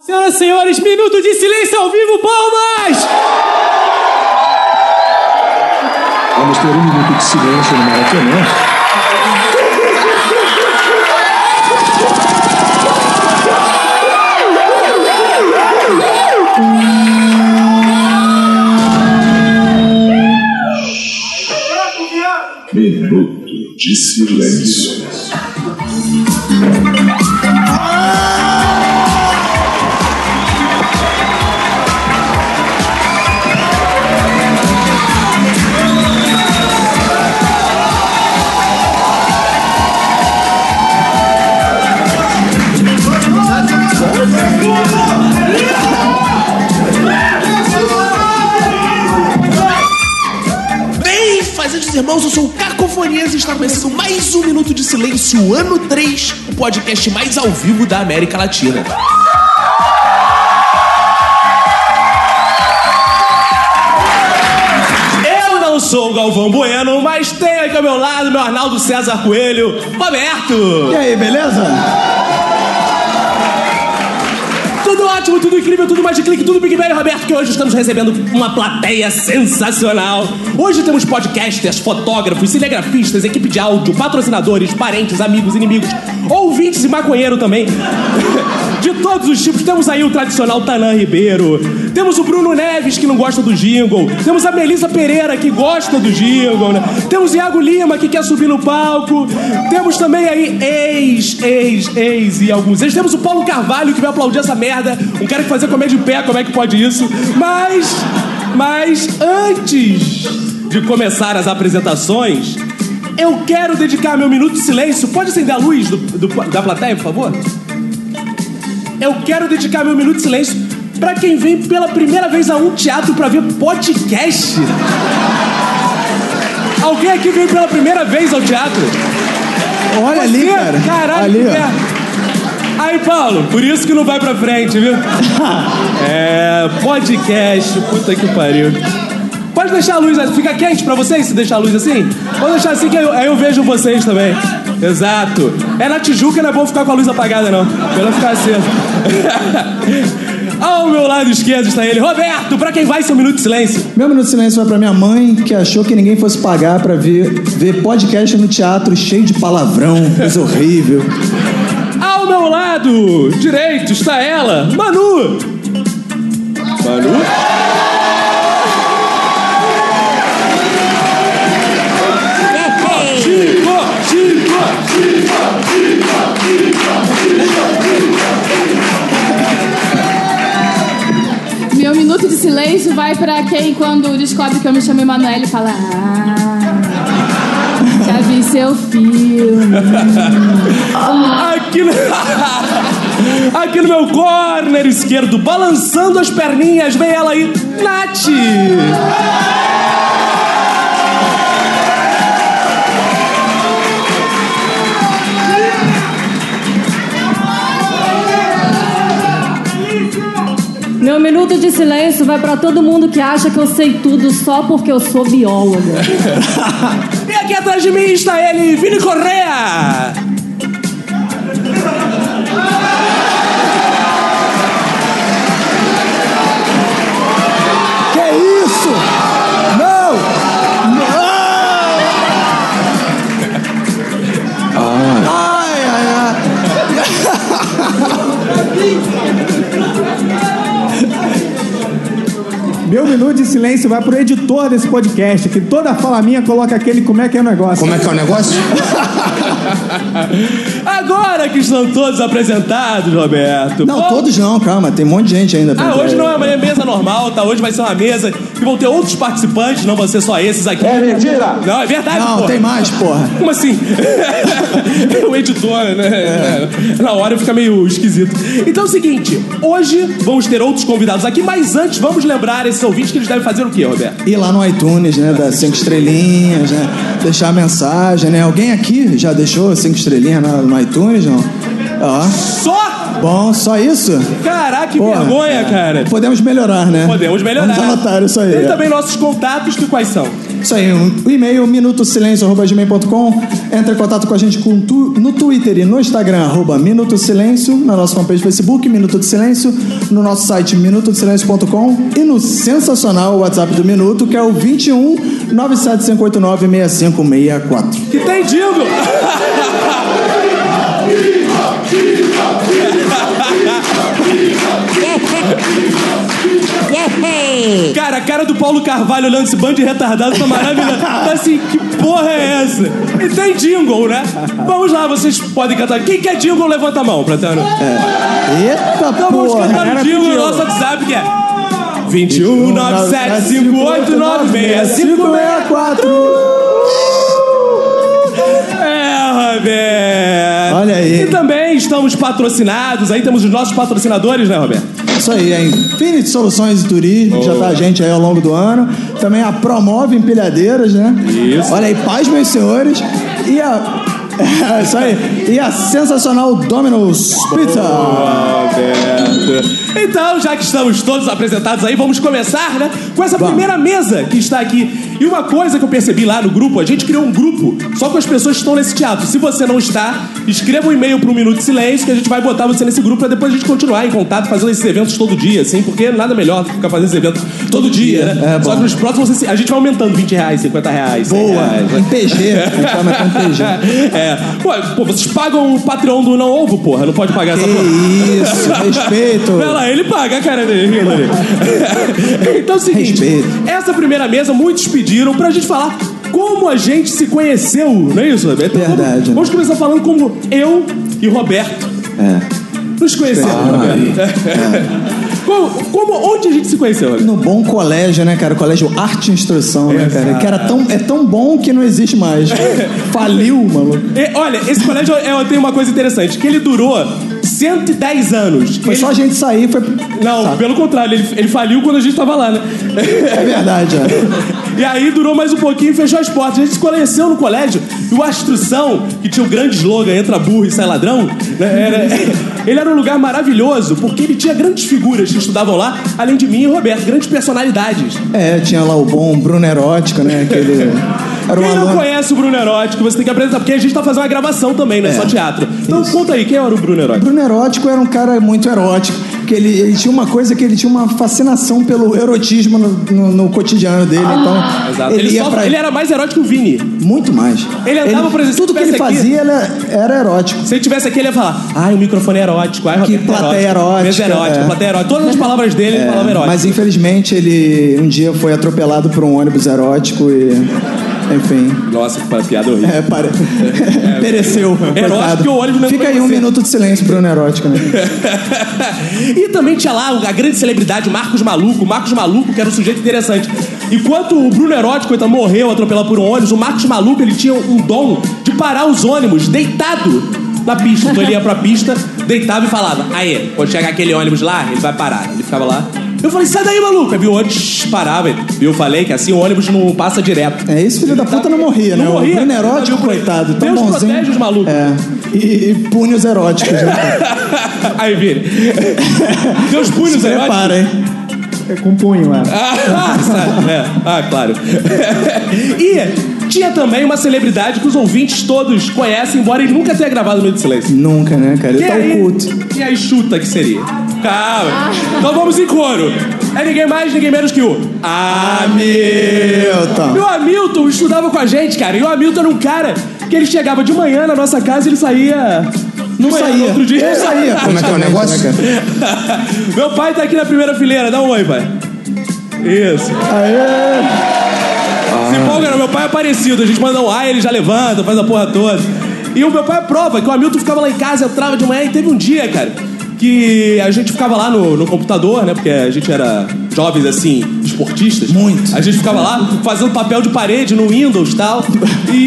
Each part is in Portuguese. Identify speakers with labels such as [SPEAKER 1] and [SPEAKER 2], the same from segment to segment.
[SPEAKER 1] Senhoras e senhores, minuto de silêncio ao vivo, palmas!
[SPEAKER 2] Vamos ter um minuto de silêncio no Maracanã. Minuto de silêncio.
[SPEAKER 3] Bem, fazeres irmãos, eu sou o Cacofonias e está começando mais um Minuto de Silêncio, ano 3, o podcast mais ao vivo da América Latina.
[SPEAKER 1] Eu não sou o Galvão Bueno, mas tenho aqui ao meu lado meu Arnaldo César Coelho, Roberto!
[SPEAKER 4] E aí, beleza?
[SPEAKER 1] Tudo ótimo, tudo incrível, tudo mais de clique, tudo Big Bang, Roberto, que hoje estamos recebendo uma plateia sensacional. Hoje temos podcasters, fotógrafos, cinegrafistas, equipe de áudio, patrocinadores, parentes, amigos, inimigos, ouvintes e maconheiro também. De todos os tipos, temos aí o tradicional Tanã Ribeiro, temos o Bruno Neves, que não gosta do jingle, temos a Melissa Pereira, que gosta do jingle, né? temos Iago Lima, que quer subir no palco, temos também aí ex, ex, ex e alguns ex. Temos o Paulo Carvalho, que vai aplaudir essa merda, um cara que fazia comédia de pé, como é que pode isso? Mas, mas antes de começar as apresentações, eu quero dedicar meu minuto de silêncio. Pode acender a luz do- do- da plateia, por favor? Eu quero dedicar meu minuto de silêncio pra quem vem pela primeira vez a um teatro pra ver podcast. Alguém aqui veio pela primeira vez ao teatro?
[SPEAKER 4] Olha ali,
[SPEAKER 1] Você?
[SPEAKER 4] cara.
[SPEAKER 1] Caralho,
[SPEAKER 4] ali,
[SPEAKER 1] que
[SPEAKER 4] ó.
[SPEAKER 1] merda. Aí, Paulo, por isso que não vai pra frente, viu? é, podcast, puta que pariu. Pode deixar a luz, fica quente pra vocês se deixar a luz assim? Vou deixar assim que aí eu, aí eu vejo vocês também. Exato. É na Tijuca, não é bom ficar com a luz apagada, não. Melhor ficar acesa. Ao meu lado esquerdo está ele, Roberto, pra quem vai, seu minuto de silêncio.
[SPEAKER 4] Meu minuto de silêncio vai pra minha mãe, que achou que ninguém fosse pagar pra ver, ver podcast no teatro cheio de palavrão, coisa horrível.
[SPEAKER 1] Ao meu lado direito está ela, Manu. Manu? Chico, Chico,
[SPEAKER 5] Meu minuto de silêncio vai pra quem, quando descobre que eu me chamo Emanuele, fala. Ah, já vi seu filme.
[SPEAKER 1] Aqui no... Aqui no meu corner esquerdo, balançando as perninhas, vem ela aí, Nath!
[SPEAKER 6] Meu minuto de silêncio vai pra todo mundo que acha que eu sei tudo só porque eu sou bióloga.
[SPEAKER 1] E aqui atrás de mim está ele, Vini Correa!
[SPEAKER 4] Que isso? Não! Não! Ai, ai, ai.
[SPEAKER 7] Meu minuto de silêncio vai pro editor desse podcast, que toda fala minha coloca aquele como é que é o negócio.
[SPEAKER 2] Como é que é o negócio?
[SPEAKER 1] Agora que estão todos apresentados, Roberto.
[SPEAKER 4] Não,
[SPEAKER 1] Pô,
[SPEAKER 4] todos não, calma, tem um monte de gente ainda. pra
[SPEAKER 1] Ah,
[SPEAKER 4] entrar
[SPEAKER 1] hoje
[SPEAKER 4] aí.
[SPEAKER 1] não é uma mesa normal, tá? Hoje vai ser uma mesa que vão ter outros participantes, não vão ser só esses aqui. É mentira! Não, é verdade,
[SPEAKER 4] Não,
[SPEAKER 1] pô.
[SPEAKER 4] tem mais, porra.
[SPEAKER 1] Como assim? o editor, né? Na hora fica meio esquisito. Então é o seguinte, hoje vamos ter outros convidados aqui, mas antes vamos lembrar esses ouvintes que eles devem fazer o quê, Roberto?
[SPEAKER 4] Ir lá no iTunes, né? Dar cinco estrelinhas, né? Deixar a mensagem, né? Alguém aqui já deixou cinco estrelinhas na- no iTunes, não? Ó.
[SPEAKER 1] Só
[SPEAKER 4] Bom, só isso?
[SPEAKER 1] Caraca, que
[SPEAKER 4] Porra.
[SPEAKER 1] vergonha, cara.
[SPEAKER 4] Podemos melhorar, né?
[SPEAKER 1] Podemos melhorar.
[SPEAKER 4] Vamos anotar isso aí.
[SPEAKER 1] Tem também nossos contatos, que quais são?
[SPEAKER 4] Isso aí, um- o e-mail minutosilencio.com. Entra em contato com a gente com tu- no Twitter e no Instagram, arroba Minuto Silêncio, na nossa fanpage Facebook, Minuto de Silêncio, no nosso site minutosilencio.com e no sensacional WhatsApp do Minuto, que é o 21 97589 6564.
[SPEAKER 1] Que tem Dingo! Cara, a cara do Paulo Carvalho olhando esse bando de retardado tá maravilhosa. Tá assim, que porra é essa? E tem jingle, né? Vamos lá, vocês podem cantar. Quem quer jingle, levanta a mão, Platano.
[SPEAKER 4] É. Eita
[SPEAKER 1] Então vamos cantar
[SPEAKER 4] porra!
[SPEAKER 1] o jingle no nosso WhatsApp, que é... 21 97 58 É, Roberto!
[SPEAKER 4] Olha aí.
[SPEAKER 1] E também estamos patrocinados, aí temos os nossos patrocinadores, né, Roberto?
[SPEAKER 4] Isso aí, é Infinity Soluções de Turismo, que já tá a gente aí ao longo do ano. Também a Promove Empilhadeiras, né? Isso. Olha aí, paz, meus senhores. E a. É, isso aí. E a sensacional Domino's
[SPEAKER 1] Ah,
[SPEAKER 4] Pizza.
[SPEAKER 1] Então, já que estamos todos apresentados aí, vamos começar, né, com essa primeira mesa que está aqui. E uma coisa que eu percebi lá no grupo, a gente criou um grupo só com as pessoas que estão nesse teatro. Se você não está, escreva um e-mail para o Minuto de Silêncio que a gente vai botar você nesse grupo para depois a gente continuar em contato fazendo esses eventos todo dia, assim, porque nada melhor do que ficar fazendo esses eventos todo dia, né?
[SPEAKER 4] É, bom.
[SPEAKER 1] só que nos próximos você se- a gente vai aumentando 20 reais, 50 reais, 100
[SPEAKER 4] Boa.
[SPEAKER 1] reais,
[SPEAKER 4] Em PG. A gente tá metendo PG.
[SPEAKER 1] É. Pô, pô, vocês pagam o Patreon do Não Ovo, porra. Não pode pagar essa porra.
[SPEAKER 4] Que isso, respeito.
[SPEAKER 1] Olha lá, ele paga a cara dele rindo ali. então é o seguinte,
[SPEAKER 4] Respeito.
[SPEAKER 1] essa primeira mesa muitos pediram pra gente falar como a gente se conheceu, não é isso, Roberto? Como-
[SPEAKER 4] Verdade.
[SPEAKER 1] vamos começar falando como eu e Roberto
[SPEAKER 4] É.
[SPEAKER 1] nos conhecemos, Roberto. como, como- onde a gente se conheceu, Roberto?
[SPEAKER 4] No bom colégio, né, cara? Colégio Arte e Instrução, né, cara? Que era tão, é tão bom que não existe mais. Faliu, maluco.
[SPEAKER 1] E, olha, esse colégio é, tem uma coisa interessante, que ele durou 110 anos.
[SPEAKER 4] Foi
[SPEAKER 1] Ele-
[SPEAKER 4] só a gente sair, foi.
[SPEAKER 1] Não,
[SPEAKER 4] Sabe?
[SPEAKER 1] pelo contrário, ele, ele faliu quando a gente tava lá, né?
[SPEAKER 4] É verdade, é.
[SPEAKER 1] E aí durou mais um pouquinho e fechou as portas. A gente se conheceu no colégio e o Astrução, que tinha o grande slogan Entra burro e sai ladrão, né, era- ele era um lugar maravilhoso porque ele tinha grandes figuras que estudavam lá, além de mim e Roberto, grandes personalidades.
[SPEAKER 4] É, tinha lá o bom Bruno Erótico, né? Aquele. Era um
[SPEAKER 1] Quem não
[SPEAKER 4] aluno.
[SPEAKER 1] conhece o Bruno Erótico, você tem que apresentar, porque a gente tá fazendo uma gravação também, não é, só teatro. Então conta aí, quem era o Bruno Erótico?
[SPEAKER 4] Bruno Erótico era um cara muito erótico. Que ele, ele tinha uma coisa que ele tinha uma fascinação pelo erotismo no, no- no cotidiano dele. então,
[SPEAKER 1] Ah, Exato.
[SPEAKER 4] ele,
[SPEAKER 1] Ele,
[SPEAKER 4] ia
[SPEAKER 1] só-
[SPEAKER 4] pra.
[SPEAKER 1] ele era mais erótico que o Vini.
[SPEAKER 4] Muito mais.
[SPEAKER 1] Ele andava, por exemplo,
[SPEAKER 4] Tudo que ele
[SPEAKER 1] se tivesse aqui-
[SPEAKER 4] fazia era, era erótico.
[SPEAKER 1] Se ele tivesse aqui, ele ia falar: ai, o microfone é erótico, ai, Roberto, é
[SPEAKER 4] plateia erótica,
[SPEAKER 1] mesa erótica,
[SPEAKER 4] é.
[SPEAKER 1] plateia erótica. Todas as palavras dele,
[SPEAKER 3] É,
[SPEAKER 1] ele falava erótico.
[SPEAKER 4] Mas infelizmente ele um dia foi atropelado por um ônibus erótico e. Enfim.
[SPEAKER 1] Nossa, que piada horrível.
[SPEAKER 4] É, pare... Pereceu.
[SPEAKER 1] Erótico
[SPEAKER 4] coitado.
[SPEAKER 1] que o ônibus não
[SPEAKER 4] Fica aí um
[SPEAKER 1] conhecia.
[SPEAKER 4] minuto de silêncio, Bruno Erótico, né?
[SPEAKER 1] e também tinha lá a grande celebridade, Marcos Maluco. Marcos Maluco, que era um sujeito interessante. Enquanto o Bruno Erótico então, morreu atropelado por um ônibus, o Marcos Maluco ele tinha um dom de parar os ônibus deitado na pista. Então ele ia pra pista, deitava e falava: Aí, quando chegar aquele ônibus lá, ele vai parar. Ele ficava lá. Eu falei, sai daí, maluco. Aí viu o ônibus, parava. E eu falei que assim o ônibus não passa direto.
[SPEAKER 4] É isso, filho da puta não morria,
[SPEAKER 1] tá Não
[SPEAKER 4] né?
[SPEAKER 1] morria.
[SPEAKER 4] O Bruno erótico,
[SPEAKER 1] Deus
[SPEAKER 4] coitado, tão
[SPEAKER 1] protege
[SPEAKER 4] bonzinho.
[SPEAKER 1] os malucos.
[SPEAKER 4] É. E, e pune os eróticos, né?
[SPEAKER 1] Aí, Vini. Deus punhos
[SPEAKER 4] Se
[SPEAKER 1] eróticos.
[SPEAKER 4] prepara, hein?
[SPEAKER 3] É com punho, é.
[SPEAKER 1] Ah, sabe, é. ah, claro. e tinha também uma celebridade que os ouvintes todos conhecem, embora ele nunca tenha gravado Minuto de Silêncio.
[SPEAKER 4] Nunca, né, cara? Ele
[SPEAKER 1] E
[SPEAKER 4] tá
[SPEAKER 1] aí,
[SPEAKER 4] oculto.
[SPEAKER 1] e aí chuta que seria? Calma. Então vamos em coro. É ninguém mais, ninguém menos que o
[SPEAKER 4] Hamilton.
[SPEAKER 1] E o Hamilton estudava com a gente, cara. E o Hamilton era um cara que ele chegava de manhã na nossa casa e ele saía... é.
[SPEAKER 4] Não
[SPEAKER 1] de manhã,
[SPEAKER 4] saía.
[SPEAKER 1] no Outro dia.
[SPEAKER 4] Não saía. Como é que é o negócio?
[SPEAKER 1] Meu pai tá aqui na primeira fileira. Dá um oi, pai. Isso.
[SPEAKER 4] Aê!
[SPEAKER 1] Se empolga, não. meu pai é parecido. A gente manda um ai, ele já levanta, faz a porra toda. E o meu pai é prova, que o Hamilton ficava lá em casa, entrava de manhã e teve um dia, cara, que a gente ficava lá no, no computador, né? Porque a gente era jovens, assim, esportistas.
[SPEAKER 4] Muito.
[SPEAKER 1] A gente ficava lá fazendo papel de parede no Windows tal. e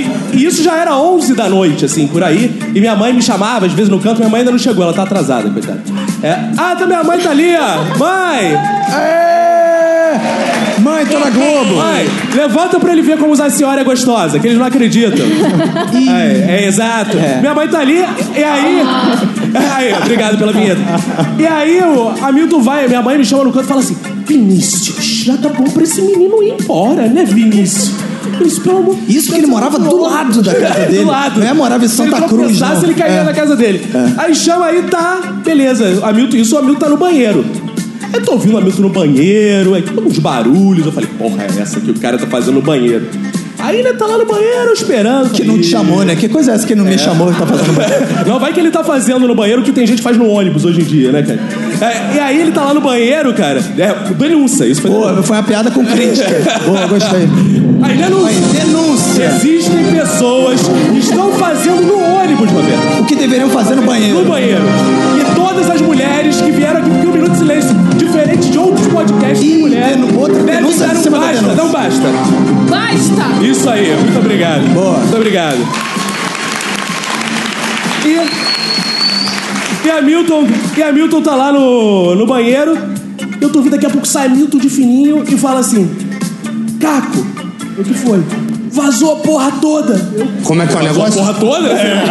[SPEAKER 1] tal. E isso já era 11 da noite, assim, por aí. E minha mãe me chamava, às vezes no canto, minha mãe ainda não chegou, ela tá atrasada, coitada. É, ah, tá, minha mãe tá ali, ó. Mãe!
[SPEAKER 4] Aê! Mãe, tô na Globo!
[SPEAKER 1] Mãe, levanta pra ele ver como a senhora é gostosa, é
[SPEAKER 3] É.
[SPEAKER 1] que eles não acreditam. é, é exato. Minha mãe tá ali, e aí Aí, obrigado pela vinheta. E aí, o Hamilton vai, minha mãe me chama no canto e fala assim: Vinícius, já tá bom pra esse menino ir embora, né, Vinícius? Isso, pelo amor tá
[SPEAKER 3] Isso que ele morava do lado da casa dele.
[SPEAKER 1] do lado.
[SPEAKER 3] Não é, morava em Santa
[SPEAKER 1] se ele
[SPEAKER 3] Cruz,
[SPEAKER 1] tropeçasse,
[SPEAKER 3] não.
[SPEAKER 1] ele caía
[SPEAKER 3] É.
[SPEAKER 1] na casa dele. Aí chama aí, tá. Beleza, o Hamilton, isso, o Hamilton tá no banheiro. Eu tô ouvindo o Hamilton no banheiro, aí uns barulhos. Eu falei, porra, é essa que o cara tá fazendo no banheiro. Aí ele tá lá no banheiro esperando.
[SPEAKER 3] Que não te chamou, né? Que coisa é essa que não me chamou e tá fazendo
[SPEAKER 1] Não, vai que ele tá fazendo no banheiro o que tem gente que faz no ônibus hoje em dia, né, cara? É, e aí ele tá lá no banheiro, cara. É, denúncia, isso foi.
[SPEAKER 3] Boa, foi uma piada com crítica. Boa, gostei.
[SPEAKER 1] Aí denúncia.
[SPEAKER 3] Aí, denúncia.
[SPEAKER 1] Existem pessoas que estão fazendo no ônibus, Roberto.
[SPEAKER 3] O que deveriam fazer no
[SPEAKER 1] No
[SPEAKER 3] banheiro?
[SPEAKER 1] banheiro. E todas as mulheres que vieram aqui porque o Minuto de Silêncio, diferente de outros podcasts de
[SPEAKER 3] Ih,
[SPEAKER 1] mulher,
[SPEAKER 3] denu- outra
[SPEAKER 1] devem
[SPEAKER 3] denúncia
[SPEAKER 1] dar
[SPEAKER 3] em
[SPEAKER 1] um
[SPEAKER 3] cima da
[SPEAKER 1] basta,
[SPEAKER 3] denúncia.
[SPEAKER 1] não basta.
[SPEAKER 8] Basta!
[SPEAKER 1] Isso aí, muito obrigado.
[SPEAKER 3] Boa.
[SPEAKER 1] Muito obrigado. E, e a Milton, e a Milton tá lá no, no banheiro. Eu tô ouvindo daqui a pouco sai Milton de fininho e fala assim: Caco, o que foi? Vazou a porra toda. Eu,
[SPEAKER 4] Como é que é o negócio?
[SPEAKER 1] porra toda? É.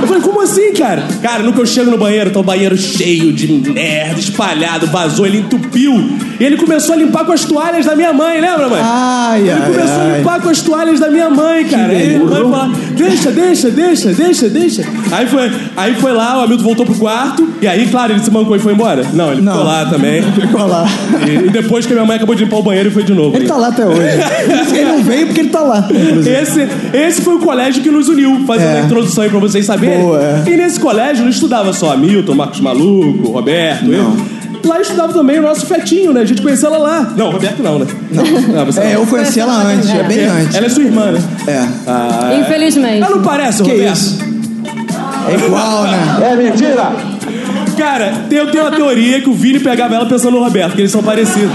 [SPEAKER 1] Eu falei, como assim, cara? Cara, no que eu chego no banheiro, tá o banheiro cheio de merda, espalhado, vazou, ele entupiu. E ele começou a limpar com as toalhas da minha mãe, lembra, mãe?
[SPEAKER 3] Ai,
[SPEAKER 1] Ele
[SPEAKER 3] ai,
[SPEAKER 1] começou a
[SPEAKER 3] ai.
[SPEAKER 1] limpar com as toalhas da minha mãe, cara. Aí a mãe falou: deixa, deixa, deixa, deixa, deixa. Aí foi, aí foi lá, o Hamilton voltou pro quarto, e aí, claro, ele se mancou e foi embora. Não, ele
[SPEAKER 3] Não.
[SPEAKER 1] ficou lá também.
[SPEAKER 3] Ficou lá.
[SPEAKER 1] E, e depois que a minha mãe acabou de limpar o banheiro, ele foi de novo.
[SPEAKER 3] Ele tá lá até hoje. Por isso que ele não veio porque ele tá lá. inclusive.
[SPEAKER 1] Esse, esse foi o colégio que nos uniu, fazendo
[SPEAKER 3] É.
[SPEAKER 1] a introdução aí pra vocês saberem.
[SPEAKER 3] Boa, é.
[SPEAKER 1] E nesse colégio não estudava só Hamilton, Marcos Maluco, Roberto, eu. Lá estudava também o nosso fetinho, né? A gente conhecia ela lá. Não, Roberto não, né? Não. você
[SPEAKER 3] É,
[SPEAKER 1] não.
[SPEAKER 3] eu conheci ela antes, é bem antes.
[SPEAKER 1] Ela é sua irmã, né?
[SPEAKER 3] É.
[SPEAKER 6] Infelizmente.
[SPEAKER 1] Ela não parece,
[SPEAKER 3] Que
[SPEAKER 1] Roberto?
[SPEAKER 3] isso? É igual, né?
[SPEAKER 1] Cara, eu tenho uma teoria que o Vini pegava ela pensando no Roberto, que eles são parecidos.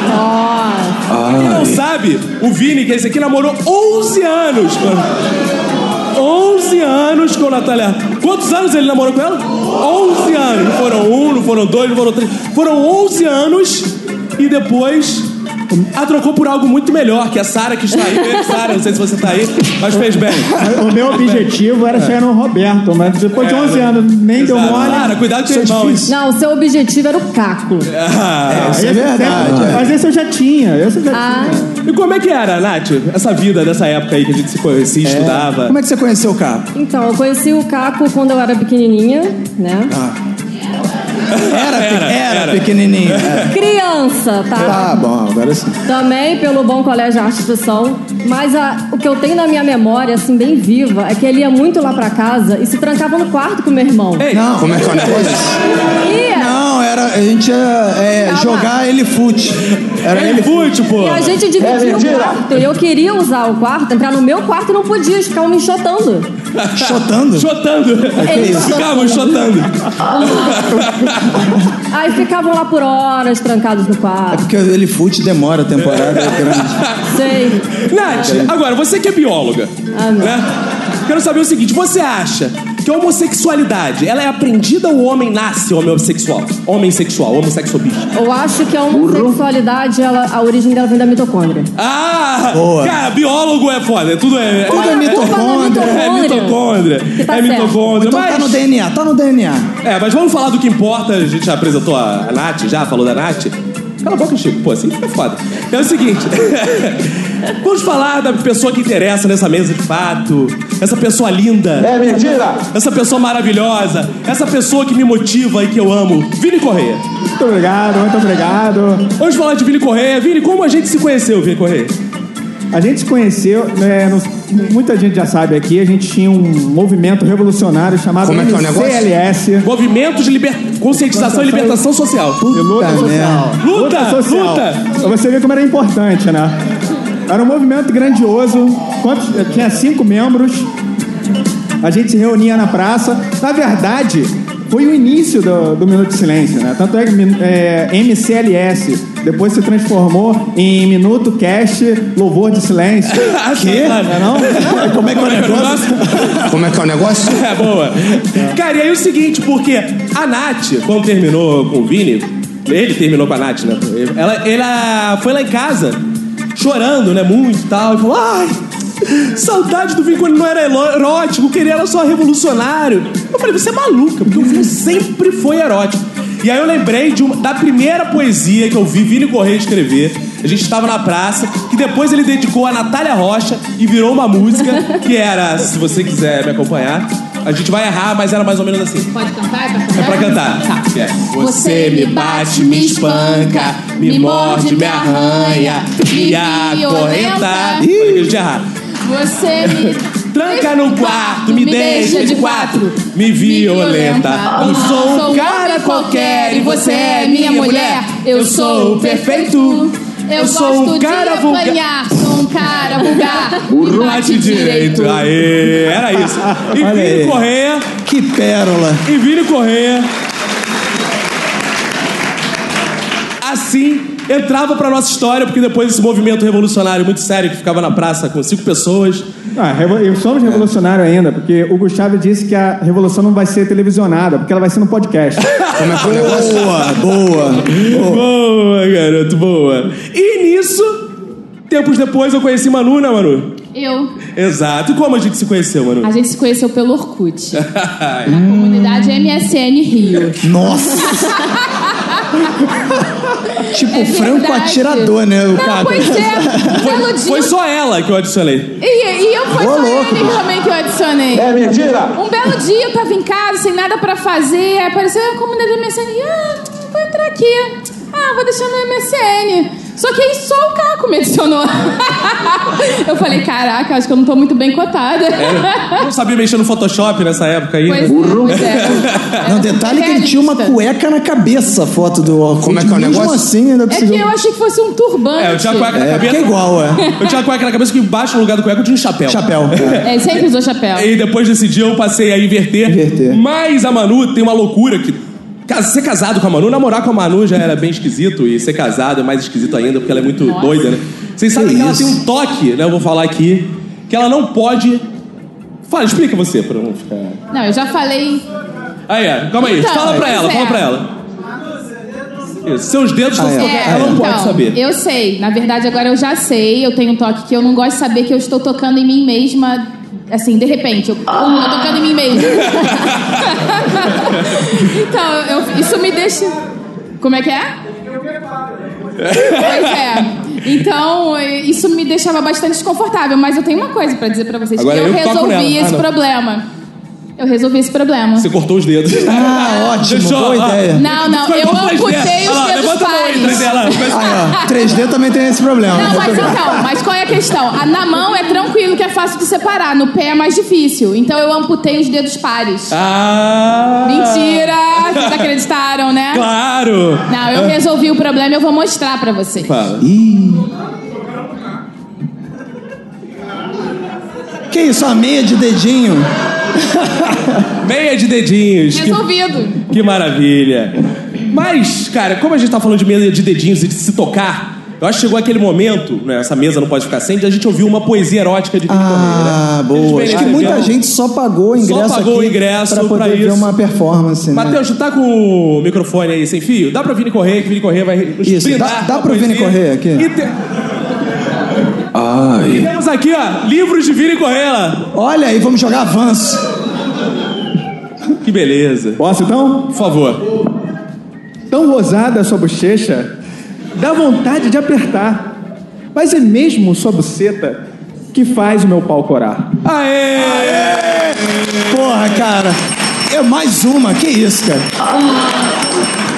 [SPEAKER 1] Quem não sabe, o Vini, que é esse aqui, namorou 11 anos. com- 11 anos com a Natália. Quantos anos ele namorou com ela? 11 anos. Não foram um, não foram dois, não foram três. Foram 11 anos e depois a trocou por algo muito melhor, que é a Sara que está aí. Beijo, Sara, não sei se você está aí, mas fez bem.
[SPEAKER 7] O meu objetivo era chegar no Roberto, mas depois de 11 anos nem deu mole.
[SPEAKER 1] Sara, cuidado com seu
[SPEAKER 7] Isso é
[SPEAKER 1] irmão. hein?
[SPEAKER 7] difícil.
[SPEAKER 6] Não, o seu objetivo era o caco.
[SPEAKER 1] Ah.
[SPEAKER 3] Isso é verdade. é.
[SPEAKER 7] Mas esse eu já tinha. Esse eu já
[SPEAKER 6] Ah,
[SPEAKER 1] E como é que era, Nath, essa vida dessa época aí que a gente se conhecia, estudava?
[SPEAKER 3] Como é que você conheceu o Caco?
[SPEAKER 6] então, eu conheci o caco quando eu era pequenininha, né?
[SPEAKER 3] Ah. Era, pe-
[SPEAKER 1] Era,
[SPEAKER 3] era
[SPEAKER 1] era.
[SPEAKER 3] pequenininho. é.
[SPEAKER 6] Criança, tá?
[SPEAKER 3] Tá bom, agora sim.
[SPEAKER 6] Também pelo Bom Colégio Arte do Som. Mas a- o que eu tenho na minha memória, assim, bem viva, é que ele ia muito lá pra casa e se trancava no quarto com meu irmão.
[SPEAKER 1] Ei,
[SPEAKER 3] Não,
[SPEAKER 4] Como é que é o negócio?
[SPEAKER 6] Ia!
[SPEAKER 3] não, era. A gente ia é,
[SPEAKER 6] Calma.
[SPEAKER 3] jogar ele fute. Era ele
[SPEAKER 1] ele
[SPEAKER 3] fute.
[SPEAKER 1] fute, pô!
[SPEAKER 6] E a gente
[SPEAKER 1] É
[SPEAKER 6] dividia o quarto. E eu queria usar o quarto, entrar no meu quarto e não podia, eles ficavam me enxotando.
[SPEAKER 3] Chotando. É
[SPEAKER 1] Chotando!
[SPEAKER 6] Eles
[SPEAKER 1] Ficavam chotando!
[SPEAKER 6] Aí ficavam lá por horas, trancados no quarto.
[SPEAKER 3] É Porque ele fute demora a temporada é grande.
[SPEAKER 6] Sei.
[SPEAKER 1] Nath, agora, você que é bióloga,
[SPEAKER 6] Ah, não.
[SPEAKER 1] né? Quero saber o seguinte, você acha que a homossexualidade, ela é aprendida ou o homem nasce homossexual? Homem sexual, homossexobista.
[SPEAKER 6] Eu acho que a homossexualidade, ela, a origem dela vem da mitocôndria.
[SPEAKER 1] Ah!
[SPEAKER 3] Boa.
[SPEAKER 1] Cara, biólogo é foda, tudo é...
[SPEAKER 3] Tudo é
[SPEAKER 6] Olha a culpa da
[SPEAKER 3] mitocôndria.
[SPEAKER 1] É mitocôndria,
[SPEAKER 6] Que tá
[SPEAKER 1] é
[SPEAKER 6] certo.
[SPEAKER 1] mitocôndria,
[SPEAKER 3] Então
[SPEAKER 1] mas...
[SPEAKER 3] tá no DNA, tá no DNA.
[SPEAKER 1] É, mas vamos falar do que importa. A gente já apresentou a, a Nath, já falou da Nath. Cala a boca, Chico. Pô, assim fica foda. É o seguinte. vamos falar da pessoa que interessa nessa mesa de fato. Essa pessoa linda. É mentira! Essa pessoa maravilhosa. Essa pessoa que me motiva e que eu amo. Vini Correia.
[SPEAKER 7] Muito obrigado, muito obrigado.
[SPEAKER 1] Vamos falar de Vini Correia. Vini, como a gente se conheceu, Vini Correia?
[SPEAKER 7] A gente se conheceu, né, no- muita gente já sabe aqui, a gente tinha um movimento revolucionário chamado
[SPEAKER 4] Como é que é o negócio?
[SPEAKER 7] CLS.
[SPEAKER 1] Movimento de liber... conscientização e libertação social.
[SPEAKER 7] E luta
[SPEAKER 3] Puta
[SPEAKER 7] social.
[SPEAKER 3] merda.
[SPEAKER 1] Luta,
[SPEAKER 7] social.
[SPEAKER 1] luta.
[SPEAKER 7] Pra você ver como era importante, né? Era um movimento grandioso. Quantos- eh, tinha cinco membros. A gente se reunia na praça. Na verdade, foi o início do, do Minuto de Silêncio, né? Tanto é que min- é, MCLS depois se transformou em Minuto Cast Louvor de Silêncio.
[SPEAKER 1] Quê?
[SPEAKER 7] Não é não?
[SPEAKER 3] Como é que é o negócio?
[SPEAKER 4] Como é que é o negócio?
[SPEAKER 1] É boa. Cara, e aí o seguinte, porque a Nath, quando terminou com o Vini, ele terminou com a Nath, né? Ela, ela foi lá em casa, chorando, né? Muito e tal, e falou: ai, Saudade do Vini quando não era elo- erótico, que ele era só revolucionário. Eu falei, você é maluca, porque o Vini sempre foi erótico. E aí eu lembrei de uma- da primeira poesia que eu vi Vini Correia escrever. A gente estava na praça, que depois ele dedicou a Natália Rocha e virou uma música que era, se você quiser me acompanhar, a gente vai errar, mas era mais ou menos assim.
[SPEAKER 5] Pode cantar? É pra
[SPEAKER 1] É pra cantar.
[SPEAKER 5] Tá.
[SPEAKER 1] É.
[SPEAKER 5] Você me bate, me espanca, me morde, me arranha, me acorrenta.
[SPEAKER 1] Ih, falei que a gente ia errar.
[SPEAKER 5] Você me.
[SPEAKER 1] Tranca no quarto, me deixa de quatro, me violenta. Não sou um cara qualquer e você é minha mulher. Eu sou o perfeito.
[SPEAKER 5] Eu sou um cara vulgar. Sou um cara vulgar. me
[SPEAKER 1] Burro bate direito. Aê, era isso. E
[SPEAKER 3] Olha aí.
[SPEAKER 1] Vini Correia,
[SPEAKER 3] Que pérola.
[SPEAKER 1] e Vini Correia. Assim entrava pra nossa história, porque depois desse movimento revolucionário muito sério que ficava na praça com cinco pessoas,
[SPEAKER 2] Ah, revo- eu
[SPEAKER 7] um
[SPEAKER 2] somos revolucionário ainda, porque o Gustavo disse que a revolução não vai ser televisionada, porque ela vai ser no podcast.
[SPEAKER 7] É,
[SPEAKER 3] Boa, boa.
[SPEAKER 1] Boa, garoto, boa. E nisso, tempos depois eu conheci Manu, né, Manu?
[SPEAKER 5] Eu.
[SPEAKER 1] Exato. E como a gente se conheceu, Manu?
[SPEAKER 5] A gente se conheceu pelo Orkut. na comunidade MSN Rio.
[SPEAKER 3] Nossa. tipo,
[SPEAKER 5] É
[SPEAKER 3] franco
[SPEAKER 5] verdade.
[SPEAKER 3] atirador, né? O
[SPEAKER 5] Não,
[SPEAKER 3] cara.
[SPEAKER 5] pois é. Pelo dia.
[SPEAKER 1] Foi só ela que eu adicionei.
[SPEAKER 5] E, e eu fui
[SPEAKER 3] Ô,
[SPEAKER 5] só
[SPEAKER 3] louco.
[SPEAKER 5] ele também que eu adicionei.
[SPEAKER 7] É mentira!
[SPEAKER 5] Um belo dia eu tava em casa, sem nada pra fazer, aí apareceu a comunidade do MSN. Ah, vou entrar aqui. Ah, vou deixar no MSN. Só que aí só o Caco me adicionou. eu falei, caraca, acho que eu não tô muito bem cotada.
[SPEAKER 1] É, Não sabia mexer no Photoshop nessa época ainda.
[SPEAKER 5] Pois, pois é.
[SPEAKER 3] Não, detalhe que ele tinha uma
[SPEAKER 5] Realista.
[SPEAKER 3] cueca na cabeça, a foto do Orkut.
[SPEAKER 7] Como é que é o
[SPEAKER 3] Mesmo
[SPEAKER 7] negócio?
[SPEAKER 3] assim, ainda
[SPEAKER 5] É que
[SPEAKER 3] conseguiu.
[SPEAKER 5] eu achei que fosse um turbante.
[SPEAKER 1] É, eu tinha a cueca na
[SPEAKER 3] É,
[SPEAKER 1] cabeça.
[SPEAKER 3] porque é igual, é.
[SPEAKER 1] Eu tinha a cueca na cabeça que embaixo no lugar do cueca eu tinha um chapéu.
[SPEAKER 3] Chapéu. é.
[SPEAKER 5] É, sempre usou chapéu.
[SPEAKER 1] E depois desse dia eu passei a inverter.
[SPEAKER 3] Inverter.
[SPEAKER 1] Mas a Manu tem uma loucura que. ca- Ser casado com a Manu, namorar com a Manu já era bem esquisito, e ser casado é mais esquisito ainda, porque ela é muito doida, né? Vocês sabem que, ela
[SPEAKER 3] isso?
[SPEAKER 1] tem um toque, né? Eu vou falar aqui, que ela não pode. Fala, explica você pra eu não ficar.
[SPEAKER 5] Não, eu já falei.
[SPEAKER 1] Aí, ó, calma aí,
[SPEAKER 5] Então,
[SPEAKER 1] fala pra
[SPEAKER 5] pois
[SPEAKER 1] ela,
[SPEAKER 5] é.
[SPEAKER 1] fala pra ela. Isso, seus dedos estão
[SPEAKER 3] Ah, é.
[SPEAKER 1] se tocando,
[SPEAKER 5] É,
[SPEAKER 1] ela não
[SPEAKER 5] então,
[SPEAKER 1] pode saber.
[SPEAKER 5] Eu sei. Na verdade, agora eu já sei. Eu tenho um toque que eu não gosto de saber que eu estou tocando em mim mesma. Assim, de repente, eu, uh, eu tô tocando em mim mesma. então, eu- isso me deixa. Como é que é? Pois é. Então, eh, isso me deixava bastante desconfortável, mas eu tenho uma coisa pra dizer pra vocês:
[SPEAKER 1] Agora
[SPEAKER 5] que eu,
[SPEAKER 1] eu toco nela.
[SPEAKER 5] resolvi
[SPEAKER 1] Ah,
[SPEAKER 5] esse
[SPEAKER 1] não.
[SPEAKER 5] problema. Eu resolvi esse problema.
[SPEAKER 1] Você cortou os dedos.
[SPEAKER 3] Ah, ótimo,
[SPEAKER 1] Deixou,
[SPEAKER 3] boa
[SPEAKER 1] ó.
[SPEAKER 3] ideia.
[SPEAKER 5] Não, não,
[SPEAKER 1] Foi
[SPEAKER 5] eu
[SPEAKER 1] bom pra
[SPEAKER 5] amputei
[SPEAKER 1] ideia.
[SPEAKER 5] os
[SPEAKER 1] Olha lá,
[SPEAKER 5] dedos
[SPEAKER 1] Levanta a mão aí,
[SPEAKER 5] pares.
[SPEAKER 1] Trindela.
[SPEAKER 3] Aí, ó, 3D também tem esse problema. tá
[SPEAKER 5] Não, mas então, mas qual é a questão? A- na mão é tranquilo, que é fácil de separar. No pé é mais difícil. Então eu amputei os dedos pares.
[SPEAKER 1] Ah!
[SPEAKER 5] Mentira! Vocês acreditaram, né?
[SPEAKER 1] Claro! É.
[SPEAKER 5] Não, eu resolvi o problema e eu vou mostrar pra vocês.
[SPEAKER 1] Fala.
[SPEAKER 3] Que isso, a meia de dedinho?
[SPEAKER 1] Meia de dedinhos. Que,
[SPEAKER 5] Resolvido.
[SPEAKER 1] que maravilha. Mas, cara, como a gente tá falando de meia de dedinhos e de se tocar, eu acho que chegou aquele momento, né? Essa mesa não pode ficar sem, de a gente ouvir uma poesia erótica de Vini
[SPEAKER 3] Ah,
[SPEAKER 1] Correia, né?
[SPEAKER 3] boa. Acho que muita gente só pagou o ingresso
[SPEAKER 1] pagou
[SPEAKER 3] aqui
[SPEAKER 1] o ingresso
[SPEAKER 3] pra poder
[SPEAKER 1] pra
[SPEAKER 3] ver
[SPEAKER 1] isso.
[SPEAKER 3] uma performance, né?
[SPEAKER 1] Matheus, tu tá com o microfone aí sem fio? Dá pra Vini Correia, que Vini Correia vai nos
[SPEAKER 3] Isso,
[SPEAKER 1] brindar
[SPEAKER 3] dá- dá
[SPEAKER 1] com a
[SPEAKER 3] pro Vini
[SPEAKER 1] ah, poesia.
[SPEAKER 3] Correia aqui? Ah,
[SPEAKER 1] E te- E temos aqui, ó, livros de Vini Correia. lá.
[SPEAKER 3] Olha aí, vamos jogar avanço.
[SPEAKER 1] Que beleza.
[SPEAKER 2] Posso então?
[SPEAKER 1] Por favor.
[SPEAKER 2] Tão rosada a sua bochecha, dá vontade de apertar. Mas é mesmo sua buceta que faz o meu pau corar.
[SPEAKER 1] Aê!
[SPEAKER 3] Porra, cara. É mais uma, que isso, cara.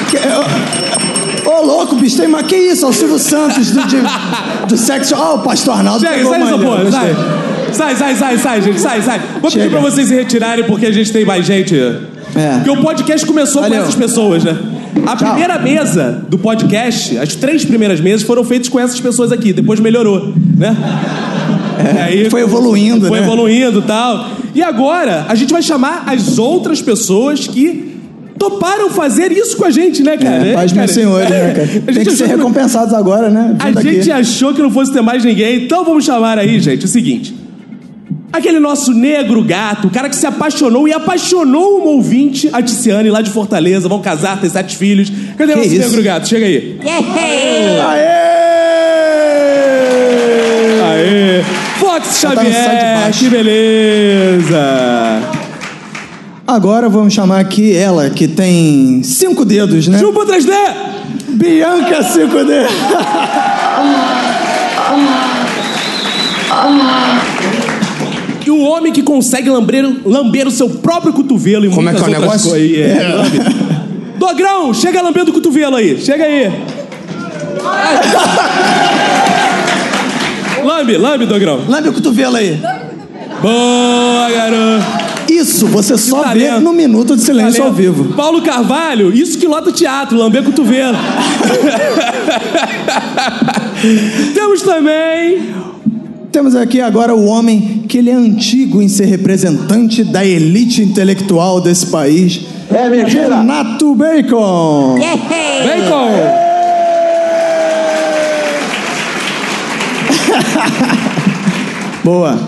[SPEAKER 3] Que- eu- Ô, louco, bicho, tem uma... Que isso, é o Silvio Santos do, de, do sexo... Ah, o Pastor Arnaldo
[SPEAKER 1] Chega,
[SPEAKER 3] pegou
[SPEAKER 1] sai dessa
[SPEAKER 3] maneiro,
[SPEAKER 1] porra,
[SPEAKER 3] gostei.
[SPEAKER 1] sai. Sai, sai, sai, sai, gente, sai, sai. Vou
[SPEAKER 3] Chega.
[SPEAKER 1] pedir pra vocês se retirarem porque a gente tem mais gente.
[SPEAKER 3] É.
[SPEAKER 1] Porque o podcast começou
[SPEAKER 3] Valeu.
[SPEAKER 1] com essas pessoas, né? A primeira mesa do podcast, as três primeiras mesas foram feitas com essas pessoas aqui, depois melhorou, né? E aí,
[SPEAKER 3] É. Foi evoluindo,
[SPEAKER 1] foi
[SPEAKER 3] né?
[SPEAKER 1] evoluindo e tal. E agora, a gente vai chamar as outras pessoas que toparam fazer isso com a gente, né, cara?
[SPEAKER 3] É, paz,
[SPEAKER 1] cara,
[SPEAKER 3] meus senhores, né, cara?
[SPEAKER 1] A
[SPEAKER 3] Tem
[SPEAKER 1] gente
[SPEAKER 3] que ser
[SPEAKER 1] achou que-
[SPEAKER 3] recompensados agora, né?
[SPEAKER 1] a
[SPEAKER 3] Vindo aqui.
[SPEAKER 1] gente achou que não fosse ter mais ninguém, então vamos chamar aí, gente, o seguinte. Aquele nosso negro gato, o cara que se apaixonou e apaixonou uma ouvinte, a Tiziane, lá de Fortaleza, vão casar, ter sete filhos. Cadê o nosso
[SPEAKER 3] isso?
[SPEAKER 1] negro gato? Chega aí.
[SPEAKER 3] É. Aê!
[SPEAKER 1] Aê! Fox
[SPEAKER 3] tá no site de
[SPEAKER 1] Xavier,
[SPEAKER 3] baixo.
[SPEAKER 1] que beleza!
[SPEAKER 3] Agora vamos chamar aqui ela, que tem cinco dedos, né?
[SPEAKER 1] Chupa 3D!
[SPEAKER 3] Bianca 5D.
[SPEAKER 1] E o homem que consegue lamber, lamber o seu próprio cotovelo e
[SPEAKER 9] Como é
[SPEAKER 1] muitas
[SPEAKER 9] que é o
[SPEAKER 1] outras
[SPEAKER 9] negócio?
[SPEAKER 1] coisas. aí, é, lambe. Dogrão, chega lambendo o cotovelo aí. Chega aí. Ai. Lambe, lambe, Dogrão.
[SPEAKER 3] Lambe o cotovelo aí.
[SPEAKER 1] Boa, garoto.
[SPEAKER 3] Isso, você só vê
[SPEAKER 1] talento.
[SPEAKER 3] no Minuto de Silêncio
[SPEAKER 1] Valeu.
[SPEAKER 3] ao vivo.
[SPEAKER 1] Paulo Carvalho, isso que lota o teatro, lamber cotovelo. Temos também.
[SPEAKER 3] Temos aqui agora o homem que ele é antigo em ser representante da elite intelectual desse país. É mentira! Renato Bacon!
[SPEAKER 1] Bacon!
[SPEAKER 3] Boa.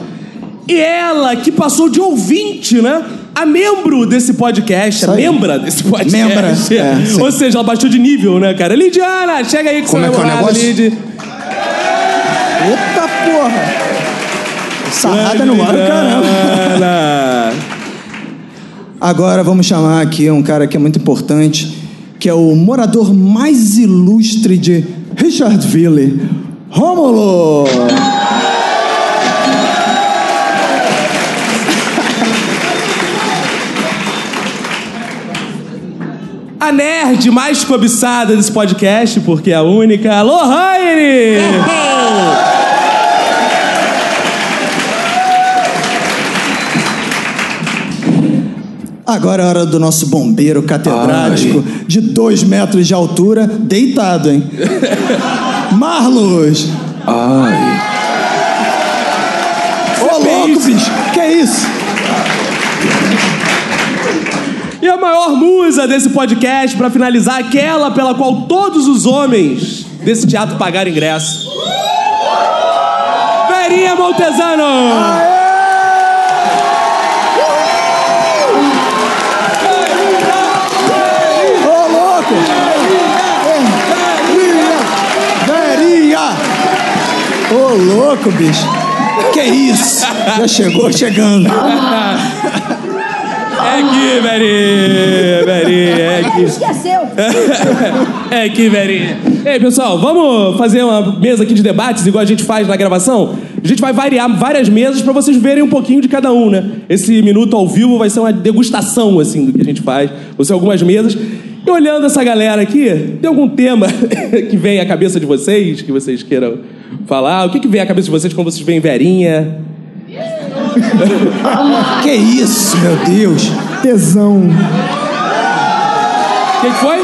[SPEAKER 1] E ela que passou de ouvinte, né? A membro desse podcast, a
[SPEAKER 3] aí.
[SPEAKER 1] membra desse podcast.
[SPEAKER 3] Membra, é, sim.
[SPEAKER 1] Ou seja, ela baixou de nível, né, cara? Lidiana, chega aí com
[SPEAKER 9] Como
[SPEAKER 1] seu
[SPEAKER 9] é que é o
[SPEAKER 1] namorado,
[SPEAKER 9] negócio?
[SPEAKER 1] Lid.
[SPEAKER 3] Eita porra! Sarrada no ar, caramba!
[SPEAKER 1] Lidiana.
[SPEAKER 3] Agora vamos chamar aqui um cara que é muito importante, que é o morador mais ilustre de Richardville, Rômulo!
[SPEAKER 1] A nerd mais cobiçada desse podcast, porque é a única. Lohane!
[SPEAKER 3] Agora é a hora do nosso bombeiro catedrático de dois metros de altura, deitado, hein? Marlos! Ai. Ô, louco, bicho! Que
[SPEAKER 1] é
[SPEAKER 3] isso?
[SPEAKER 1] E a maior musa desse podcast, pra finalizar, aquela pela qual todos os homens desse teatro pagaram ingresso. Verinha Montesano!
[SPEAKER 3] Ô, louco! Verinha! Verinha! Ô, louco, bicho! Que isso? Já chegou chegando.
[SPEAKER 1] É aqui, Verinha! Verinha, é aqui.
[SPEAKER 4] Esqueceu!
[SPEAKER 1] É aqui, Verinha. Ei, pessoal, vamos fazer uma mesa aqui de debates, igual a gente faz na gravação? A gente vai variar várias mesas pra vocês verem um pouquinho de cada um, né? Esse minuto ao vivo vai ser uma degustação, assim, do que a gente faz. Vão ser algumas mesas. E olhando essa galera aqui, tem algum tema que vem à cabeça de vocês, que vocês queiram falar? O que, que vem à cabeça de vocês quando vocês veem Verinha?
[SPEAKER 3] Que isso, meu Deus?
[SPEAKER 2] Tesão.
[SPEAKER 1] O que, que foi?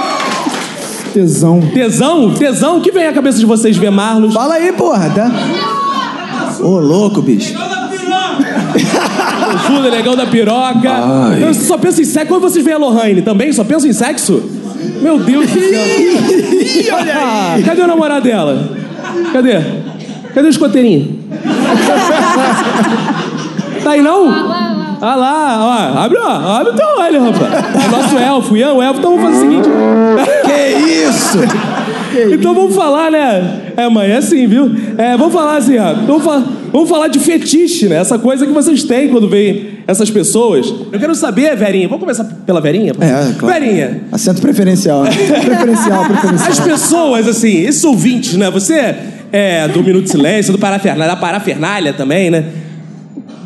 [SPEAKER 2] Tesão.
[SPEAKER 1] Tesão? Tesão? O que vem à cabeça de vocês ver Marlos?
[SPEAKER 3] Fala aí, porra, tá? Ô, louco, bicho.
[SPEAKER 1] Ajuda, legal da piroca. Eu só penso em sexo. Quando vocês veem a Lohane também, só penso em sexo? Meu Deus do céu. olha aí. Cadê o namorado dela? Cadê? Cadê o escoteirinho? tá aí não? Ah lá, ó. Abre, ó. Abre o teu olho, rapaz. É O nosso elfo, Ian, o elfo. Então vamos fazer o seguinte.
[SPEAKER 3] Que isso?
[SPEAKER 1] Então vamos falar, né? É, mãe, é assim, viu? É, vamos falar assim, ó. Vamos, fa- vamos falar de fetiche, né? Essa coisa que vocês têm quando veem essas pessoas. Eu quero saber, Verinha. Vamos começar pela Verinha?
[SPEAKER 3] É, claro.
[SPEAKER 1] Verinha,
[SPEAKER 3] Assento preferencial. né?
[SPEAKER 2] Preferencial, preferencial.
[SPEAKER 3] Ah,
[SPEAKER 1] as pessoas, assim, esses ouvintes, né? Você é do Minuto de Silêncio, do Parafernália, da Parafernália também, né?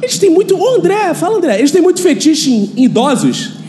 [SPEAKER 1] Eles têm muito. Ô, André, fala, André. Eles têm muito fetiche em em idosos.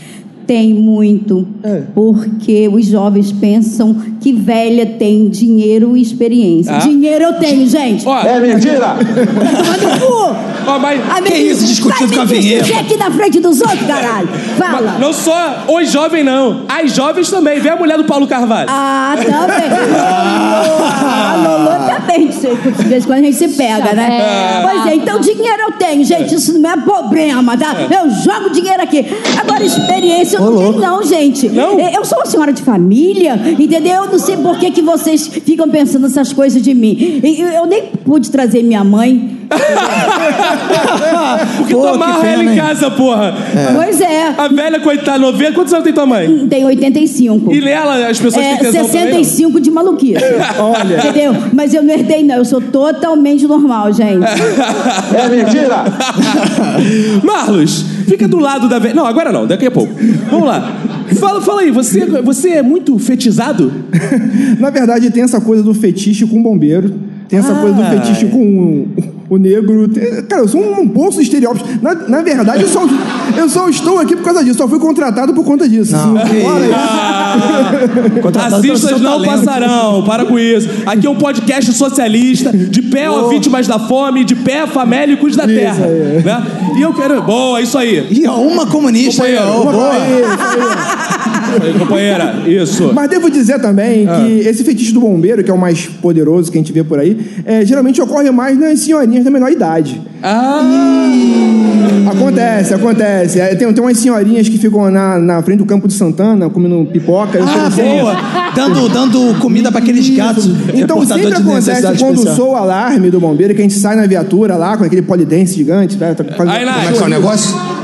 [SPEAKER 10] Tem muito, porque os jovens pensam que velha tem dinheiro e experiência.
[SPEAKER 1] Ah.
[SPEAKER 10] Dinheiro eu tenho, gente.
[SPEAKER 1] Ó,
[SPEAKER 10] Toma no cu!
[SPEAKER 1] ó mas.
[SPEAKER 10] A
[SPEAKER 3] Que
[SPEAKER 10] menina-
[SPEAKER 3] isso, discutindo
[SPEAKER 10] vai
[SPEAKER 3] com a
[SPEAKER 10] me
[SPEAKER 3] vinheta?
[SPEAKER 10] discutir aqui é tá na frente dos outros, caralho. Fala.
[SPEAKER 1] Não só os jovens, não. As jovens também. Vê a mulher do Paulo Carvalho.
[SPEAKER 10] Ah, também.
[SPEAKER 1] Ah!
[SPEAKER 10] A Lolo também, de vez em quando a gente se pega, né? Pois é, então dinheiro eu tenho, gente, isso não é problema, tá?
[SPEAKER 1] É.
[SPEAKER 10] Eu jogo dinheiro aqui. Agora, experiência eu não tenho, não, gente.
[SPEAKER 1] Não?
[SPEAKER 10] É, Eu sou uma senhora de família, entendeu? Eu não sei por que, que vocês ficam pensando essas coisas de mim. E Eu eu nem pude trazer minha mãe.
[SPEAKER 1] Ah, Porque
[SPEAKER 3] Pô,
[SPEAKER 1] tu
[SPEAKER 3] que
[SPEAKER 1] amarra
[SPEAKER 3] pena,
[SPEAKER 1] ela em
[SPEAKER 3] hein?
[SPEAKER 1] casa, porra.
[SPEAKER 10] Pois é,
[SPEAKER 1] A velha, coitada, 90. Quantos anos tem tua mãe?
[SPEAKER 10] tem 85.
[SPEAKER 1] E nela as pessoas têm
[SPEAKER 10] É,
[SPEAKER 1] tesão também?
[SPEAKER 10] 65 de maluquice. Olha. Entendeu? Mas eu não herdei, não. Eu sou totalmente normal, gente.
[SPEAKER 2] É mentira!
[SPEAKER 1] Marlos, fica do lado da velha. Não, agora não, daqui a pouco. Vamos lá. Fala, fala aí, você, você é muito fetizado?
[SPEAKER 2] Na verdade, tem essa coisa do fetiche com bombeiro, tem essa coisa do fetiche com o, o negro. tem- Cara, eu sou um bolso de estereótipos. Na, na verdade, eu só, eu só estou aqui por causa disso, só fui contratado por conta disso. Assim,
[SPEAKER 3] que
[SPEAKER 2] olha isso.
[SPEAKER 3] Contratado pelo
[SPEAKER 1] Racistas
[SPEAKER 3] seu
[SPEAKER 1] não
[SPEAKER 3] talento.
[SPEAKER 1] passarão, para com isso. Aqui é um podcast socialista, de pé a vítimas da fome, de pé a famélicos da terra. Né? E eu quero. Boa, isso aí.
[SPEAKER 3] Ih, ó, uma comunista aí, ó.
[SPEAKER 1] Companheiro,
[SPEAKER 3] Boa.
[SPEAKER 1] Isso aí, companheira. Isso.
[SPEAKER 2] Mas devo dizer também
[SPEAKER 3] Ah.
[SPEAKER 2] que esse fetiche do bombeiro, que é o mais poderoso que a gente vê por aí, é, geralmente ocorre mais nas senhorinhas da menor idade.
[SPEAKER 3] Ah!
[SPEAKER 2] Acontece, acontece. É, Tem, tem umas senhorinhas que ficam na, na frente do campo de Santana comendo pipoca. eu assim.
[SPEAKER 3] Ah,
[SPEAKER 2] sei-
[SPEAKER 3] boa. Dando, dando comida pra aqueles gatos.
[SPEAKER 2] Então
[SPEAKER 3] É portador
[SPEAKER 2] sempre
[SPEAKER 3] de necessidade
[SPEAKER 2] acontece quando
[SPEAKER 3] especial.
[SPEAKER 2] soa o alarme do bombeiro que a gente sai na viatura lá com aquele polidense gigante. Tá, tá, faz-
[SPEAKER 1] Aí,
[SPEAKER 7] Como é que é o
[SPEAKER 1] Nath.
[SPEAKER 7] negócio?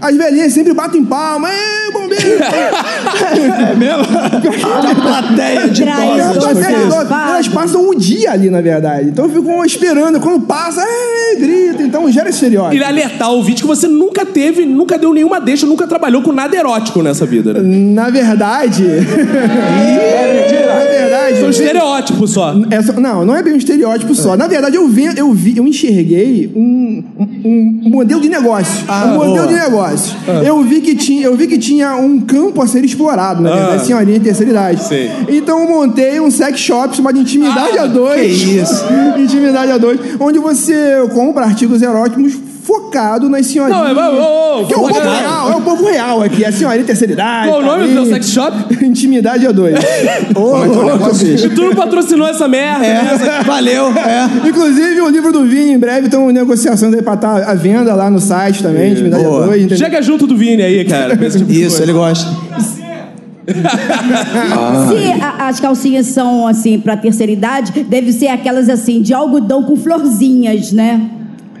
[SPEAKER 2] As velhinhas sempre batem palma. Ê, bombeiro!
[SPEAKER 3] É mesmo? Uma plateia de tipo
[SPEAKER 2] Elas,
[SPEAKER 10] Traidor,
[SPEAKER 3] idosos.
[SPEAKER 2] passam-
[SPEAKER 10] isso?
[SPEAKER 2] elas passam o dia ali, na verdade. Então ficam esperando. Quando passa, é, grita. Então gera esse
[SPEAKER 1] E
[SPEAKER 2] estereótipo.
[SPEAKER 1] alertar o vídeo que você nunca teve, nunca deu nenhuma deixa, nunca trabalhou com nada erótico nessa vida, né?
[SPEAKER 2] Na verdade.
[SPEAKER 3] É,
[SPEAKER 2] na verdade.
[SPEAKER 1] São estereótipos só.
[SPEAKER 2] É só- não, não é bem um estereótipo só. Na verdade, eu vi, eu, vi, eu enxerguei um, um, um modelo de negócio.
[SPEAKER 3] Ah,
[SPEAKER 2] um modelo
[SPEAKER 3] boa.
[SPEAKER 2] de negócio.
[SPEAKER 1] Ah.
[SPEAKER 2] Eu, vi que tinha, eu vi que tinha um campo a ser explorado, né, assim, na verdade, senhorinha de terceira idade.
[SPEAKER 1] Ah. Sei. Ah,
[SPEAKER 2] Então eu montei um sex shop chamado Intimidade a Dois.
[SPEAKER 3] que isso.
[SPEAKER 2] Intimidade a Dois, onde você compra artigos eróticos focado nas senhorinhas.
[SPEAKER 1] Não, é- ô, ô, ô,
[SPEAKER 2] que é um pouco
[SPEAKER 1] focado.
[SPEAKER 2] real, é um pouco real aqui. A senhorinha de terceira idade.
[SPEAKER 1] Qual o nome do teu
[SPEAKER 2] carinha.
[SPEAKER 1] sex shop?
[SPEAKER 2] Intimidade a Dois. Ô, louco, bicho.
[SPEAKER 1] E tu não patrocinou essa merda, né?
[SPEAKER 3] É, valeu. É.
[SPEAKER 2] Inclusive, o livro do Vini, em breve, estão negociações aí pra estar à venda lá no site também, Intimidade
[SPEAKER 3] Boa.
[SPEAKER 2] 2, entendeu?
[SPEAKER 1] Chega junto do Vini aí, cara. Pensa tipo de
[SPEAKER 3] Isso,
[SPEAKER 1] coisa.
[SPEAKER 3] ele gosta. Ah.
[SPEAKER 10] Se
[SPEAKER 11] Ah.
[SPEAKER 10] a- as calcinhas são assim pra terceira idade, deve ser aquelas assim de algodão com florzinhas, né?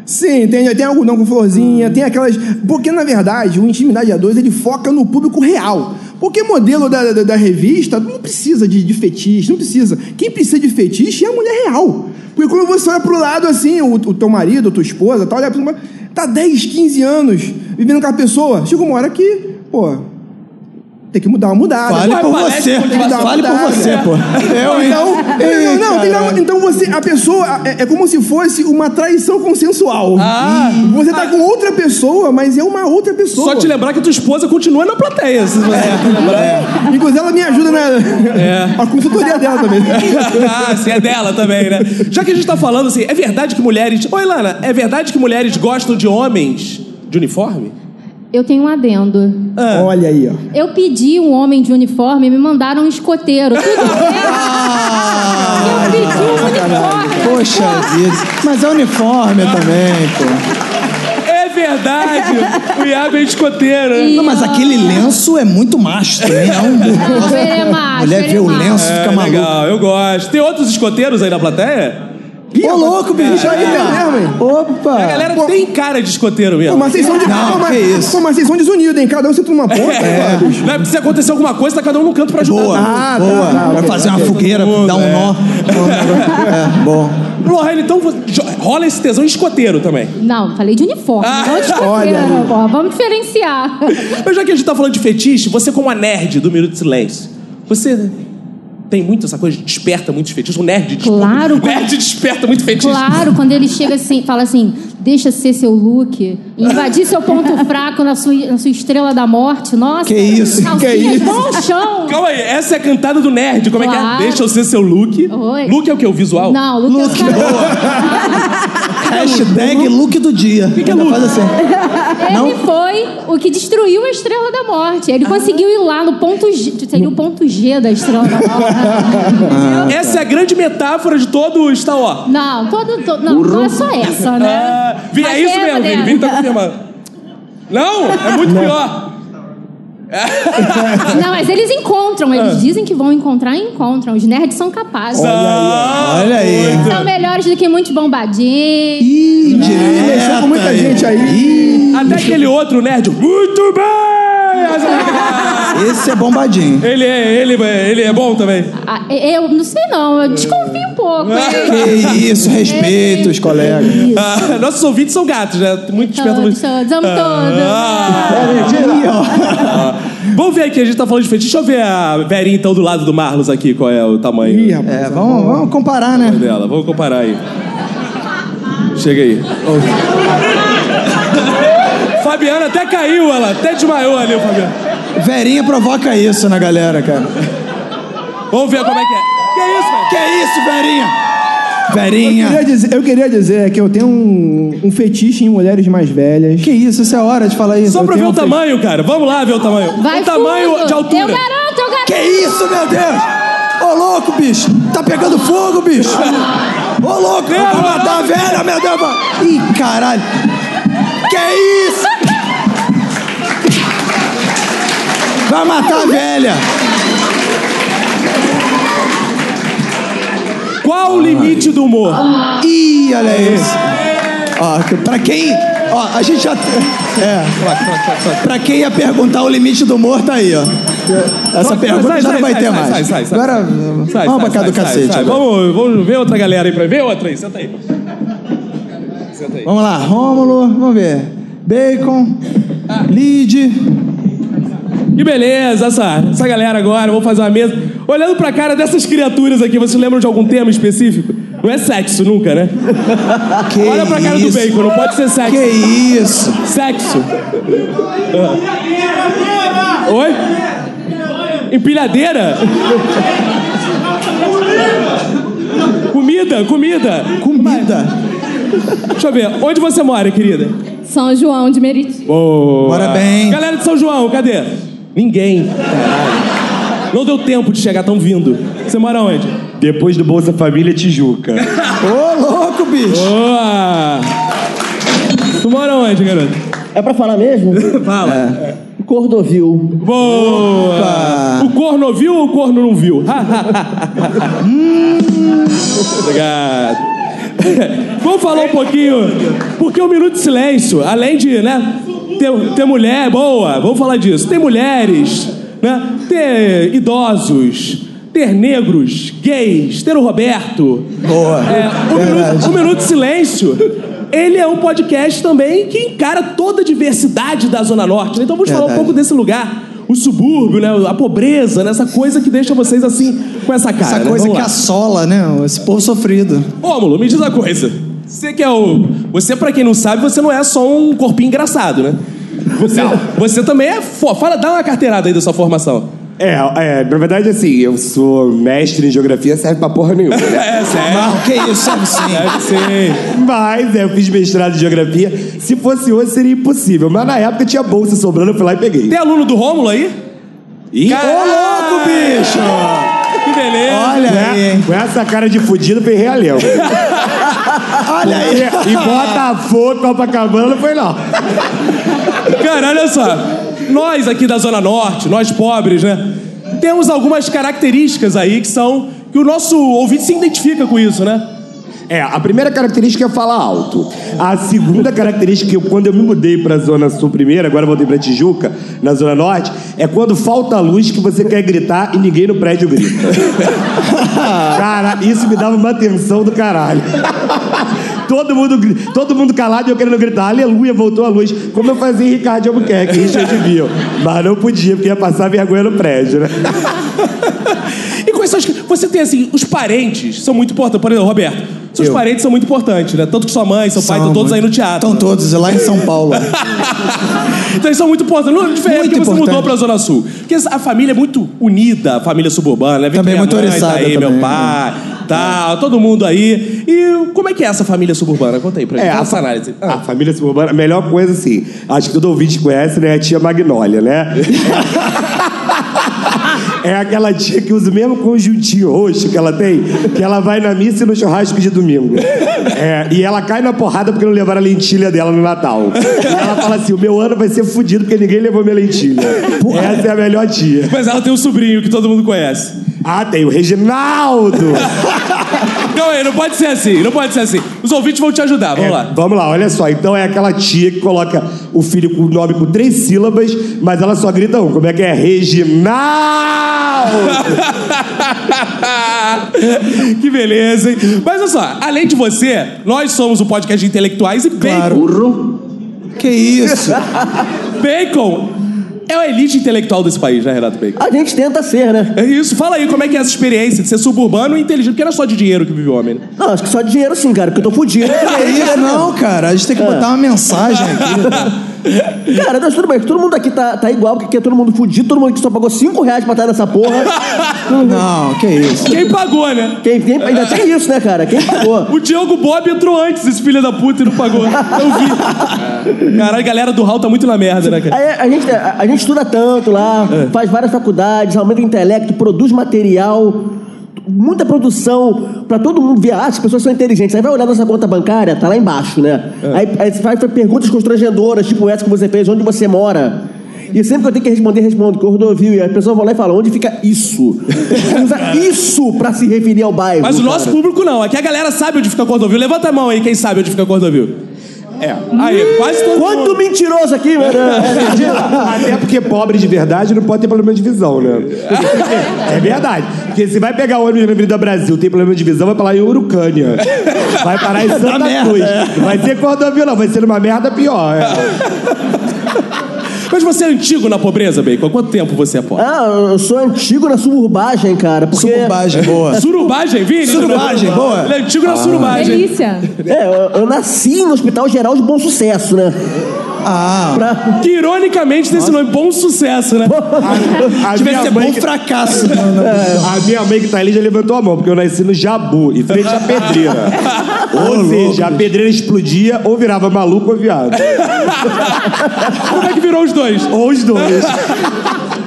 [SPEAKER 2] Sim, tem, tem algodão com florzinha, tem aquelas. Porque, na verdade, o Intimidade A2 ele foca no público real. Porque modelo da, da, da revista não precisa de, de fetiche, não precisa. Quem precisa de fetiche é a mulher real. Porque quando você olha pro lado assim, o, o teu marido, a tua esposa, tá, olha, pra uma- tá 10, 15 anos vivendo com a pessoa, chega uma hora que, pô, tem que mudar uma mudada.
[SPEAKER 3] Fale
[SPEAKER 1] Vai,
[SPEAKER 3] por
[SPEAKER 1] parece
[SPEAKER 3] você.
[SPEAKER 1] que
[SPEAKER 2] dá uma
[SPEAKER 3] Fale por
[SPEAKER 2] mudada.
[SPEAKER 3] você, pô. Eu, hein?
[SPEAKER 2] Então, não, não, tem que dar uma- então você, a pessoa, é, é como se fosse uma traição consensual.
[SPEAKER 1] Ah.
[SPEAKER 2] Você tá com outra pessoa, mas é uma outra pessoa. É.
[SPEAKER 1] Só te lembrar que tua esposa continua na plateia. se você lembrar. É.
[SPEAKER 2] Inclusive, ela me ajuda na a consultoria dela também. né?
[SPEAKER 1] ah, sim, é dela também, né? Já que a gente tá falando assim, é verdade que mulheres. Oi, Lana, é verdade que mulheres gostam de homens de uniforme? Ah.
[SPEAKER 11] Eu tenho um adendo.
[SPEAKER 2] Olha aí, ó.
[SPEAKER 11] Eu pedi um homem de uniforme e me mandaram um escoteiro. Tudo
[SPEAKER 3] Ah!
[SPEAKER 11] bem? Eu pedi um uniforme.
[SPEAKER 3] Poxa vida. Mas é uniforme também, pô.
[SPEAKER 1] É verdade! O Iago é escoteiro, né?
[SPEAKER 3] Não, mas aquele lenço é muito macho também. É um...
[SPEAKER 11] Não, ele é
[SPEAKER 2] Ah,
[SPEAKER 11] macho,
[SPEAKER 3] Mulher
[SPEAKER 11] ele
[SPEAKER 3] vê
[SPEAKER 11] é
[SPEAKER 3] o
[SPEAKER 11] macho.
[SPEAKER 3] lenço
[SPEAKER 1] É,
[SPEAKER 3] fica maluco.
[SPEAKER 1] legal, eu gosto. Tem outros escoteiros aí na plateia?
[SPEAKER 3] Ô, louco, bicho. Aí,
[SPEAKER 2] é mesmo, hein?
[SPEAKER 3] ó. Opa.
[SPEAKER 1] A galera
[SPEAKER 2] pô.
[SPEAKER 1] tem cara de escoteiro mesmo.
[SPEAKER 2] Pô, mas vocês são de. né?
[SPEAKER 3] Não,
[SPEAKER 2] pô, mas,
[SPEAKER 3] que isso.
[SPEAKER 2] pô, mas vocês são desunidos, hein? Cada um senta numa ponta. agora, bicho.
[SPEAKER 1] Não é porque se acontecer alguma coisa, tá cada um no canto pra ajudar.
[SPEAKER 3] Boa,
[SPEAKER 2] Ah, tá,
[SPEAKER 3] boa.
[SPEAKER 2] tá,
[SPEAKER 3] Vai
[SPEAKER 2] ok,
[SPEAKER 3] fazer uma fogueira,
[SPEAKER 1] Todo mundo,
[SPEAKER 3] dar um
[SPEAKER 1] é.
[SPEAKER 3] nó. é, bom.
[SPEAKER 1] Lohane, então jo- rola esse tesão em escoteiro também.
[SPEAKER 11] Não, falei de uniforme, não de escoteiro. pô. Vamos diferenciar.
[SPEAKER 1] Mas já que a gente tá falando de fetiche, você como a nerd do Minuto de Silêncio, você tem muito essa coisa de desperta muitos fetiches? O nerd desperta,
[SPEAKER 11] Claro,
[SPEAKER 1] o nerd desperta muito fetiche.
[SPEAKER 11] Claro, quando ele chega assim, fala assim, deixa ser seu look, invadir seu ponto fraco na sua, na sua estrela da morte, nossa.
[SPEAKER 3] Que isso,
[SPEAKER 11] calcinhas
[SPEAKER 3] que é isso.
[SPEAKER 11] bom chão.
[SPEAKER 1] Calma aí, essa é a cantada do nerd, como é
[SPEAKER 11] Claro.
[SPEAKER 1] que é? Deixa eu ser seu look.
[SPEAKER 11] Oi.
[SPEAKER 1] Look é o que? O visual?
[SPEAKER 11] Não, look, é o cara-
[SPEAKER 3] Hashtag look do dia. O que, é Faz assim.
[SPEAKER 11] Ele foi o que destruiu a Estrela da Morte. Ele conseguiu ir lá no ponto G. Seria o ponto G da Estrela da
[SPEAKER 3] Ah,
[SPEAKER 11] Morte.
[SPEAKER 3] tá.
[SPEAKER 1] Essa é a grande metáfora de todo o Star Wars.
[SPEAKER 11] Não, todo, todo- não, não é só essa,
[SPEAKER 1] Ah,
[SPEAKER 11] né?
[SPEAKER 1] Vini, é
[SPEAKER 11] Mas
[SPEAKER 1] isso
[SPEAKER 11] é,
[SPEAKER 1] mesmo,
[SPEAKER 11] né?
[SPEAKER 1] Vini. Vini tá confirmando. Não, é muito pior.
[SPEAKER 11] Não, mas eles encontram.
[SPEAKER 3] Ah.
[SPEAKER 11] Eles dizem que vão encontrar e encontram. Os nerds são capazes.
[SPEAKER 3] Olha aí.
[SPEAKER 11] São melhores do que muitos bombadinhos.
[SPEAKER 3] Ih, direito.
[SPEAKER 2] Mexeu com muita gente aí.
[SPEAKER 1] Até aquele outro nerd. Muito bem!
[SPEAKER 3] Esse é bombadinho.
[SPEAKER 1] "Ah!" Ele é, ele, é- ele é bom também.
[SPEAKER 11] Ah, eu não sei não, eu desconfio um pouco. hein?
[SPEAKER 3] Ah, Que isso, respeito os colegas.
[SPEAKER 1] Ah, nossos ouvintes são gatos, né? Muito esperto. Muito...
[SPEAKER 11] Todos, todos, amo
[SPEAKER 3] Ah.
[SPEAKER 11] todos.
[SPEAKER 3] Ih, ó.
[SPEAKER 1] Vamos ver aqui, a gente tá falando de feitiço. Deixa eu ver a Verinha, então, do lado do Marlos aqui, qual é o tamanho
[SPEAKER 2] Ih, rapaz.
[SPEAKER 3] É, vamos, vamos comparar, né?
[SPEAKER 1] dela. Vamos comparar aí. Chega aí. Fabiana até caiu, ela até desmaiou ali, o Fabiano.
[SPEAKER 3] Verinha provoca isso na galera, cara.
[SPEAKER 1] Vamos ver como é que é. Que isso, velho?
[SPEAKER 3] Que isso, Verinha?
[SPEAKER 2] Eu
[SPEAKER 3] Verinha.
[SPEAKER 2] queria, dizer, eu queria dizer que eu tenho um, um fetiche em mulheres mais velhas.
[SPEAKER 3] Que isso, isso é hora de falar isso.
[SPEAKER 1] Só
[SPEAKER 3] Eu
[SPEAKER 1] pra ver
[SPEAKER 3] tenho
[SPEAKER 1] o
[SPEAKER 3] um fe-
[SPEAKER 1] tamanho, cara. Vamos lá ver o tamanho.
[SPEAKER 3] Um
[SPEAKER 11] Vai
[SPEAKER 1] o tamanho
[SPEAKER 11] fundo.
[SPEAKER 1] de altura.
[SPEAKER 11] Eu garanto, eu garanto.
[SPEAKER 3] Que isso, meu Deus? Ô, louco, bicho. Tá pegando fogo, bicho. Ô, louco, eu vou matar a velha, meu Deus. mano. Ih, caralho. Que isso? Vai matar a velha.
[SPEAKER 1] Qual o limite do humor? É.
[SPEAKER 3] Ih, olha isso. Ó, pra quem. Ó, a gente já. É. Pra quem ia perguntar o limite do humor, tá aí, ó. Essa
[SPEAKER 1] Sai,
[SPEAKER 3] pergunta
[SPEAKER 1] sai,
[SPEAKER 3] já
[SPEAKER 1] sai,
[SPEAKER 3] não vai
[SPEAKER 1] sai,
[SPEAKER 3] ter
[SPEAKER 1] sai,
[SPEAKER 3] mais.
[SPEAKER 1] sai, sai, sai.
[SPEAKER 3] Agora,
[SPEAKER 1] Sai,
[SPEAKER 3] vamos
[SPEAKER 1] sai,
[SPEAKER 3] pra cá
[SPEAKER 1] sai,
[SPEAKER 3] do
[SPEAKER 1] sai,
[SPEAKER 3] cacete.
[SPEAKER 1] sai.
[SPEAKER 3] agora.
[SPEAKER 1] Vamos, vamos ver outra galera aí pra ver outra aí. Senta aí. Senta aí.
[SPEAKER 3] Vamos lá, Rômulo, vamos ver. Bacon, Lid.
[SPEAKER 1] Que beleza, essa, essa galera agora, vamos fazer uma mesa. Olhando pra cara dessas criaturas aqui, vocês lembram de algum tema específico? Não é sexo nunca, né?
[SPEAKER 3] Que
[SPEAKER 1] Olha pra cara do
[SPEAKER 3] isso?
[SPEAKER 1] bacon, não pode ser sexo.
[SPEAKER 3] Que isso?
[SPEAKER 1] Sexo. Ah. Oi? Empilhadeira? comida, comida.
[SPEAKER 3] Comida.
[SPEAKER 1] Deixa eu ver, onde você mora, querida?
[SPEAKER 11] São João de Meriti.
[SPEAKER 1] Boa.
[SPEAKER 3] Bora bem.
[SPEAKER 1] Galera de São João, cadê? Ninguém. Caralho. Não deu tempo de chegar, tão vindo. Você mora onde?
[SPEAKER 12] Depois do Bolsa Família Tijuca.
[SPEAKER 3] Ô, louco, bicho.
[SPEAKER 1] Boa! Tu mora onde, garoto?
[SPEAKER 13] É pra falar mesmo? É.
[SPEAKER 1] Fala.
[SPEAKER 13] Cordovil.
[SPEAKER 1] Boa! O corno viu ou o corno não viu? Hum. Obrigado. Vamos falar um pouquinho, porque o Minuto de Silêncio, além de, né, ter, ter mulher, boa, vamos falar disso, ter mulheres, né, ter idosos, ter negros, gays, ter o Roberto.
[SPEAKER 3] Boa.
[SPEAKER 1] É, o, minuto, o Minuto de Silêncio, ele é um podcast também que encara toda a diversidade da Zona Norte. né? Então vamos falar um
[SPEAKER 3] Verdade.
[SPEAKER 1] pouco desse lugar. O subúrbio, né? A pobreza, né? Essa coisa que deixa vocês assim, com essa cara.
[SPEAKER 3] Essa
[SPEAKER 1] né?
[SPEAKER 3] coisa que
[SPEAKER 1] Vamos lá.
[SPEAKER 3] assola, né? Esse povo sofrido.
[SPEAKER 1] Rômulo, me diz uma coisa. Você que é o. Você, pra quem não sabe, você não é só um corpinho engraçado, né? Você, você também é fofo. Fala, dá uma carteirada aí da sua formação.
[SPEAKER 12] É, é, na verdade, assim, eu sou mestre em geografia, serve pra porra nenhuma. né?
[SPEAKER 1] É, sério.
[SPEAKER 3] Não, que isso, sabe sim.
[SPEAKER 1] Deve ser.
[SPEAKER 12] Mas é, eu fiz mestrado em geografia. Se fosse hoje, seria impossível. Mas na época tinha bolsa sobrando, eu fui lá e peguei.
[SPEAKER 1] Tem aluno do Rômulo aí?
[SPEAKER 12] Ih,
[SPEAKER 1] Caralho!
[SPEAKER 12] ô louco, bicho!
[SPEAKER 1] Que beleza.
[SPEAKER 3] Olha
[SPEAKER 12] Né?
[SPEAKER 3] aí, hein?
[SPEAKER 12] Com essa cara de fudido, foi realhão.
[SPEAKER 3] Olha aí.
[SPEAKER 12] E, e Botafogo, Copacabana, não foi não.
[SPEAKER 1] Cara, olha só. Nós aqui da Zona Norte, nós pobres, né? Temos algumas características aí que são. que o nosso ouvinte se identifica com isso, né?
[SPEAKER 12] É, a primeira característica é falar alto. A segunda característica, que eu- quando eu me mudei pra Zona Sul primeiro, agora eu voltei pra Tijuca, na Zona Norte, é quando falta luz que você quer gritar e ninguém no prédio grita. Cara, isso me dava uma atenção do caralho. Todo mundo, gri- todo mundo calado e eu querendo gritar, aleluia, voltou a luz. Como eu fazia em Ricardo de Albuquerque, em Richard Mille. Mas não podia, porque ia passar vergonha no prédio, né?
[SPEAKER 1] E quais são as. Você tem assim, os parentes são muito importantes. Por exemplo, Roberto, seus parentes são muito importantes, né? Tanto que sua mãe, seu pai, estão todos aí no teatro.
[SPEAKER 3] Estão todos lá em São Paulo.
[SPEAKER 1] Então eles são muito importantes. Não é diferente
[SPEAKER 3] Muito
[SPEAKER 1] que você mudou
[SPEAKER 3] importante.
[SPEAKER 1] pra Zona Sul. Porque a família é muito unida, a família suburbana, né? Vem
[SPEAKER 3] Também é
[SPEAKER 1] minha
[SPEAKER 3] muito
[SPEAKER 1] mãe,
[SPEAKER 3] oriçada
[SPEAKER 1] Tá aí, meu
[SPEAKER 3] também, né?
[SPEAKER 1] pai, tal, todo mundo aí. E como é que é essa família suburbana? Conta aí pra gente.
[SPEAKER 12] É,
[SPEAKER 1] Fala
[SPEAKER 12] a,
[SPEAKER 1] essa
[SPEAKER 12] fa-
[SPEAKER 1] análise. Ah.
[SPEAKER 12] a família suburbana, a melhor coisa assim, acho que todo ouvinte conhece, né? A tia Magnólia, né? É aquela tia que usa o mesmo conjuntinho roxo que ela tem, que ela vai na missa e no churrasco de domingo. É, e ela cai na porrada porque não levaram a lentilha dela no Natal. E ela fala assim: o meu ano vai ser fudido porque ninguém levou minha lentilha. Essa é a melhor tia.
[SPEAKER 1] Mas ela tem um sobrinho que todo mundo conhece.
[SPEAKER 12] Ah, tem o Reginaldo!
[SPEAKER 1] Calma aí, não pode ser assim, não pode ser assim. Os ouvintes vão te ajudar,
[SPEAKER 3] É.
[SPEAKER 1] vamos lá.
[SPEAKER 12] Vamos lá, olha só. Então é aquela tia que coloca o filho com o nome com três sílabas, mas ela só grita um. Como é que é? Reginaldo!
[SPEAKER 1] que beleza, hein? Mas olha só, além de você, nós somos um podcast de intelectuais e claro. burro.
[SPEAKER 3] Que isso?
[SPEAKER 1] Bacon é a elite intelectual desse país, né, Renato Bacon?
[SPEAKER 13] A gente tenta ser, né?
[SPEAKER 1] É isso. Fala aí como é que é essa experiência de ser suburbano e inteligente, porque não é só de dinheiro que vive o homem, né?
[SPEAKER 13] Não, acho que só dinheiro sim, cara, porque eu tô fudido.
[SPEAKER 3] Que é isso, não, cara. A gente tem que botar uma mensagem
[SPEAKER 13] aqui. Cara, não, tudo bem, todo mundo aqui tá, tá igual, porque aqui é todo mundo fudido, todo mundo que só pagou 5 reais pra estar nessa porra.
[SPEAKER 3] Não, que isso.
[SPEAKER 1] Quem pagou, né?
[SPEAKER 13] Quem, quem, ainda tem isso, né, cara? Quem pagou?
[SPEAKER 1] O Diogo Bob entrou antes, esse filho da puta, e não pagou. Eu vi. Caralho, a galera do Hall tá muito na merda, né, cara?
[SPEAKER 13] Aí É, a, gente, a, a gente estuda tanto lá,
[SPEAKER 1] É.
[SPEAKER 13] faz várias faculdades, aumenta o intelecto, produz material, muita produção pra todo mundo ver. Ah, as pessoas são inteligentes. Aí vai olhar nossa conta bancária, tá lá embaixo, né?
[SPEAKER 1] É.
[SPEAKER 13] Aí, aí você faz perguntas constrangedoras, tipo essa que você fez, onde você mora. E sempre que eu tenho que responder, respondo Cordovil. E as pessoas vão lá e falam, onde fica isso? Você usa isso pra se referir ao bairro.
[SPEAKER 1] Mas o nosso
[SPEAKER 13] cara.
[SPEAKER 1] público não, aqui a galera sabe onde fica Cordovil. Levanta a mão aí, quem sabe onde fica Cordovil. É. Aí, quase todo mundo.
[SPEAKER 13] Quanto mentiroso aqui, mano!
[SPEAKER 12] Até porque pobre de verdade não pode ter problema de visão, né? É verdade. Porque se vai pegar ônibus na Avenida Brasil, tem problema de visão, vai parar em Urucânia. Vai parar em
[SPEAKER 1] Tá
[SPEAKER 12] Santa Cruz.
[SPEAKER 1] é.
[SPEAKER 12] Não Vai ser Cordovil, não. Vai ser uma merda pior. É.
[SPEAKER 1] Mas você é antigo na pobreza, Bacon? Há quanto tempo você é pobre?
[SPEAKER 13] Ah, eu sou antigo na suburbagem, cara. Porque...
[SPEAKER 3] Suburbagem, boa.
[SPEAKER 1] Surubagem, Vini?
[SPEAKER 3] Surubagem, boa.
[SPEAKER 1] Ele é antigo
[SPEAKER 14] Ah.
[SPEAKER 1] na surubagem.
[SPEAKER 11] Delícia.
[SPEAKER 13] Ah. É, eu, eu nasci no Hospital Geral de Bom Sucesso, né?
[SPEAKER 3] Ah,
[SPEAKER 13] Pra...
[SPEAKER 1] Que ironicamente tem esse nome, bom sucesso, né?
[SPEAKER 12] A
[SPEAKER 3] devia
[SPEAKER 12] minha
[SPEAKER 3] ser
[SPEAKER 12] mãe
[SPEAKER 3] bom
[SPEAKER 12] que-
[SPEAKER 3] fracasso. Não, não.
[SPEAKER 12] A minha mãe que tá ali já levantou a mão, porque eu nasci no Jabu, em frente à pedreira. ou seja, a pedreira explodia, ou virava maluco ou viado.
[SPEAKER 1] Como é que virou os dois?
[SPEAKER 12] Ou os dois.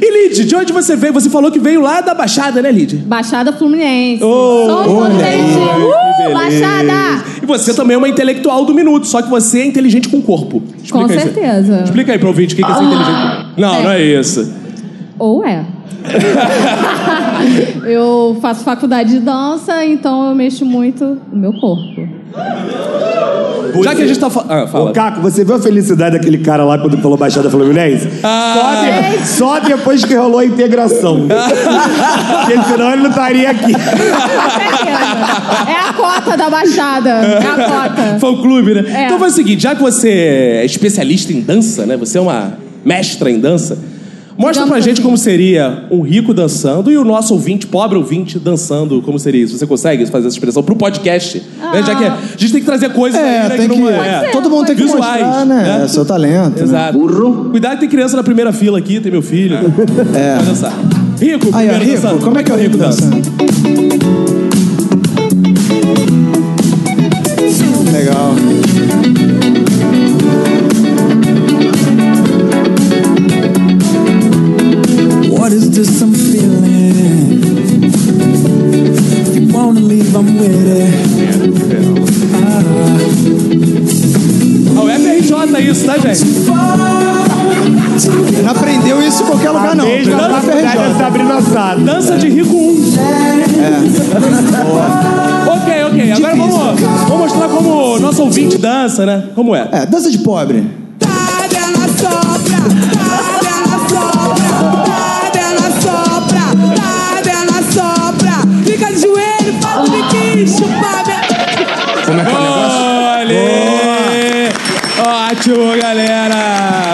[SPEAKER 1] E Lid, de onde você veio? Você falou que veio lá da Baixada, né, Lid?
[SPEAKER 11] Baixada Fluminense.
[SPEAKER 1] Oh,
[SPEAKER 11] Sou Fluminense. Uh, Baixada!
[SPEAKER 1] E você também é uma intelectual do minuto, só que você é inteligente com o corpo. Explica
[SPEAKER 11] Com
[SPEAKER 1] aí, Zé.
[SPEAKER 11] certeza. Ah.
[SPEAKER 1] Explica aí pro ouvinte o que que é ser inteligente. Não,
[SPEAKER 11] É.
[SPEAKER 1] não é isso.
[SPEAKER 11] Ou é. eu faço faculdade de dança, então eu mexo muito no meu corpo.
[SPEAKER 1] Já que a gente tá falando. Ah,
[SPEAKER 12] é. Ô,
[SPEAKER 1] fala.
[SPEAKER 12] Caco, você viu a felicidade daquele cara lá quando falou Baixada Fluminense?
[SPEAKER 1] Ah.
[SPEAKER 12] Só, de- só depois que rolou a integração. Porque senão ele não estaria aqui.
[SPEAKER 11] Certeza. É a cota da Baixada. É a cota.
[SPEAKER 1] Foi o clube, né?
[SPEAKER 11] É.
[SPEAKER 1] Então faz o seguinte: já que você é especialista em dança, né? Você é uma mestra em dança. Mostra
[SPEAKER 11] Digamos
[SPEAKER 1] pra gente
[SPEAKER 11] assim.
[SPEAKER 1] como seria um rico dançando e o nosso ouvinte, pobre ouvinte, dançando. Como seria isso? Você consegue fazer essa expressão pro podcast? né? Já que
[SPEAKER 11] Ah.
[SPEAKER 1] a gente tem que trazer coisas
[SPEAKER 3] É,
[SPEAKER 1] aí, né,
[SPEAKER 3] tem
[SPEAKER 1] que
[SPEAKER 3] que.
[SPEAKER 1] não é.
[SPEAKER 3] Todo mundo tem que
[SPEAKER 1] Visuais,
[SPEAKER 3] mostrar, né?
[SPEAKER 1] né?
[SPEAKER 3] Seu talento. né?
[SPEAKER 1] Exato. Cuidado que tem criança na primeira fila aqui, tem meu filho. É. Vai dançar. Rico,
[SPEAKER 3] Aí, ó,
[SPEAKER 1] primeiro
[SPEAKER 3] Rico,
[SPEAKER 1] dançando.
[SPEAKER 3] como é que é o Rico dançando? Legal.
[SPEAKER 14] What is this I'm feeling? If you wanna leave, I'm with it.
[SPEAKER 1] Ah, o FRJ é isso, tá, gente?
[SPEAKER 3] Não aprendeu isso em qualquer lugar, não.
[SPEAKER 12] Beijo
[SPEAKER 3] Aprendeu na
[SPEAKER 12] na
[SPEAKER 1] né?
[SPEAKER 12] faculdade da
[SPEAKER 3] FRJ.
[SPEAKER 12] Sabrina Assado.
[SPEAKER 1] Dança de rico 1.
[SPEAKER 3] É.
[SPEAKER 1] ok, ok. Agora vamos, vamos mostrar como o nosso ouvinte dança, né? Como é?
[SPEAKER 3] É, dança de pobre. é
[SPEAKER 1] Olha! Ótimo, galera!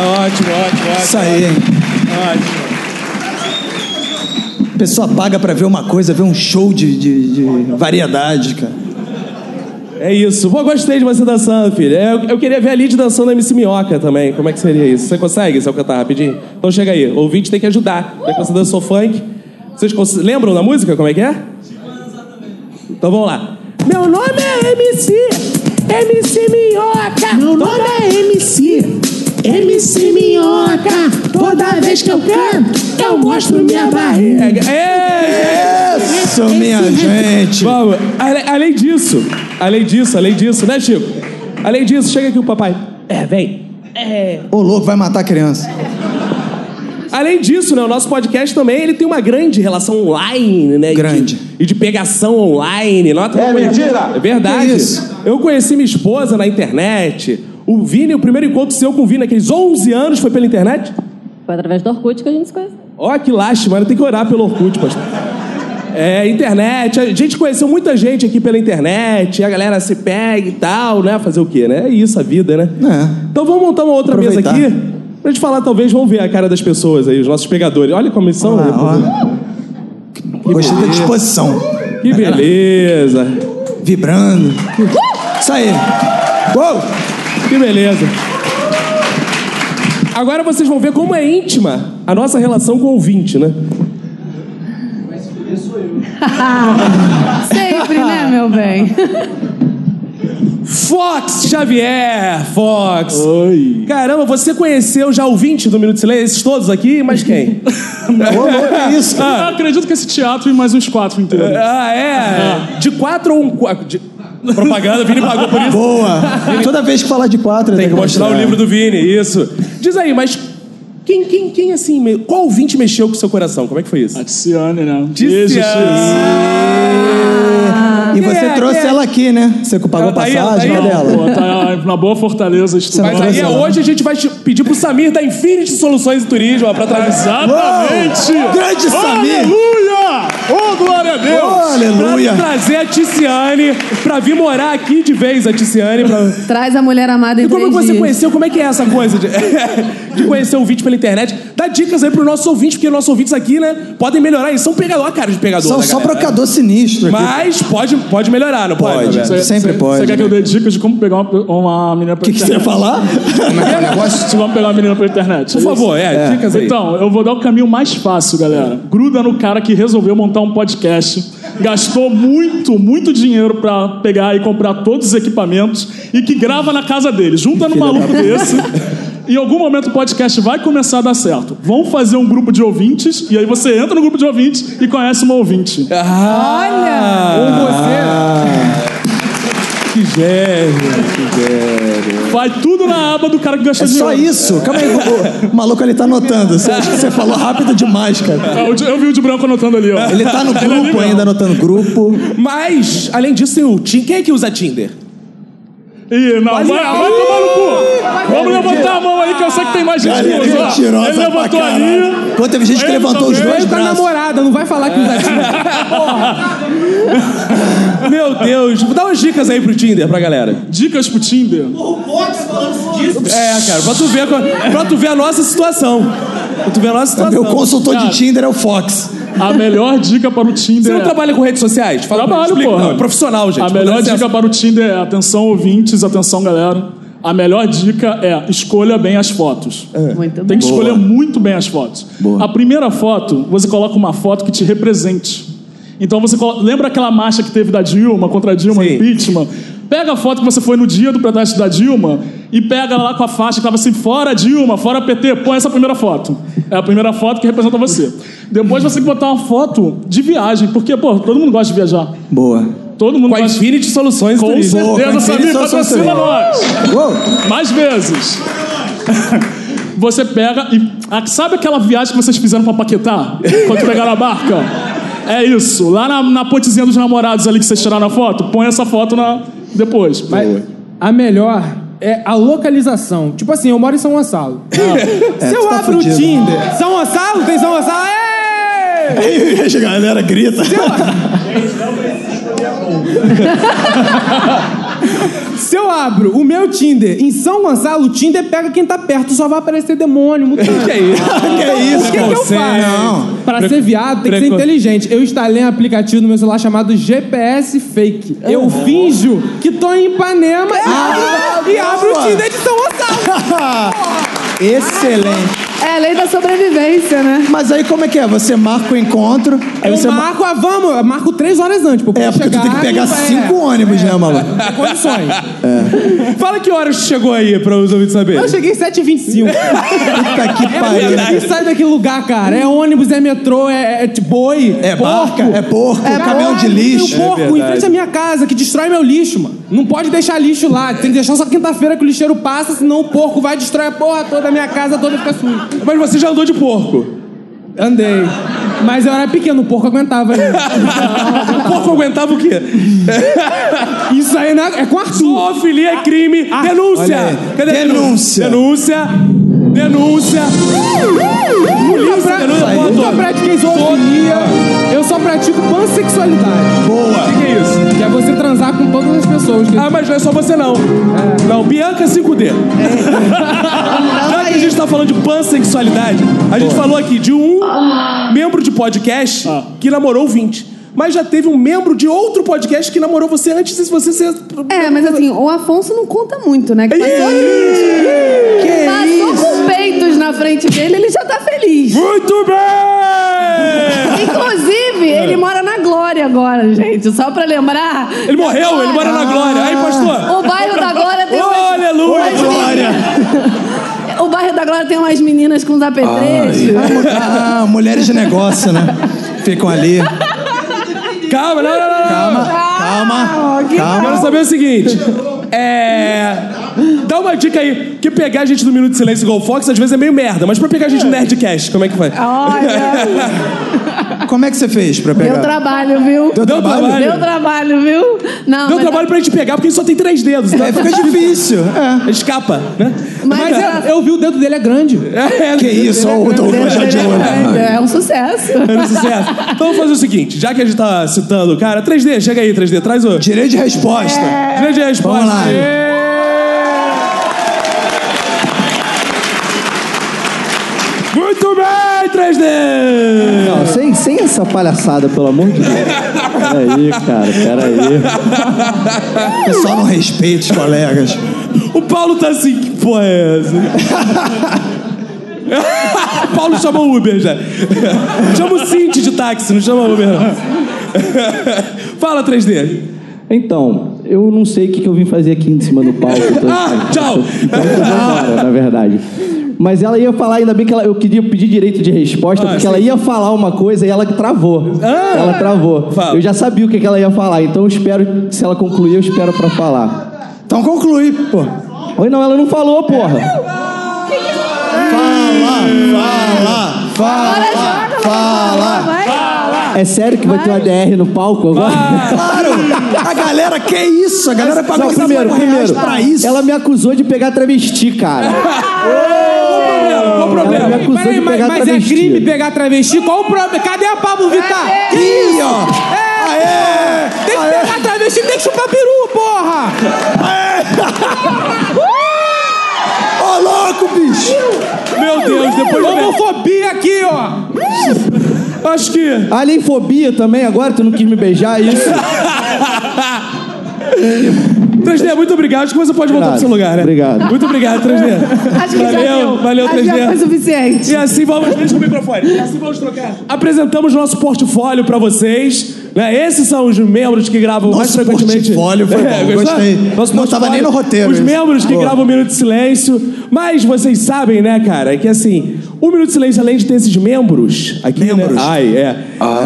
[SPEAKER 1] Ótimo, ótimo, ótimo.
[SPEAKER 3] Isso aí, hein?
[SPEAKER 1] Ótimo.
[SPEAKER 3] Pessoa paga pra ver uma coisa, ver um show de, de, de variedade, cara.
[SPEAKER 1] É isso. Pô, gostei de você dançando, filho. É, Eu, eu queria ver a Lid dançando MC Minhoca também. Como é que seria isso? Você consegue, se eu cantar rapidinho? Então chega aí. O ouvinte tem que ajudar. Já que você dançou funk. Vocês cons- lembram da música? Como é que é? Então vamos lá. Meu nome é MC, MC Minhoca. Meu nome é MC,
[SPEAKER 15] MC Minhoca, toda vez que eu canto, eu mostro minha barriga.
[SPEAKER 1] É,
[SPEAKER 3] isso, minha gente.
[SPEAKER 1] Vamos. Ale- além disso, além disso, além disso, né, Chico? Além disso, chega aqui o papai. É, vem. É.
[SPEAKER 3] Ô, louco, vai matar a criança.
[SPEAKER 1] Além disso, né, o nosso podcast também ele tem uma grande relação online, né? Grande. E de pegação online. Nota
[SPEAKER 12] É
[SPEAKER 1] uma coisa-
[SPEAKER 12] mentira!
[SPEAKER 1] É verdade.
[SPEAKER 12] Que isso?
[SPEAKER 1] Eu conheci minha esposa na internet. O Vini, o primeiro encontro seu com o Vini, aqueles 11 anos, foi pela internet?
[SPEAKER 4] Foi através do Orkut que a gente se conheceu.
[SPEAKER 1] Ó, que lástima, né? tem que orar pelo Orkut, pastor. É, internet, a gente conheceu muita gente aqui pela internet, a galera se pega e tal, né? Fazer o quê, né? É isso, a vida, né?
[SPEAKER 3] É.
[SPEAKER 1] Então vamos montar uma outra mesa aqui pra gente falar, talvez, vamos ver a cara das pessoas aí, os nossos pegadores. Olha como eles são. né?
[SPEAKER 3] Gostei da disposição.
[SPEAKER 1] Que beleza.
[SPEAKER 3] Vibrando. Isso aí. Uou!
[SPEAKER 1] Que beleza. Agora vocês vão ver como é íntima a nossa relação com o ouvinte, né?
[SPEAKER 15] Sempre, né, meu bem?
[SPEAKER 1] Fox Xavier, Fox. Oi. Caramba, você conheceu já ouvinte do Minuto de Silêncio? Esses todos aqui? Mas quem?
[SPEAKER 16] é isso? Eu acredito que esse teatro e mais uns quatro inteiros.
[SPEAKER 1] Ah, é? De quatro ou um... qua- De... Propaganda, Vini pagou por isso.
[SPEAKER 3] Boa.
[SPEAKER 1] Vini,
[SPEAKER 3] Ah, Toda vez que falar de quatro,
[SPEAKER 1] Tem que mostrar o livro do Vini, isso. Diz aí, mas quem, quem, quem assim... me- Qual ouvinte mexeu com o seu coração? Como é que foi isso? A Ticiane, né?
[SPEAKER 16] Beijo, Tiziane.
[SPEAKER 3] E você
[SPEAKER 16] Quem é?
[SPEAKER 3] trouxe
[SPEAKER 16] Quem é?
[SPEAKER 3] ela aqui, né? Você pagou
[SPEAKER 16] Ela tá aí? Ela
[SPEAKER 3] passagem, né,
[SPEAKER 16] tá aí?
[SPEAKER 3] olha ela.
[SPEAKER 16] Pô, tá na boa Fortaleza estudando.
[SPEAKER 1] Mas aí, é hoje a gente vai te pedir pro Samir da Infinity Soluções e Turismo ó, pra trazer.
[SPEAKER 16] Exatamente!
[SPEAKER 1] Grande Samir!
[SPEAKER 16] Aleluia! Ô, glória a Deus!
[SPEAKER 1] Pra trazer a Ticiane pra vir morar aqui de vez, a Ticiane. Pra...
[SPEAKER 17] Traz a mulher amada em
[SPEAKER 1] E como é que
[SPEAKER 17] três
[SPEAKER 1] você
[SPEAKER 17] dias.
[SPEAKER 1] conheceu? Como é que é essa coisa de, de conhecer o vídeo pela internet? Dá dicas aí pros nossos ouvintes, porque nossos ouvintes aqui, né, podem melhorar. Eles são pegador, a cara de pegador.
[SPEAKER 3] São
[SPEAKER 1] né,
[SPEAKER 3] só
[SPEAKER 1] galera?
[SPEAKER 3] brocador sinistro. aqui.
[SPEAKER 1] Mas pode, pode melhorar, não pode? né?
[SPEAKER 3] Pode,
[SPEAKER 1] Roberto?
[SPEAKER 3] sempre pode.
[SPEAKER 16] Você quer que eu dê dicas de como pegar uma, uma menina pela
[SPEAKER 3] Que que
[SPEAKER 16] internet?
[SPEAKER 3] você ia falar? Como é que é o negócio?
[SPEAKER 16] De como pegar uma menina pela internet.
[SPEAKER 1] Por
[SPEAKER 16] isso?
[SPEAKER 1] favor, é, dicas aí.
[SPEAKER 16] Então, eu vou dar o caminho mais fácil, galera. Gruda no cara que resolveu montar um podcast, gastou muito, muito dinheiro pra pegar e comprar todos os equipamentos e que grava na casa dele. Junta no maluco
[SPEAKER 15] da puta.
[SPEAKER 16] desse. Em algum momento o podcast vai começar a dar certo. Vão fazer um grupo de ouvintes, e aí você entra no grupo de ouvintes e conhece uma ouvinte. Ah!
[SPEAKER 1] Olha!
[SPEAKER 16] Ou você
[SPEAKER 1] Que gênio, que gênio.
[SPEAKER 16] Vai tudo na aba do cara que
[SPEAKER 3] É
[SPEAKER 16] gastou
[SPEAKER 3] só
[SPEAKER 16] dinheiro.
[SPEAKER 3] isso. Calma aí, o- o maluco ele tá anotando. Você, você falou rápido demais, cara.
[SPEAKER 16] Eu, eu vi É, o de branco anotando ali, ó.
[SPEAKER 3] Ele tá no
[SPEAKER 16] é ali
[SPEAKER 3] grupo
[SPEAKER 16] mesmo.
[SPEAKER 3] ainda, anotando grupo.
[SPEAKER 1] Mas, além disso, tem o Tinder. Quem é que usa Tinder?
[SPEAKER 16] Ih, não,
[SPEAKER 1] Olha
[SPEAKER 16] vai, vai
[SPEAKER 1] aí.
[SPEAKER 16] tomar no
[SPEAKER 1] Vai,
[SPEAKER 16] cu!
[SPEAKER 1] vai,
[SPEAKER 16] Vamos levantar a mão aí que eu sei que tem mais gente que
[SPEAKER 3] Galera
[SPEAKER 16] usa. ó.
[SPEAKER 3] mentirosa
[SPEAKER 16] Ele
[SPEAKER 3] pra
[SPEAKER 16] levantou ali.
[SPEAKER 3] caralho. Pô, teve gente que
[SPEAKER 16] Ele
[SPEAKER 3] levantou os
[SPEAKER 16] também.
[SPEAKER 3] dois
[SPEAKER 16] Ele tá
[SPEAKER 3] braços.
[SPEAKER 1] namorada, não vai falar que usa Tinder. Porra. Meu Deus. Dá umas dicas aí pro Tinder, pra galera.
[SPEAKER 16] Dicas pro Tinder?
[SPEAKER 1] É, cara, pra tu ver, co- pra tu ver a nossa situação. Pra tu ver a nossa situação.
[SPEAKER 16] meu consultor de Cara,
[SPEAKER 1] Tinder é o Fox.
[SPEAKER 16] A melhor dica para o Tinder.
[SPEAKER 1] Você não
[SPEAKER 16] é-
[SPEAKER 1] trabalha com redes sociais? Fala pra mim,
[SPEAKER 16] Trabalho,
[SPEAKER 1] explica.
[SPEAKER 16] porra.
[SPEAKER 1] Não, é profissional, gente.
[SPEAKER 16] A melhor
[SPEAKER 1] Dá licença.
[SPEAKER 16] dica para o Tinder é: atenção, ouvintes, atenção, galera. A melhor dica é escolha bem as fotos.
[SPEAKER 17] Muito
[SPEAKER 16] Tem que
[SPEAKER 17] bem.
[SPEAKER 16] escolher
[SPEAKER 17] Boa.
[SPEAKER 16] muito bem as fotos. A primeira foto, você coloca uma foto que te represente. Então você colo- lembra aquela marcha que teve da Dilma contra a Dilma, impeachment? Pega a foto que você foi no dia do protesto da Dilma e pega lá com a faixa que tava assim, fora Dilma, fora PT, põe essa primeira foto. É a primeira foto que representa você. Depois você tem que botar uma foto de viagem, porque, pô, todo mundo gosta de viajar.
[SPEAKER 3] Boa.
[SPEAKER 16] Todo mundo
[SPEAKER 1] com a Infinity Soluções
[SPEAKER 16] Com
[SPEAKER 1] Turismo.
[SPEAKER 16] certeza, Samir,
[SPEAKER 1] Infinity Soluções
[SPEAKER 16] patrocina
[SPEAKER 1] Turismo.
[SPEAKER 16] nós. Mais vezes. Você pega e. ah, Sabe aquela viagem que vocês fizeram pra Paquetá? Quando pegaram a barca? É isso. Lá na, na pontezinha dos namorados ali que vocês tiraram a foto, põe essa foto na, depois.
[SPEAKER 18] A melhor é a localização. Tipo assim, eu moro em São Gonçalo.
[SPEAKER 3] É,
[SPEAKER 18] Se
[SPEAKER 3] tu
[SPEAKER 18] eu
[SPEAKER 3] tá
[SPEAKER 18] abro
[SPEAKER 3] fudido.
[SPEAKER 18] o Tinder, São Gonçalo? Tem São Gonçalo?
[SPEAKER 3] É.
[SPEAKER 18] Ei!
[SPEAKER 3] Aí a galera grita. é
[SPEAKER 18] Se eu abro o meu Tinder em São Gonçalo, o Tinder pega quem tá perto, só vai aparecer demônio, mutante.
[SPEAKER 1] Que isso?
[SPEAKER 18] Então,
[SPEAKER 1] Que
[SPEAKER 18] O
[SPEAKER 1] isso,
[SPEAKER 18] que, que eu
[SPEAKER 1] preconceito.
[SPEAKER 18] faço?
[SPEAKER 1] Não.
[SPEAKER 18] Pra
[SPEAKER 1] Pre-
[SPEAKER 18] ser viado, tem que ser
[SPEAKER 1] precon-
[SPEAKER 18] inteligente. Eu instalei um aplicativo no meu celular chamado GPS Fake.
[SPEAKER 1] Ah.
[SPEAKER 18] Eu finjo que tô em
[SPEAKER 1] Ah,
[SPEAKER 18] Ipanema e abro- e abro o Tinder de São Gonçalo.
[SPEAKER 3] Excelente.
[SPEAKER 17] É a lei da sobrevivência, né?
[SPEAKER 3] Mas aí como é que é? Você marca o encontro. Aí
[SPEAKER 18] Eu
[SPEAKER 3] você
[SPEAKER 18] marco, ah, vamos, eu marco três horas antes. Porque
[SPEAKER 3] É, porque tu tem que pegar cinco ônibus, né, maluco? É.
[SPEAKER 18] Condições.
[SPEAKER 1] Fala que horas tu chegou aí pra os ouvintes saberem.
[SPEAKER 18] Eu cheguei em 7h25. Puta
[SPEAKER 3] que pariu.
[SPEAKER 18] É muito sai daquele lugar, cara. É ônibus, é metrô, é, é de boi.
[SPEAKER 3] É
[SPEAKER 18] porco,
[SPEAKER 3] barca, é porco, caminhão de lixo.
[SPEAKER 18] Tem um
[SPEAKER 3] É
[SPEAKER 18] porco em
[SPEAKER 3] verdade.
[SPEAKER 18] frente à minha casa que destrói meu lixo, mano. Não pode deixar lixo lá. Tem que deixar só quinta-feira que o lixeiro passa, senão o porco vai destrói a porra toda, a minha casa toda fica suja.
[SPEAKER 1] Mas você já andou de porco?
[SPEAKER 18] Andei. Mas eu era pequeno, o porco aguentava. Né?
[SPEAKER 1] o porco aguentava o quê?
[SPEAKER 18] Isso aí não é, é com Arthur. Ah,
[SPEAKER 1] Zoofilia é crime. denúncia.
[SPEAKER 18] olha aí.
[SPEAKER 1] Cadê a denúncia? Denúncia. Denúncia.
[SPEAKER 18] Nunca, pra...
[SPEAKER 1] denúncia, porra
[SPEAKER 18] Nunca
[SPEAKER 1] toda.
[SPEAKER 18] pratiquei zoofilia. Eu só pratico pansexualidade.
[SPEAKER 3] Boa.
[SPEAKER 18] O que é isso? Que é você transar com todas as pessoas. né? É.
[SPEAKER 1] Ah, mas não é só você não. Não, Bianca 5D. Já que a gente tá falando de pansexualidade, a gente falou aqui de um membro de podcast
[SPEAKER 18] Ah.
[SPEAKER 1] que namorou 20. Mas já teve um membro de outro podcast que namorou você antes de você ser.
[SPEAKER 17] É, mas assim, o Afonso não conta muito, né? Que passou,
[SPEAKER 1] Que
[SPEAKER 17] passou com peitos na frente dele, ele já tá feliz.
[SPEAKER 1] Muito
[SPEAKER 17] bem! Inclusive, ele mora na Glória agora, gente. Só pra lembrar.
[SPEAKER 1] Ele morreu, ele mora na Glória. Aí, pastor.
[SPEAKER 17] O bairro da Glória tem
[SPEAKER 1] Ô, aleluia,
[SPEAKER 17] umas
[SPEAKER 1] Glória.
[SPEAKER 17] meninas- O bairro da Glória tem umas meninas com os apetrechos.
[SPEAKER 3] Ah, mu- ah, mulheres de negócio, né? Ficam ali.
[SPEAKER 1] Calma, não, não, não. Calma,
[SPEAKER 3] calma.
[SPEAKER 1] calma. Quero saber o seguinte. É. Dá uma dica aí, que pegar a gente no Minuto de Silêncio igual o Fox às vezes é meio merda, mas pra pegar a gente no Nerdcast, como é que faz?
[SPEAKER 3] Como é que você fez pra pegar?
[SPEAKER 17] Deu trabalho, viu?
[SPEAKER 3] Deu trabalho?
[SPEAKER 17] Deu trabalho, viu? Não,
[SPEAKER 1] Deu
[SPEAKER 17] mas-
[SPEAKER 1] trabalho pra gente pegar, porque ele só tem três dedos. né?
[SPEAKER 17] É, fica
[SPEAKER 3] difícil.
[SPEAKER 19] é.
[SPEAKER 1] Escapa, né?
[SPEAKER 17] Mas,
[SPEAKER 18] Mas
[SPEAKER 17] a-
[SPEAKER 18] é- eu vi o dedo dele é grande.
[SPEAKER 1] Que
[SPEAKER 19] é,
[SPEAKER 1] isso, ó, o Douglas já de olho.
[SPEAKER 3] né?
[SPEAKER 17] É um sucesso.
[SPEAKER 1] Era um sucesso. Então vamos fazer o seguinte, já que a gente tá citando o cara, 3D, chega aí, 3D, traz o.
[SPEAKER 3] Direito de resposta.
[SPEAKER 1] Direito de resposta.
[SPEAKER 3] Vamos lá.
[SPEAKER 1] Muito bem, 3D!
[SPEAKER 19] é. Não, sem, sem essa palhaçada, pelo amor de Deus. Peraí, cara,
[SPEAKER 4] É
[SPEAKER 19] peraí.
[SPEAKER 3] Pessoal não respeita os colegas.
[SPEAKER 1] O Paulo tá assim, que porra é essa? O Paulo chama o Uber já. chama o Cinti de táxi, não chama o Uber não. Fala, 3D.
[SPEAKER 19] Então, eu não sei o que, que eu vim fazer aqui em cima do palco.
[SPEAKER 1] Ah, tchau!
[SPEAKER 19] Então, eu vou embora, na verdade. Mas ela ia falar, ainda bem que ela, eu queria pedir direito de resposta,
[SPEAKER 1] Ah,
[SPEAKER 19] porque
[SPEAKER 1] sim. Ah,
[SPEAKER 19] ela ia falar uma coisa e ela travou. ela travou. Eu já sabia o que, que ela ia falar, então eu espero, se ela concluir, eu espero pra falar.
[SPEAKER 3] Então conclui, pô.
[SPEAKER 19] Oi, não, ela não falou, porra.
[SPEAKER 3] Fala, fala, fala, fala.
[SPEAKER 19] É sério que vai, ter uma DR no palco agora?
[SPEAKER 3] Claro! A galera, que isso? A galera um pagou
[SPEAKER 19] Não, primeiro,
[SPEAKER 3] 50 reais
[SPEAKER 19] primeiro.
[SPEAKER 3] pra isso.
[SPEAKER 19] Ela me acusou de pegar travesti, cara.
[SPEAKER 1] Qual o problema?
[SPEAKER 19] Ela me acusou
[SPEAKER 18] Peraí,
[SPEAKER 19] de
[SPEAKER 18] mas,
[SPEAKER 19] pegar
[SPEAKER 18] mas é
[SPEAKER 19] travesti.
[SPEAKER 18] crime pegar travesti? Qual o problema? Cadê a Pablo Vittar? Que
[SPEAKER 3] isso?
[SPEAKER 18] É, Tem que pegar travesti, tem que chupar peru, porra!
[SPEAKER 3] Ô, louco, bicho!
[SPEAKER 1] Meu Deus, depois...
[SPEAKER 18] Homofobia aqui, ó!
[SPEAKER 1] Acho que...
[SPEAKER 19] Alienfobia também, agora tu não quis me beijar, isso?
[SPEAKER 1] 3D, muito obrigado. Acho que você pode voltar pro seu lugar, né? Obrigado. Muito obrigado, 3D.
[SPEAKER 17] Acho que já
[SPEAKER 1] valeu,
[SPEAKER 17] deu.
[SPEAKER 1] valeu,
[SPEAKER 17] Acho que
[SPEAKER 1] 3D.
[SPEAKER 17] já foi suficiente.
[SPEAKER 1] E assim vamos, deixa o microfone. E assim vamos trocar. Apresentamos nosso portfólio pra vocês. Né? Esses são os membros que gravam mais
[SPEAKER 3] Nosso
[SPEAKER 1] frequentemente. É,
[SPEAKER 3] portfólio foi bom,
[SPEAKER 1] gostou?
[SPEAKER 3] gostei. Não tava
[SPEAKER 1] portfólio,
[SPEAKER 3] nem no roteiro
[SPEAKER 1] Os
[SPEAKER 3] isso.
[SPEAKER 1] membros que
[SPEAKER 3] Boa.
[SPEAKER 1] gravam o Minuto de Silêncio. Mas vocês sabem, né, cara, que assim, o Minuto de Silêncio, além de ter esses membros aqui, membros. Ai, é.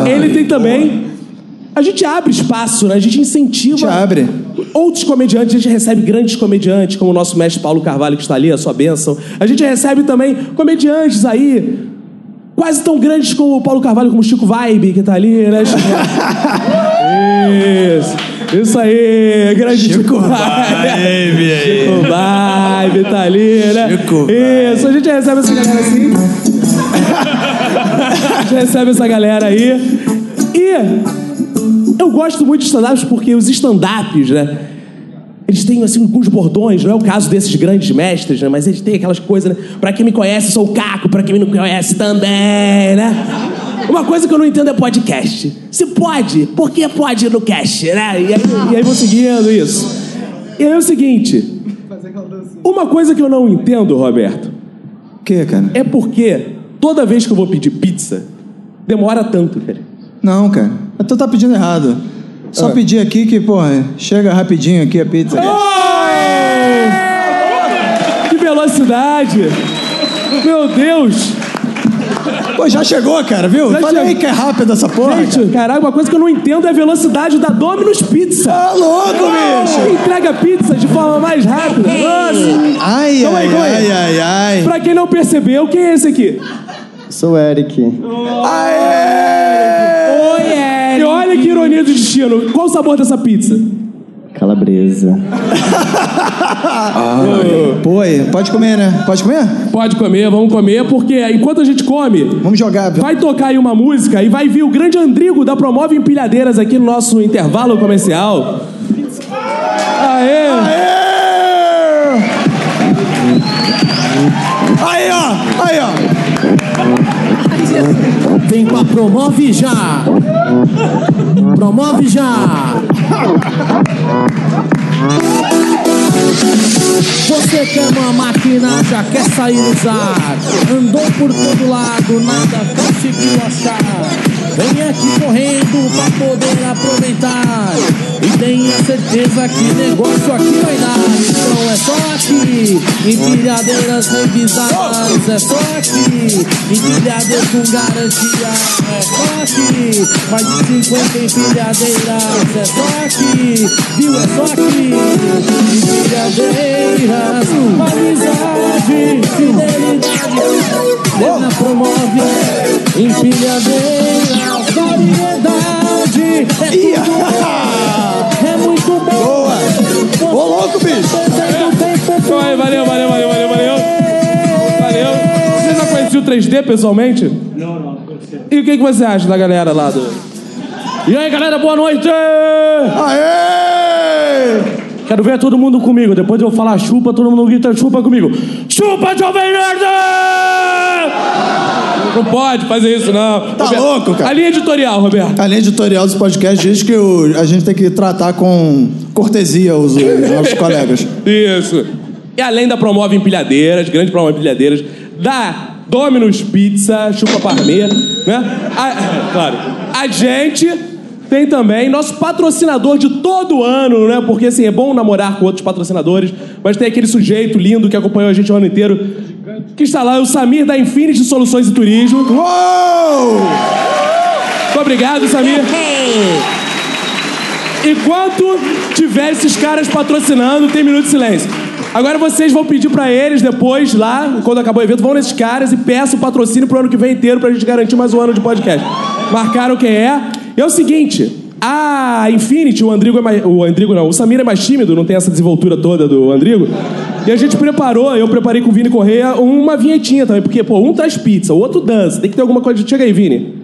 [SPEAKER 1] ele tem também. A gente abre espaço, né? A gente incentiva. abre. Outros comediantes, a gente recebe grandes comediantes, como o nosso mestre Paulo Carvalho, que está ali, a sua bênção. A gente recebe também comediantes aí, quase tão grandes como o Paulo Carvalho, como o Chico Vibe, que tá ali, né, Chico? Isso, isso aí, é grande Chico, Vibe. Chico Vibe tá ali, né? Chico Isso, a gente recebe essa galera assim. a gente recebe essa galera aí. E eu gosto muito de stand-ups porque os stand-ups, né? Eles têm, assim, alguns bordões, não é o caso desses grandes mestres, né? Mas eles têm aquelas coisas, né? Pra quem me conhece, sou o Caco, pra quem não me conhece também, né? Uma coisa que eu não entendo é podcast. Se pode, por que pode no cast, né? E aí, e aí vou seguindo isso. E aí é o seguinte. Uma coisa que eu não entendo, Roberto,
[SPEAKER 4] que, cara?
[SPEAKER 1] É porque toda vez que eu vou pedir pizza, demora tanto, cara.
[SPEAKER 4] Não, cara. Tu tá pedindo errado. Só
[SPEAKER 1] Ah.
[SPEAKER 4] pedir aqui que, porra, chega rapidinho aqui a pizza.
[SPEAKER 19] Ah!
[SPEAKER 1] Que velocidade! Meu Deus!
[SPEAKER 4] Pô, já chegou, cara, viu? Falei que é rápido essa porra.
[SPEAKER 1] Gente, caralho, uma coisa que eu não entendo é a velocidade da Domino's Pizza. Tá
[SPEAKER 4] louco,
[SPEAKER 1] bicho! Entrega pizza de forma mais rápida. Nossa!
[SPEAKER 4] Ai,
[SPEAKER 1] Calma aí,
[SPEAKER 4] ai,
[SPEAKER 1] calma aí.
[SPEAKER 4] ai, ai, ai.
[SPEAKER 1] Pra quem não percebeu, quem é esse aqui?
[SPEAKER 19] Sou o Eric.
[SPEAKER 1] Oi, E olha que ironia do destino. Qual o sabor dessa pizza?
[SPEAKER 19] Calabresa.
[SPEAKER 4] Ah, Pô, aí, pode comer, né? Pode comer?
[SPEAKER 1] Ah. Pode comer, vamos comer, porque enquanto a gente come.
[SPEAKER 4] Vamos jogar,
[SPEAKER 1] Vai tocar aí uma música e vai vir o grande Andrigo da Promove Empilhadeiras aqui no nosso intervalo comercial. Aê!
[SPEAKER 4] Aí, ó! Aí, ó!
[SPEAKER 3] Vem com a Promove Já! Promove Já! Você quer uma máquina, já quer sair do ar. Andou por todo lado, nada conseguiu achar. Vem aqui correndo pra poder aproveitar. E tenha certeza que negócio aqui vai dar. Então é só aqui, empilhadeiras revisadas. É só aqui, empilhadeiras com garantia. É só aqui, mais de 50 empilhadeiras. É só aqui, viu? É só aqui, empilhadeiras. Amizade, fidelidade. Ela promove empilhadeiras. Variedade, é tudo bom. É muito bom. Boa. Ô, louco, bicho.
[SPEAKER 1] Então aí, valeu, valeu, valeu, valeu, valeu. Valeu. Você já conhecia o 3D pessoalmente? Não, não. E o que, que você acha da galera lá do. E aí, galera, boa noite! Aê! Quero ver todo mundo comigo. Depois de eu falar chupa, todo mundo grita chupa comigo. Chupa, Jovem Nerd! Não pode fazer isso, não.
[SPEAKER 4] Tá louco, cara?
[SPEAKER 1] A linha editorial, Roberto.
[SPEAKER 4] A linha editorial dos podcasts diz que o- a gente tem que tratar com cortesia os, os nossos colegas.
[SPEAKER 1] Isso. E além da Promove Empilhadeiras, grande Promove Empilhadeiras, da Domino's Pizza, Chupa Parmê, né? A, claro. A gente tem também nosso patrocinador de todo ano, né? Porque assim, é bom namorar com outros patrocinadores, mas tem aquele sujeito lindo que acompanhou a gente o ano inteiro, que está lá, é o Samir da Infinity Soluções e Turismo. Uou! Muito obrigado, Samir. Enquanto tiver esses caras patrocinando, tem minuto de silêncio. Agora vocês vão pedir pra eles depois, lá, quando acabar o evento, vão nesses caras e peçam patrocínio pro ano que vem inteiro pra gente garantir mais um ano de podcast. Marcaram quem é? E é o seguinte. A Infinity, o Andrigo é mais. O Andrigo não, o Samir é mais tímido, não tem essa desenvoltura toda do Andrigo. E a gente preparou, eu preparei com o Vini Correia uma vinhetinha também, porque, pô, um traz pizza, o outro dança, tem que ter alguma coisa. Chega aí, Vini.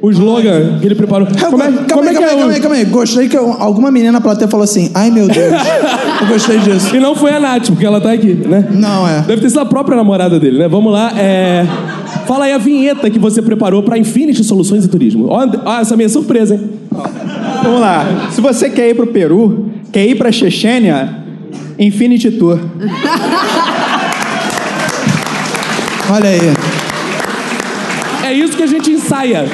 [SPEAKER 1] O slogan que ele preparou. Como é,
[SPEAKER 4] Calma
[SPEAKER 1] como é
[SPEAKER 4] aí,
[SPEAKER 1] que
[SPEAKER 4] calma
[SPEAKER 1] é
[SPEAKER 4] aí, calma
[SPEAKER 1] o-
[SPEAKER 4] aí, calma aí. Gostei que eu- alguma menina na plateia falou assim: ai meu Deus, eu gostei disso.
[SPEAKER 1] E não foi a Nath, porque ela tá aqui, né?
[SPEAKER 4] Não, é.
[SPEAKER 1] Deve ter sido a própria namorada dele, né? Vamos lá, é. Fala aí a vinheta que você preparou pra Infinity Soluções e Turismo. Ó, And- ó, essa minha surpresa, hein?
[SPEAKER 7] Vamos lá. Se você quer ir pro Peru, quer ir pra Chechênia, Infinity Tour.
[SPEAKER 4] Olha aí.
[SPEAKER 1] É isso que a gente ensaia.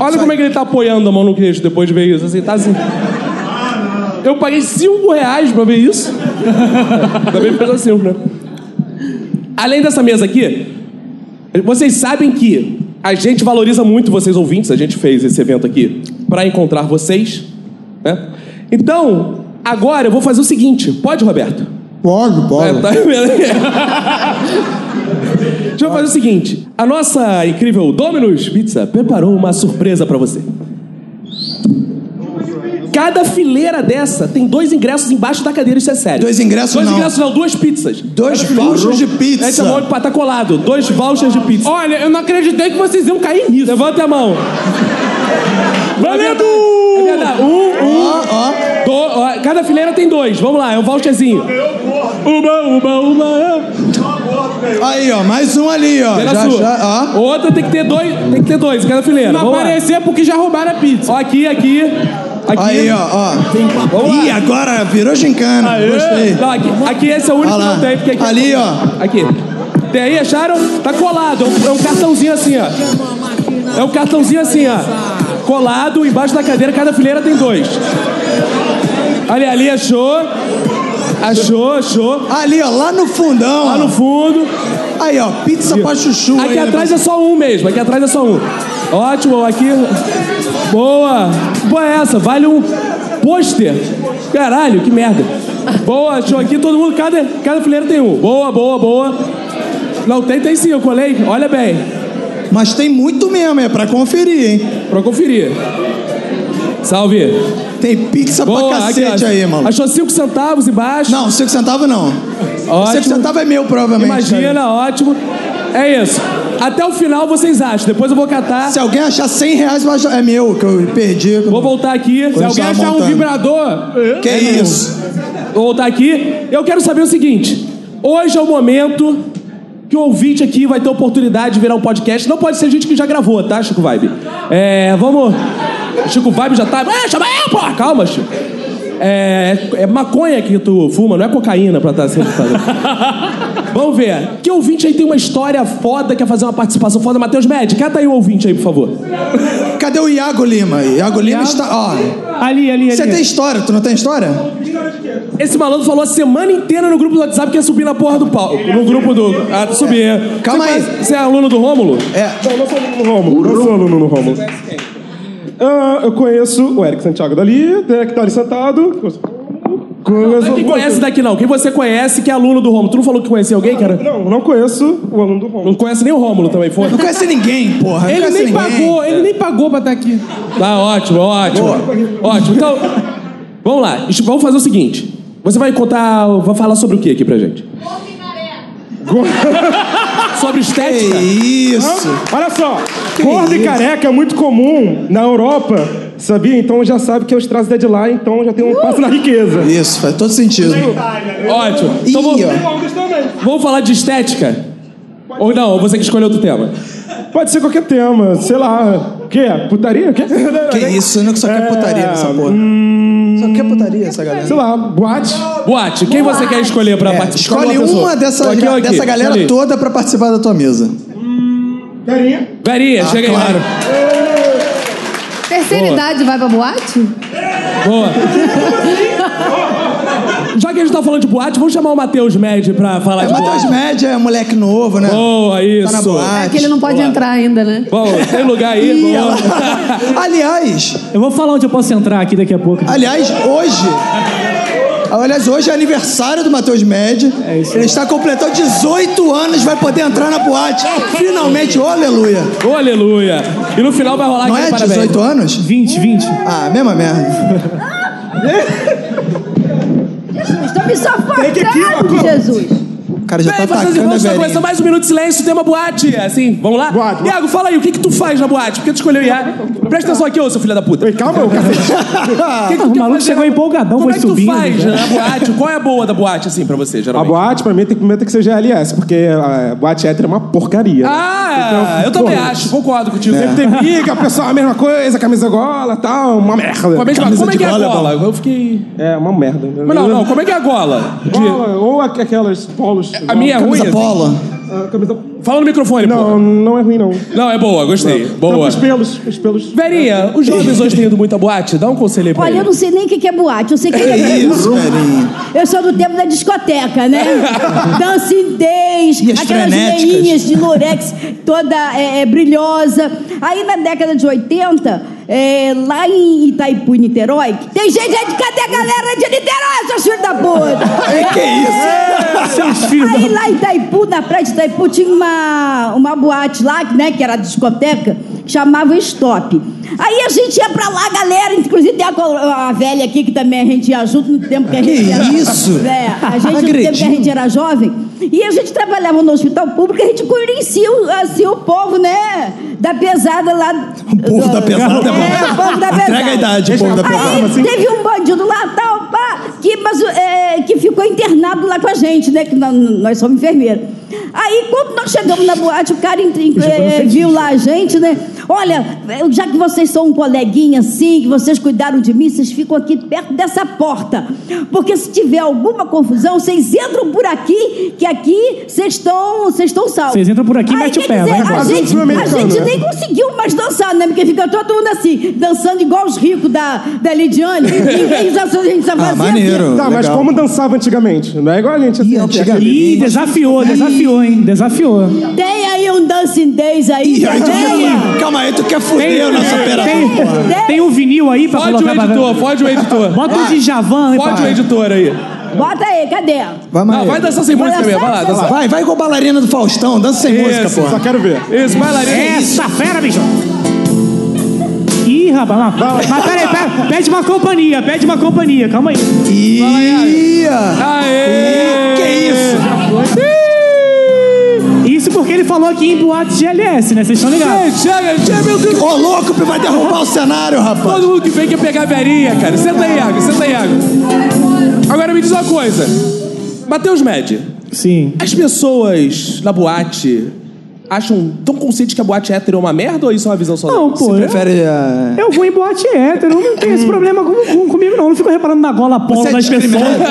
[SPEAKER 1] Olha como é que ele tá apoiando a mão no queixo depois de ver isso. Assim, tá assim. Eu paguei 5 reais pra ver isso. Também pegou 5, né? Além dessa mesa aqui, vocês sabem que a gente valoriza muito vocês ouvintes, a gente fez esse evento aqui pra encontrar vocês, né? Então, agora eu vou fazer o seguinte, pode, Roberto?
[SPEAKER 4] Pode, pode.
[SPEAKER 1] É, tá, Deixa eu fazer o seguinte: a nossa incrível Domino's Pizza preparou uma surpresa pra você. Cada fileira dessa tem dois ingressos embaixo da cadeira, isso é sério.
[SPEAKER 4] Dois ingressos
[SPEAKER 1] dois
[SPEAKER 4] não.
[SPEAKER 1] Ingressos não, duas pizzas.
[SPEAKER 4] Dois vouchers de pizza.
[SPEAKER 1] É chamou de pata colado. Dois vouchers de pizza. Olha, eu não acreditei que vocês iam cair nisso. Levanta a mão. Valendo! É verdade. Um, um. do- ó, cada fileira tem dois. Vamos lá, é um voucherzinho. Uma, uma, uma.
[SPEAKER 4] Aí, ó, mais um ali, ó.
[SPEAKER 1] Pera
[SPEAKER 4] Já,
[SPEAKER 1] sua.
[SPEAKER 4] já, ó.
[SPEAKER 1] Outra tem que ter dois, tem que ter dois em cada fileira.
[SPEAKER 4] Não
[SPEAKER 1] aparecer é porque já roubaram a pizza. Ó, aqui, aqui. aqui.
[SPEAKER 4] Aí, ó, ó. Ih, agora virou gincana.
[SPEAKER 1] Aê.
[SPEAKER 4] Gostei.
[SPEAKER 1] Não, aqui, aqui esse é o único
[SPEAKER 4] Olha
[SPEAKER 1] que
[SPEAKER 4] lá.
[SPEAKER 1] não tem, porque aqui.
[SPEAKER 4] Ali, ó.
[SPEAKER 1] Aqui. Tem aí, acharam? Tá colado. É um, é um cartãozinho assim, ó. É um cartãozinho assim, ó. Colado embaixo da cadeira, cada fileira tem dois. Ali, ali, achou. Achou, achou.
[SPEAKER 3] Ali, ó, lá no fundão.
[SPEAKER 1] Lá no fundo.
[SPEAKER 3] Aí, ó, pizza pra chuchu.
[SPEAKER 1] Aqui
[SPEAKER 3] aí,
[SPEAKER 1] atrás
[SPEAKER 3] né?
[SPEAKER 1] é só um mesmo, aqui atrás é só um. Ótimo, aqui. Boa. Boa essa, vale um pôster. Caralho, que merda. Boa, show aqui, todo mundo, cada, cada fileira tem um. Boa, boa, boa. Não, tem, tem sim, eu colei. Olha bem.
[SPEAKER 3] Mas tem muito mesmo, é pra conferir, hein?
[SPEAKER 1] Pra conferir. Salve.
[SPEAKER 3] Tem pizza
[SPEAKER 1] Boa,
[SPEAKER 3] pra cacete
[SPEAKER 1] aqui, ó.
[SPEAKER 3] aí, mano.
[SPEAKER 1] Achou 5 centavos embaixo?
[SPEAKER 3] Não, 5 centavos não.
[SPEAKER 1] Ótimo.
[SPEAKER 3] 5 centavos é meu, provavelmente.
[SPEAKER 1] Imagina, ótimo. É isso. Até o final vocês acham, depois eu vou catar.
[SPEAKER 3] Se alguém achar 100 reais, eu acho- é meu, que eu perdi.
[SPEAKER 1] Vou voltar aqui.
[SPEAKER 3] Quando
[SPEAKER 1] Se alguém
[SPEAKER 3] tava
[SPEAKER 1] achar um
[SPEAKER 3] montando.
[SPEAKER 1] vibrador.
[SPEAKER 3] Que
[SPEAKER 1] é
[SPEAKER 3] isso?
[SPEAKER 1] meu. Vou voltar aqui. Eu quero saber o seguinte: hoje é o momento que o ouvinte aqui vai ter oportunidade de virar um podcast. Não pode ser gente que já gravou, tá, Chico Vibe? É, vamos. Chico Vibe já tá. Ah, chama eu, pô! Calma, Chico. É, é maconha que tu fuma, não é cocaína pra estar sendo fazendo. Vamos ver. Que ouvinte aí tem uma história foda, quer fazer uma participação foda? Matheus Med, cata aí um ouvinte aí, por favor.
[SPEAKER 3] Cadê o Iago Lima? Iago Lima está. Ó.
[SPEAKER 1] Ali, ali,
[SPEAKER 3] Você tem história? Tu não tem história?
[SPEAKER 1] Esse malandro falou a semana inteira no grupo do WhatsApp que ia subir na porra do palco. No grupo do. Ah, subir. Calma aí. Você é aluno do Rômulo?
[SPEAKER 3] É.
[SPEAKER 20] Não, não sou aluno no Rômulo. Não sou aluno no Rômulo. Ah, eu conheço o Eric Santiago dali, né, que tá ali sentado. Conheço
[SPEAKER 1] Quem conhece daqui não? Quem você conhece que é aluno do Rômulo? Tu não falou que conhecia alguém, cara?
[SPEAKER 20] Não, não conheço o aluno do Rômulo.
[SPEAKER 1] Não conhece nem o Rômulo também, foi?
[SPEAKER 3] Não conhece ninguém, porra.
[SPEAKER 1] Ele
[SPEAKER 3] não conhece
[SPEAKER 1] nem
[SPEAKER 3] ninguém.
[SPEAKER 1] pagou, ele nem pagou pra estar aqui. Tá ótimo, ótimo. Ótimo. Então, vamos lá. Isso, Vamos fazer o seguinte. Você vai contar, vai falar sobre o que aqui pra gente? sobre estética.
[SPEAKER 3] isso.
[SPEAKER 20] Olha só, gordo e
[SPEAKER 1] isso?
[SPEAKER 20] careca é muito comum na Europa, sabia? Então já sabe que eu traço deadline, então já tem um passo na riqueza.
[SPEAKER 3] Isso, faz todo sentido.
[SPEAKER 12] né?
[SPEAKER 1] Ótimo. Então vamos, vamos falar de estética? Ou não, ou você que escolheu outro tema?
[SPEAKER 20] Pode ser qualquer tema, sei lá. O quê? Putaria? Que,
[SPEAKER 3] Que isso, não que só quer putaria nessa porra. Só quer putaria essa galera.
[SPEAKER 20] É, hum, Sei lá, boate.
[SPEAKER 1] Boate, quem você quer escolher pra
[SPEAKER 3] É,
[SPEAKER 1] participar?
[SPEAKER 3] Escolhe
[SPEAKER 1] pessoa.
[SPEAKER 3] uma dessa,
[SPEAKER 1] Aqui ou aqui?
[SPEAKER 3] dessa galera
[SPEAKER 1] Escolhe.
[SPEAKER 3] toda pra participar da tua mesa.
[SPEAKER 20] Verinha.
[SPEAKER 1] Verinha, chega aí.
[SPEAKER 17] Terceira
[SPEAKER 1] Boa.
[SPEAKER 17] idade vai pra boate?
[SPEAKER 1] Boa. Já que a gente tá falando de boate, vamos chamar o Matheus Med pra falar
[SPEAKER 3] É,
[SPEAKER 1] de
[SPEAKER 3] Matheus
[SPEAKER 1] boate.
[SPEAKER 3] Média é moleque novo, né?
[SPEAKER 1] Boa, isso.
[SPEAKER 3] Tá na
[SPEAKER 17] É que
[SPEAKER 3] boate.
[SPEAKER 17] ele não pode entrar ainda, né?
[SPEAKER 1] Bom, tem lugar aí,
[SPEAKER 3] Ih,
[SPEAKER 1] boa.
[SPEAKER 3] ela- Aliás,
[SPEAKER 21] Eu vou falar onde eu posso entrar aqui daqui a pouco.
[SPEAKER 3] aliás, hoje. Aliás, hoje é aniversário do Matheus Média.
[SPEAKER 1] É
[SPEAKER 3] Ele está completando 18 anos, vai poder entrar na boate. Finalmente, oh, aleluia.
[SPEAKER 1] Oh, É. aleluia. E no final vai rolar
[SPEAKER 3] Não
[SPEAKER 1] aquele
[SPEAKER 3] é
[SPEAKER 1] parabéns.
[SPEAKER 3] 18 anos?
[SPEAKER 21] 20, 20.
[SPEAKER 3] Ah, mesma merda.
[SPEAKER 10] Estou me
[SPEAKER 3] Tem que aqui, ó,
[SPEAKER 10] safando,
[SPEAKER 3] como?
[SPEAKER 10] Jesus.
[SPEAKER 3] O cara já
[SPEAKER 1] Bem,
[SPEAKER 3] tá
[SPEAKER 1] vocês
[SPEAKER 3] atacando a
[SPEAKER 1] irmãos, está
[SPEAKER 3] velhinha.
[SPEAKER 1] começando mais um minuto de silêncio, tema boate. Assim, vamos lá? Iago, fala aí, o que que tu faz na boate? Por que tu escolheu o Iago? Presta atenção aqui, ô seu filho da puta.
[SPEAKER 20] Calma, o
[SPEAKER 1] que que tu
[SPEAKER 21] o
[SPEAKER 1] quer
[SPEAKER 21] maluco
[SPEAKER 1] fazer
[SPEAKER 21] chegou
[SPEAKER 1] na-
[SPEAKER 21] empolgadão,
[SPEAKER 1] Como
[SPEAKER 21] foi
[SPEAKER 1] é que tu
[SPEAKER 21] subindo.
[SPEAKER 1] faz
[SPEAKER 21] cara.
[SPEAKER 1] na boate? Qual é a boa da boate, assim, pra você,
[SPEAKER 20] A
[SPEAKER 1] geralmente?
[SPEAKER 20] boate, pra mim, tem que, primeiro tem que ser GLS, porque a boate hétero é uma porcaria. Então,
[SPEAKER 1] Ah, eu também acho, concordo
[SPEAKER 3] É.
[SPEAKER 1] contigo.
[SPEAKER 20] Sempre tem briga, o pessoal, a mesma coisa, camisa gola tal, uma merda.
[SPEAKER 1] Com a mesma-
[SPEAKER 20] Camisa
[SPEAKER 1] como é
[SPEAKER 20] de
[SPEAKER 1] que é a
[SPEAKER 20] gola
[SPEAKER 1] gola?
[SPEAKER 20] bom.
[SPEAKER 1] Eu fiquei...
[SPEAKER 20] É, uma merda.
[SPEAKER 1] Mas não, não, como é que é a gola?
[SPEAKER 20] Gola, ou aqu- aquelas polos.
[SPEAKER 1] A minha é ruim? assim?
[SPEAKER 20] Ah, camisa...
[SPEAKER 1] Fala no microfone,
[SPEAKER 20] Não, não é ruim, não.
[SPEAKER 1] Não, é boa, gostei.
[SPEAKER 20] Não,
[SPEAKER 1] Boa.
[SPEAKER 20] os pelos, os pelos.
[SPEAKER 1] Verinha, os jovens hoje têm ido muito à boate. Dá um conselho aí pra
[SPEAKER 10] Olha, eu
[SPEAKER 1] ele.
[SPEAKER 10] não sei nem o que que é boate, eu sei que é
[SPEAKER 3] isso, velhinho.
[SPEAKER 10] Eu sou do tempo da discoteca, né? Dancidez,
[SPEAKER 3] as
[SPEAKER 10] aquelas
[SPEAKER 3] frenéticas.
[SPEAKER 10] meinhas de lurex toda é, é, brilhosa. Aí na década de 80, é, lá em Itaipu, Niterói, tem gente aí de cadê a galera de Niterói, seus filhos da puta?
[SPEAKER 3] É, que
[SPEAKER 1] É.
[SPEAKER 3] isso? Seus filhos é um da
[SPEAKER 10] Aí lá em Itaipu, na praia de Itaipu, tinha uma, uma boate lá, né, que era discoteca, que chamava Stop. Aí a gente ia pra lá, galera, inclusive tem a, col- a velha aqui que também a gente ia junto no tempo que a gente
[SPEAKER 3] Que
[SPEAKER 10] era...
[SPEAKER 3] isso?
[SPEAKER 10] É, a gente
[SPEAKER 3] Tá
[SPEAKER 10] no tempo que a
[SPEAKER 3] agredindo.
[SPEAKER 10] gente era jovem, e a gente trabalhava no hospital público, a gente conhecia o, assim, o povo, né, da pesada lá... O
[SPEAKER 3] povo da pesada é bom.
[SPEAKER 10] É, o povo da pesada.
[SPEAKER 3] Entrega a idade, o povo da pesada.
[SPEAKER 1] assim.
[SPEAKER 10] Aí
[SPEAKER 21] assim.
[SPEAKER 10] teve um bandido lá, tal, pá, que, mas, é, que ficou internado lá com a gente, né? Que nó- nós
[SPEAKER 21] é
[SPEAKER 10] somos enfermeiros. Aí, quando nós chegamos na boate, o cara entre- eh, viu lá a gente, né? Olha, eu- já que vocês são um coleguinha assim, que vocês cuidaram de mim, vocês ficam aqui perto dessa porta. Porque se tiver alguma confusão, vocês entram por aqui, que aqui vocês estão vocês estão salvos.
[SPEAKER 21] Vocês entram por aqui e
[SPEAKER 10] Aí,
[SPEAKER 21] mete o
[SPEAKER 10] quer
[SPEAKER 21] pé,
[SPEAKER 10] dizer,
[SPEAKER 21] vai embora.
[SPEAKER 10] a
[SPEAKER 21] Faz um
[SPEAKER 10] gente,
[SPEAKER 21] filme
[SPEAKER 10] a
[SPEAKER 21] americano,
[SPEAKER 10] gente
[SPEAKER 21] né?
[SPEAKER 10] nem conseguiu mais dançar, né? Porque fica todo mundo assim, dançando igual os ricos da, da Lidiane. Ninguém já, a gente só
[SPEAKER 21] Ah,
[SPEAKER 10] fazia assim.
[SPEAKER 20] Tá, mas como dançava antigamente? Não é igual a gente assim.
[SPEAKER 21] antigamente- Ih, desafiou, desafiou, hein? Desafiou.
[SPEAKER 10] Tem aí um Dancing Days aí. tá
[SPEAKER 21] Ih, aí tu
[SPEAKER 10] também,
[SPEAKER 21] quer-
[SPEAKER 10] ó.
[SPEAKER 21] calma aí, tu quer
[SPEAKER 10] fuder
[SPEAKER 21] o nosso operador, porra. Tem um vinil aí pra
[SPEAKER 1] Fode o
[SPEAKER 21] colocar pra-
[SPEAKER 1] editor, fode o editor. Ah,
[SPEAKER 21] Bota o Djavan aí,
[SPEAKER 1] Fode o
[SPEAKER 21] papai.
[SPEAKER 1] editor aí.
[SPEAKER 10] Bota aí, cadê?
[SPEAKER 1] Não, vai dançar sem música mesmo, vai lá, dança.
[SPEAKER 3] Vai, vai igual bailarina do Faustão, dança sem música,
[SPEAKER 1] Isso,
[SPEAKER 3] porra.
[SPEAKER 1] só quero ver. é Isso, bailarina.
[SPEAKER 21] Essa fera, bicho. Ih, rapaz, não. mas peraí, pera, pede uma companhia, pede uma companhia, calma aí.
[SPEAKER 1] Aê!
[SPEAKER 21] Que isso? Isso porque ele falou aqui em boate GLS, né? Vocês estão ligados?
[SPEAKER 1] Chega, chega, É, meu Deus.
[SPEAKER 3] Ô, louco, vai derrubar o cenário, rapaz.
[SPEAKER 1] Todo mundo que vem quer pegar a verinha, cara. Senta aí, Iago, senta aí, Iago. Agora me diz uma coisa. Matheus Med.
[SPEAKER 21] Sim.
[SPEAKER 1] As pessoas na boate acham tão consciente que a boate hétero é uma merda ou isso é uma visão só
[SPEAKER 21] Não,
[SPEAKER 1] dela?
[SPEAKER 21] pô. eu-
[SPEAKER 10] é,
[SPEAKER 21] Eu vou em É boate hétero, não tem esse problema com, com- comigo, não. Eu Não fico reparando na gola polo
[SPEAKER 1] Você é
[SPEAKER 21] das pessoas.
[SPEAKER 1] discriminado.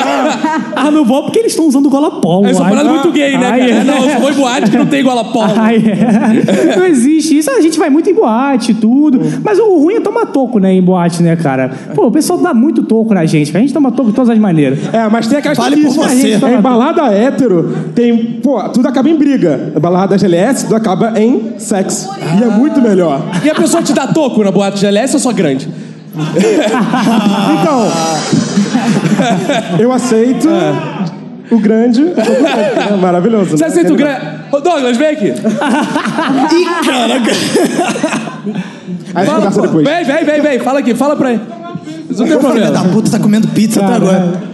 [SPEAKER 21] ah, não vou porque eles estão usando gola polo.
[SPEAKER 1] É isso, é uma
[SPEAKER 21] Ai,
[SPEAKER 1] parada
[SPEAKER 21] não.
[SPEAKER 1] muito gay, né,
[SPEAKER 21] Ai,
[SPEAKER 1] cara?
[SPEAKER 21] é.
[SPEAKER 1] Não, eu vou em boate que não tem igual a polo.
[SPEAKER 21] Ai, é. Não existe isso. A gente vai muito em boate e tudo.
[SPEAKER 1] Hum.
[SPEAKER 21] Mas o ruim é tomar toco, né, em boate, né, cara? Pô, o pessoal dá muito toco na gente. cara. A gente toma toco de todas as maneiras.
[SPEAKER 20] É, mas tem aquelas
[SPEAKER 21] Fale por você.
[SPEAKER 20] É, em balada hétero, tem. Pô, tudo acaba em briga. Balada GLS, tudo acaba em sexo. E é muito melhor.
[SPEAKER 1] E a pessoa te dá toco na boate de LS ou é só grande?
[SPEAKER 20] então. Eu aceito o grande. É maravilhoso.
[SPEAKER 1] Você
[SPEAKER 20] né?
[SPEAKER 1] aceita o grande. Ô, Douglas, vem aqui. Ih, caraca.
[SPEAKER 20] Aí
[SPEAKER 1] fala,
[SPEAKER 20] conversa
[SPEAKER 1] pô.
[SPEAKER 20] depois.
[SPEAKER 1] Vem, vem, vem, vem. Fala aqui, fala pra ele. Mas Não tem problema.
[SPEAKER 3] Filha da puta tá comendo pizza até agora.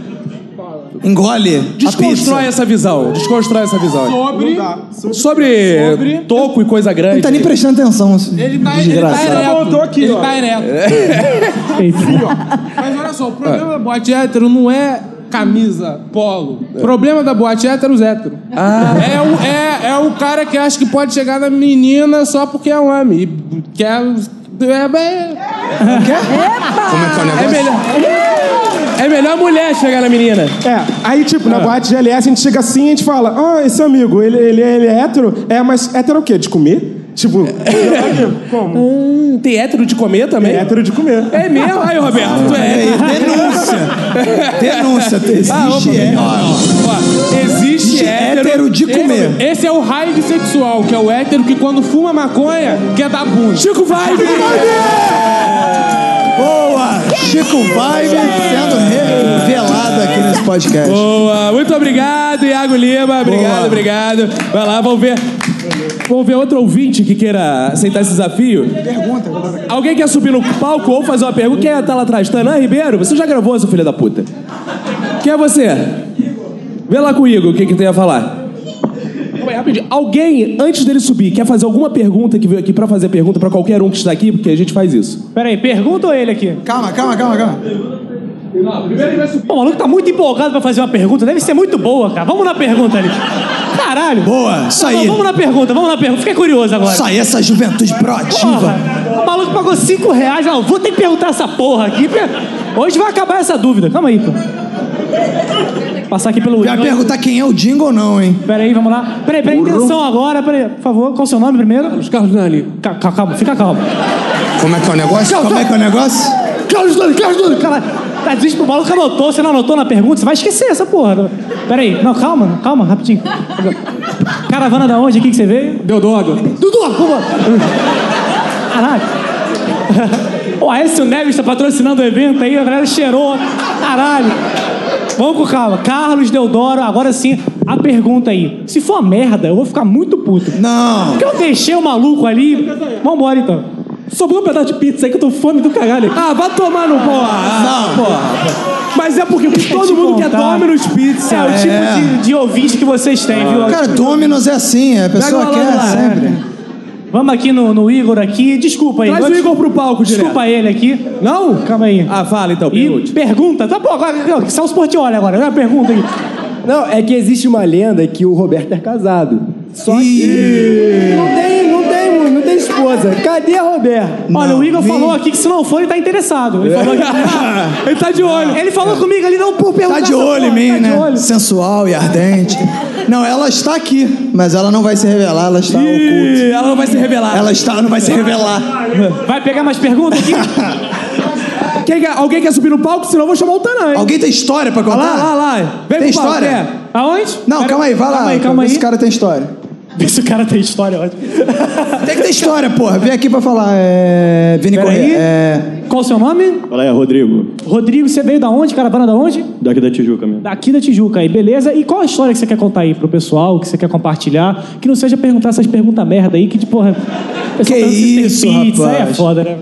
[SPEAKER 3] Engole.
[SPEAKER 1] Desconstrói essa visão. Desconstrói essa visão.
[SPEAKER 18] Sobre-
[SPEAKER 1] Sobre. Sobre. Toco e coisa grande.
[SPEAKER 3] Não tá nem prestando atenção. assim.
[SPEAKER 18] Ele tá, ele tá
[SPEAKER 3] Desgraçado.
[SPEAKER 18] ereto.
[SPEAKER 3] Voltou aqui,
[SPEAKER 18] ele
[SPEAKER 3] ó. É.
[SPEAKER 18] tá ereto. Mas olha
[SPEAKER 3] Ah.
[SPEAKER 18] só, o problema da boate hétero não é camisa, polo. O problema da boate hétero é os héteros.
[SPEAKER 3] Ah.
[SPEAKER 18] É, o, é, é o cara que acha que pode chegar na menina só porque é homem. E quer... É, bem-
[SPEAKER 1] Como
[SPEAKER 20] Ah!
[SPEAKER 1] é que é o negócio? É melhor. É melhor a mulher chegar na menina.
[SPEAKER 20] É, aí tipo,
[SPEAKER 1] Ah.
[SPEAKER 20] na boate GLS a gente chega assim e a gente fala: Ah, esse amigo, ele, ele, ele é hétero? É, mas hétero o quê? De comer? Tipo,
[SPEAKER 1] Como? Um tem hétero de comer também? Tem
[SPEAKER 20] hétero de comer.
[SPEAKER 1] É mesmo? Aí, Roberto, tu é.
[SPEAKER 3] Ei, denúncia. Denúncia, existe é.
[SPEAKER 1] Ah, opa,
[SPEAKER 3] hétero.
[SPEAKER 1] ó, ó. Existe hétero de comer.
[SPEAKER 18] Esse é o raio sexual, que é o hétero que quando fuma maconha,
[SPEAKER 3] é
[SPEAKER 18] quer dar bunda.
[SPEAKER 1] Chico vai!
[SPEAKER 3] Boa! Chico Vibe sendo É. revelado aqui nesse podcast.
[SPEAKER 1] Boa, muito obrigado, Iago Lima. Obrigado, obrigado. Vai lá, vamos ver. Vamos ver outro ouvinte que queira aceitar esse desafio.
[SPEAKER 7] Pergunta agora.
[SPEAKER 1] Alguém quer subir no palco ou fazer uma pergunta? Quem é tá lá atrás? Tanã Ribeiro? Você já gravou, seu filho da puta? Quem é você? Vê lá comigo o que, que tem a falar. Calma aí, rapidinho. Alguém, antes dele subir, quer fazer alguma pergunta que veio aqui pra fazer pergunta pra qualquer um que está aqui? Porque a gente faz isso.
[SPEAKER 21] Peraí, pergunta ou ele aqui?
[SPEAKER 3] Calma, calma, calma, calma.
[SPEAKER 21] O maluco tá muito empolgado pra fazer uma pergunta. Deve ser muito boa, cara. Vamos na pergunta ali. Caralho. Tá
[SPEAKER 3] Boa, isso aí.
[SPEAKER 21] Vamos na pergunta, vamos na pergunta. Fiquei curioso agora.
[SPEAKER 3] Isso aí, essa juventude proativa.
[SPEAKER 21] Porra, o maluco pagou 5 reais. Não, vou ter que perguntar essa porra aqui. pe- Hoje vai acabar essa dúvida. Calma aí, pô. Passar aqui pelo...
[SPEAKER 3] Vai perguntar quem é o Dingo ou não, hein?
[SPEAKER 21] Peraí, vamos lá. Peraí, peraí, atenção agora. Peraí, por favor. Qual o seu nome primeiro? Carlos
[SPEAKER 1] Carlos Nani.
[SPEAKER 21] Calma, fica calmo.
[SPEAKER 3] Como é que é o negócio? Como é que é o negócio?
[SPEAKER 21] Carlos Nani, Carlos Nani. Caralho. Tá dizendo pro maluco que anotou. Você não anotou na pergunta? Você vai esquecer essa porra. né? Peraí. Não, calma, calma, rapidinho. Caravana da onde? Aqui que você veio?
[SPEAKER 1] Deodoro.
[SPEAKER 21] Dudu, vamos Caralho. O Aécio Neves tá patrocinando o evento aí, a galera cheirou. Caralho. Vamos com calma. Carlos Deodoro, agora sim, a pergunta aí. Se for uma merda, eu vou ficar muito puto.
[SPEAKER 3] Não.
[SPEAKER 21] Porque eu deixei o maluco ali. Vambora então. Sobrou um pedaço de pizza aí que eu tô fome do caralho.
[SPEAKER 1] Ah, vai tomar no porra.
[SPEAKER 3] Não,
[SPEAKER 1] porra. Mas é porque todo mundo quer Domino's Pizza.
[SPEAKER 21] É o
[SPEAKER 3] É.
[SPEAKER 21] tipo de, de ouvinte que vocês têm, viu?
[SPEAKER 3] Cara, Dominus é assim, a pessoa
[SPEAKER 21] Pega lá,
[SPEAKER 3] quer
[SPEAKER 21] lá, lá.
[SPEAKER 3] sempre.
[SPEAKER 21] Vamos aqui no, no Igor aqui. Desculpa aí.
[SPEAKER 1] Traz
[SPEAKER 21] vou
[SPEAKER 1] o
[SPEAKER 21] te-
[SPEAKER 1] Igor pro palco direto.
[SPEAKER 21] Desculpa ele aqui. Não? Calma aí.
[SPEAKER 1] Ah, fala então,
[SPEAKER 21] E pergunta. Tá bom, agora. não, Celso Portioli agora. Agora pergunta aí.
[SPEAKER 22] Não, é que existe uma lenda que o Roberto é casado. Só que. Não tem, não tem, mu- não tem
[SPEAKER 23] esposa. Cadê a Roberta?
[SPEAKER 21] Olha, o Igor falou aqui que se não for, ele tá interessado. Ele falou que...
[SPEAKER 4] É. Ele tá de olho.
[SPEAKER 21] Ele falou comigo ali, não por perguntar.
[SPEAKER 4] Tá de
[SPEAKER 21] essa
[SPEAKER 4] olho em
[SPEAKER 21] porra,
[SPEAKER 4] mim,
[SPEAKER 21] tá de
[SPEAKER 4] né?
[SPEAKER 21] olho.
[SPEAKER 4] Sensual e ardente. Não, ela está aqui, mas ela não vai se revelar, ela está oculta.
[SPEAKER 1] Ela não vai se revelar.
[SPEAKER 4] Ela está, não vai se revelar.
[SPEAKER 21] Vai pegar mais perguntas aqui?
[SPEAKER 4] Quem quer- alguém quer subir no palco? Senão eu vou chamar o Tanã, Alguém tem história pra contar?
[SPEAKER 21] Lá, lá, lá. Vem
[SPEAKER 4] tem
[SPEAKER 21] pro palco,
[SPEAKER 4] história?
[SPEAKER 21] é. Aonde?
[SPEAKER 4] Não, calma aí, vai lá.
[SPEAKER 21] Calma aí, calma
[SPEAKER 4] Vê
[SPEAKER 21] aí.
[SPEAKER 4] se o cara tem história.
[SPEAKER 21] Vê se o cara tem história, ótimo.
[SPEAKER 4] Tem que ter história, porra. Vem aqui pra falar. É... Vini Correia. É...
[SPEAKER 21] Qual o seu nome?
[SPEAKER 19] Fala aí, Rodrigo.
[SPEAKER 21] Rodrigo, você veio da onde? Caravana da onde?
[SPEAKER 19] Daqui da Tijuca mesmo.
[SPEAKER 21] Daqui da Tijuca aí, beleza? E qual a história que você quer contar aí pro pessoal, que você quer compartilhar? Que não seja perguntar essas perguntas merda aí, que de porra. o pessoal tá
[SPEAKER 19] Que
[SPEAKER 21] pergunta se tem
[SPEAKER 19] isso,
[SPEAKER 21] pizza,
[SPEAKER 19] rapaz.
[SPEAKER 21] Aí é foda, né?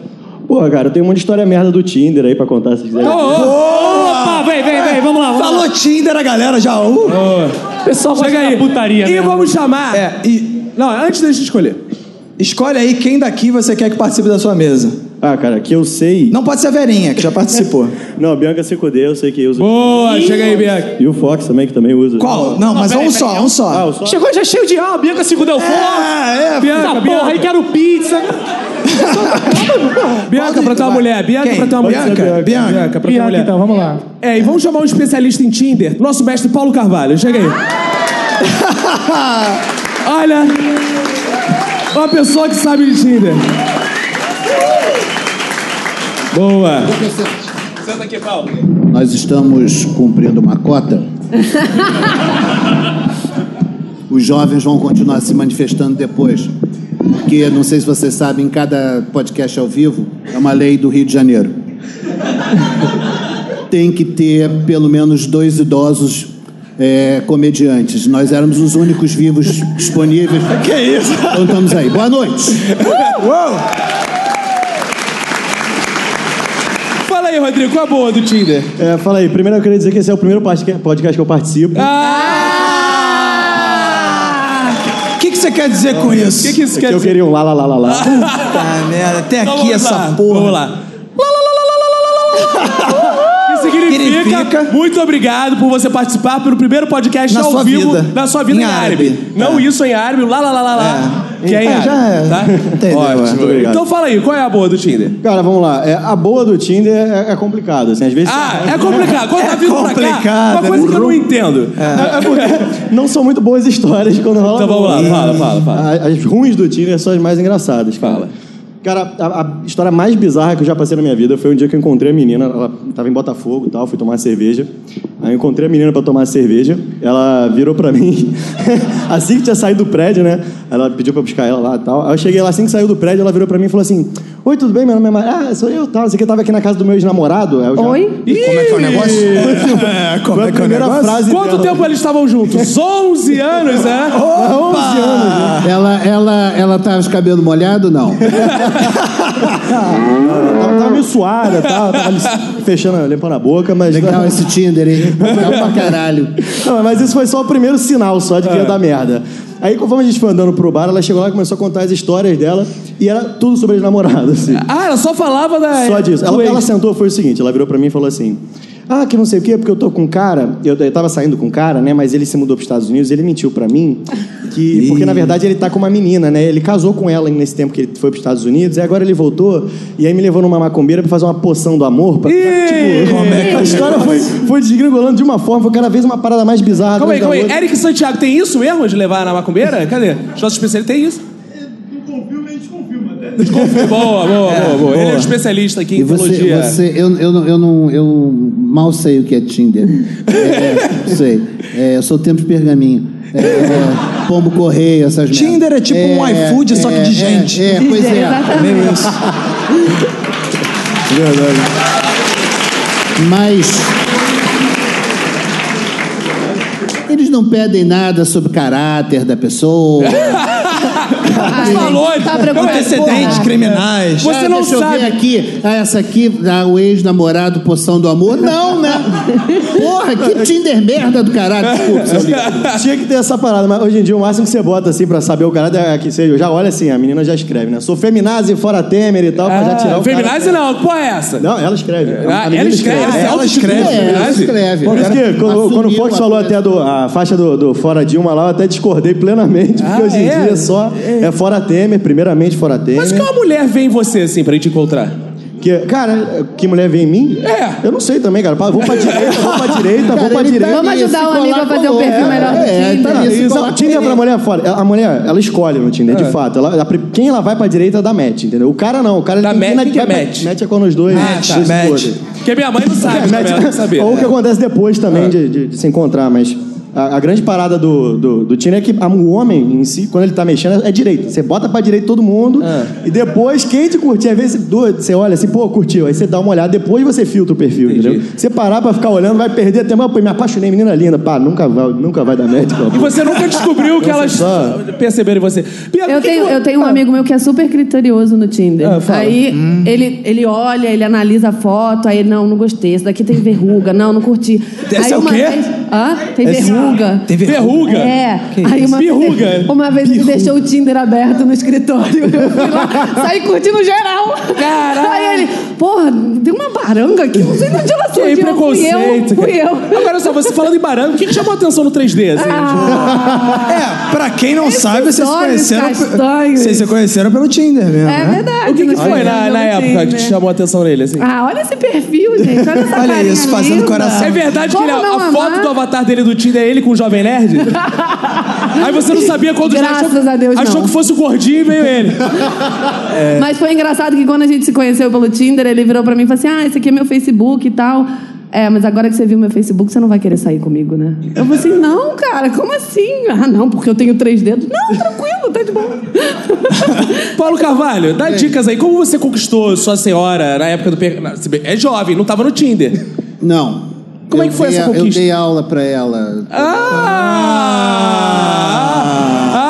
[SPEAKER 19] Pô, cara, eu tenho um monte de história merda do Tinder aí pra contar, se quiser.
[SPEAKER 21] Opa, vem, vem, vem, vamos lá.
[SPEAKER 4] Falou Tinder, a galera já. Uh.
[SPEAKER 21] Pessoal
[SPEAKER 1] Chega aí.
[SPEAKER 21] putaria,
[SPEAKER 1] E vamos chamar.
[SPEAKER 4] É, e... Não, antes da gente escolher. Escolhe aí quem daqui você quer que participe da sua mesa.
[SPEAKER 19] Ah, cara, que eu sei.
[SPEAKER 4] Não pode ser a Verinha, que já participou.
[SPEAKER 19] Não, Bianca Cicudê, eu sei que usa.
[SPEAKER 4] Boa, chega aí, Bianca.
[SPEAKER 19] E o Fox também, que também usa.
[SPEAKER 4] Qual? Não, mas um só, um só.
[SPEAKER 19] Ah, um só?
[SPEAKER 21] Chegou já cheio de alma, Bianca se deu fora.
[SPEAKER 4] É, é,
[SPEAKER 21] Bianca,
[SPEAKER 4] Bianca,
[SPEAKER 21] porra, aí quero pizza.
[SPEAKER 1] Bianca pra tua mulher, Bianca pra tua mulher. Bianca pra tua mulher.
[SPEAKER 21] então, vamos lá.
[SPEAKER 1] É, e vamos chamar um especialista em Tinder, nosso mestre Paulo Carvalho. Chega aí. Olha, uma pessoa que sabe de Tinder.
[SPEAKER 24] Boa.
[SPEAKER 1] Senta aqui, Paulo.
[SPEAKER 24] Nós estamos cumprindo uma cota. Os jovens vão continuar se manifestando depois. Porque, não sei se vocês sabem, cada podcast ao vivo é uma lei do Rio de Janeiro. Tem que ter pelo menos dois idosos é, comediantes. Nós éramos os únicos vivos disponíveis. Que isso? Uh! Então estamos aí. Boa noite.
[SPEAKER 1] Fala aí, Rodrigo, qual a boa do Tinder?
[SPEAKER 19] É, fala aí. Primeiro eu queria dizer que esse é o primeiro podca- podcast que eu participo.
[SPEAKER 4] O que, que você quer dizer com isso?
[SPEAKER 19] que que isso É quer que eu dizer? queria um lá, lá, lá, lá, lá.
[SPEAKER 4] Puta merda, até
[SPEAKER 19] Então
[SPEAKER 4] aqui
[SPEAKER 19] vamos
[SPEAKER 4] essa
[SPEAKER 19] lá,
[SPEAKER 4] porra.
[SPEAKER 1] vamos lá. Que significa, muito obrigado por você participar pelo primeiro podcast
[SPEAKER 4] Na
[SPEAKER 1] ao
[SPEAKER 4] sua
[SPEAKER 1] vivo
[SPEAKER 4] vida.
[SPEAKER 1] na sua vida em,
[SPEAKER 4] Em
[SPEAKER 1] árabe.
[SPEAKER 4] árabe.
[SPEAKER 1] Não isso em árabe, lá lá lá lá lá. Que é em
[SPEAKER 19] É,
[SPEAKER 1] árabe.
[SPEAKER 19] já é.
[SPEAKER 1] Tá?
[SPEAKER 19] Entendeu, é. Muito obrigado.
[SPEAKER 1] Então fala aí, qual é a boa do Tinder?
[SPEAKER 19] Cara, vamos lá. É, a boa do Tinder é, é complicado, assim. Às vezes...
[SPEAKER 1] Ah, é complicado. Quando tá vindo pra cá, uma coisa que eu não entendo.
[SPEAKER 19] É, é porque não são muito boas histórias quando rola.
[SPEAKER 1] Então vamos lá,
[SPEAKER 19] boa.
[SPEAKER 1] fala, fala, fala.
[SPEAKER 19] A- As ruins do Tinder são as mais engraçadas, cara. Cara, a, a história mais bizarra que eu já passei na minha vida foi um dia que eu encontrei a menina, ela tava em Botafogo e tal, fui tomar cerveja. Aí eu encontrei a menina pra tomar cerveja, ela virou pra mim, assim que tinha saído do prédio, né? Ela pediu pra eu buscar ela lá e tal. Aí eu cheguei lá, assim que saiu do prédio, ela virou pra mim e falou assim: Oi, tudo bem? Meu nome é Maria. Ah, sou eu e tal. Você que tava aqui na casa do meu ex-namorado. Aí eu já-
[SPEAKER 1] Oi?
[SPEAKER 19] Como é que é o negócio?
[SPEAKER 1] É, como é que é o negócio? Quanto tempo eles estavam juntos? 11 anos, é?
[SPEAKER 24] Ela, ela, ela tá de cabelo molhado, não?
[SPEAKER 19] Tava, tava meio suada, tava, tava fechando, limpando a boca, mas.
[SPEAKER 24] Legal um esse Tinder, hein? Legal pra caralho.
[SPEAKER 19] Não, mas isso foi só o primeiro sinal só
[SPEAKER 1] É.
[SPEAKER 19] de que ia dar merda. Aí, conforme a gente foi andando pro bar, ela chegou lá e começou a contar as histórias dela e era tudo sobre as namoradas, assim.
[SPEAKER 1] Ah, ela só falava da.
[SPEAKER 19] Só disso. Ela,
[SPEAKER 1] do ex.
[SPEAKER 19] ela sentou, foi o seguinte: ela virou pra mim e falou assim. Ah, que não sei o quê, porque eu tô com um cara. Eu, eu tava saindo com um cara, né? Mas ele se mudou pros Estados Unidos e ele mentiu pra mim. Que, porque, na verdade, ele tá com uma menina, né? Ele casou com ela nesse tempo que ele foi pros Estados Unidos, e agora ele voltou, e aí me levou numa macumbeira pra fazer uma poção do amor. Pra, tipo,
[SPEAKER 1] Como é que é
[SPEAKER 19] a
[SPEAKER 1] o
[SPEAKER 19] história foi, foi desgringolando de uma forma, foi cada vez uma parada mais bizarra.
[SPEAKER 1] Calma aí,
[SPEAKER 19] atrás
[SPEAKER 1] calma
[SPEAKER 19] da
[SPEAKER 1] aí.
[SPEAKER 19] outra.
[SPEAKER 1] Eric Santiago, tem isso mesmo de levar na macumbeira? Cadê? Os nossos especialistas tem isso? Desconfio, boa, boa,
[SPEAKER 24] É,
[SPEAKER 1] boa, boa. Ele é um
[SPEAKER 24] boa.
[SPEAKER 1] especialista aqui em
[SPEAKER 24] E você,
[SPEAKER 4] é?
[SPEAKER 1] teologia.
[SPEAKER 24] você eu, eu, não- eu não. Eu mal sei o que é Tinder. É, sei. É, eu sou tempo de pergaminho. É, é, pombo correio, essas merdas.
[SPEAKER 4] Tinder é tipo um iFood, só que de
[SPEAKER 24] é,
[SPEAKER 4] gente.
[SPEAKER 24] É, é, pois é.
[SPEAKER 4] Exatamente.
[SPEAKER 24] isso. Verdade. Mas. Eles não pedem nada sobre o caráter da pessoa.
[SPEAKER 17] Ah,
[SPEAKER 4] Ai,
[SPEAKER 1] Valores,
[SPEAKER 4] tá preocupado, antecedentes
[SPEAKER 24] porra.
[SPEAKER 4] criminais.
[SPEAKER 24] Você
[SPEAKER 17] É,
[SPEAKER 24] não sabe. aqui, ah, essa aqui, ah, o ex-namorado Poção do Amor. Não, né? Porra, que Tinder merda do caralho. Desculpa, seu lindo.
[SPEAKER 19] Tinha que ter essa parada, mas hoje em dia o máximo que você bota assim pra saber o caráter é que seja. Já olha assim, a menina já escreve, né? Sou feminazi, fora Temer e tal, pra já tirar o
[SPEAKER 1] Feminazi
[SPEAKER 19] cara.
[SPEAKER 1] não, que porra é essa?
[SPEAKER 19] Não, ela escreve.
[SPEAKER 1] Ah,
[SPEAKER 19] A
[SPEAKER 1] ela
[SPEAKER 19] menina
[SPEAKER 1] escreve, ela se autoescreve,
[SPEAKER 19] É,
[SPEAKER 1] feminazi?
[SPEAKER 19] ela escreve. Por isso que quando, quando o Fox falou até do, a faixa do, do Fora Dilma lá, eu até discordei plenamente, porque hoje em
[SPEAKER 1] é?
[SPEAKER 19] dia é só.
[SPEAKER 1] É
[SPEAKER 19] fora Temer, primeiramente fora Temer.
[SPEAKER 1] Mas o que uma mulher vê em você, assim, pra gente te encontrar?
[SPEAKER 19] Que, cara, que mulher vê em mim? É. Eu não sei também, cara. Pá, Vou pra direita, vou pra direita, vou
[SPEAKER 17] Cara,
[SPEAKER 19] pra
[SPEAKER 17] ele tá
[SPEAKER 19] direita.
[SPEAKER 17] Vamos ali, ajudar se o amigo colar, a fazer um colou. perfil melhor no
[SPEAKER 19] É,
[SPEAKER 17] Tinder.
[SPEAKER 19] tá ali,
[SPEAKER 17] Ele se
[SPEAKER 19] não,
[SPEAKER 17] colar,
[SPEAKER 19] Tinder pra mulher é fora. A mulher, ela escolhe no Tinder,
[SPEAKER 1] É.
[SPEAKER 19] de fato. Ela, a pri- quem ela vai pra direita dá match, entendeu? O cara não. O cara ele tem
[SPEAKER 1] match,
[SPEAKER 19] quem
[SPEAKER 1] o que é
[SPEAKER 19] vai pra-
[SPEAKER 1] match?
[SPEAKER 19] Match é quando os dois.
[SPEAKER 1] Ah, tá,
[SPEAKER 19] dois se
[SPEAKER 1] match.
[SPEAKER 19] fodem.
[SPEAKER 1] Porque minha mãe não
[SPEAKER 19] Tá,
[SPEAKER 1] sabe, também, ela não sabia.
[SPEAKER 19] Ou o que né? É. acontece depois também de, de- de se encontrar, mas. A, a grande parada do, do, do Tinder é que a- o homem em si, quando ele tá mexendo, é direito. Você bota pra direita todo mundo e depois quem te curtir, às vezes do- você olha assim, pô, curtiu. Aí você dá uma olhada, depois você filtra o perfil, entendeu? Você parar pra ficar olhando, vai perder tempo. Ah, Pô, me apaixonei, menina linda. Pá, nunca vai, nunca vai dar médico.
[SPEAKER 1] E você nunca descobriu que elas perceberam em você.
[SPEAKER 17] Eu tenho, eu tenho um amigo meu que é super criterioso no Tinder.
[SPEAKER 1] Ah, fala.
[SPEAKER 17] aí ele, ele olha, ele analisa a foto, aí não, não gostei, esse daqui tem verruga, não, não curti.
[SPEAKER 1] Esse
[SPEAKER 17] aí
[SPEAKER 1] é o
[SPEAKER 17] uma
[SPEAKER 1] quê?
[SPEAKER 17] Vez, Hã? tem
[SPEAKER 1] Esse-
[SPEAKER 17] verruga.
[SPEAKER 1] Tem verruga?
[SPEAKER 17] É.
[SPEAKER 1] Que
[SPEAKER 17] aí
[SPEAKER 1] isso?
[SPEAKER 17] uma
[SPEAKER 1] Verruga?
[SPEAKER 17] Vez, uma vez ele deixou o Tinder aberto no escritório. Eu fui lá, saí curtindo geral. Caralho. Aí ele, porra, tem uma baranga aqui, não sei de onde ela surgiu.
[SPEAKER 1] Que
[SPEAKER 17] fui eu,
[SPEAKER 1] preconceito.
[SPEAKER 17] fui eu.
[SPEAKER 1] cara. Agora só, você falando em baranga, o que, que chamou a atenção no 3D? Assim?
[SPEAKER 17] Ah.
[SPEAKER 1] Ah.
[SPEAKER 3] É, pra quem não sabe, vocês se
[SPEAKER 1] olhos
[SPEAKER 3] conheceram.
[SPEAKER 1] castanhos.
[SPEAKER 3] Vocês se conheceram pelo Tinder mesmo.
[SPEAKER 17] É
[SPEAKER 3] né?
[SPEAKER 17] verdade.
[SPEAKER 1] O que, que
[SPEAKER 17] não
[SPEAKER 1] foi
[SPEAKER 17] sei,
[SPEAKER 1] Ah, na,
[SPEAKER 17] não
[SPEAKER 1] na
[SPEAKER 17] sei,
[SPEAKER 1] época que
[SPEAKER 17] né?
[SPEAKER 1] te chamou a atenção nele, assim?
[SPEAKER 17] Ah, olha esse perfil, gente. Olha essa
[SPEAKER 1] Olha
[SPEAKER 17] carinha
[SPEAKER 1] isso, fazendo
[SPEAKER 17] linda.
[SPEAKER 1] coração. É verdade que
[SPEAKER 17] Como
[SPEAKER 1] ele- a,
[SPEAKER 17] não
[SPEAKER 1] a
[SPEAKER 17] amar?
[SPEAKER 1] foto do avatar dele do Tinder é ele com o Jovem Nerd? Aí você não sabia quando
[SPEAKER 17] Graças
[SPEAKER 1] achou,
[SPEAKER 17] a Deus,
[SPEAKER 1] Achou
[SPEAKER 17] não.
[SPEAKER 1] que fosse o gordinho e veio ele. É.
[SPEAKER 17] Mas foi engraçado que quando a gente se conheceu pelo Tinder, ele virou pra mim e falou assim: Ah, esse aqui é meu Facebook e tal. É, mas agora que você viu meu Facebook, você não vai querer sair comigo, né? Eu falei assim, não, cara, como assim? Ah, não, porque eu tenho três dedos. Não, tranquilo, tá de boa.
[SPEAKER 1] Paulo Carvalho, dá dicas aí. Como você conquistou sua senhora na época do... per- na- se bem- É jovem, não tava no Tinder.
[SPEAKER 24] Não.
[SPEAKER 1] Como é
[SPEAKER 24] Eu
[SPEAKER 1] que foi
[SPEAKER 24] dei
[SPEAKER 1] essa
[SPEAKER 24] a-
[SPEAKER 1] conquista? Ah!
[SPEAKER 24] Eu dei aula pra ela.
[SPEAKER 1] Ah!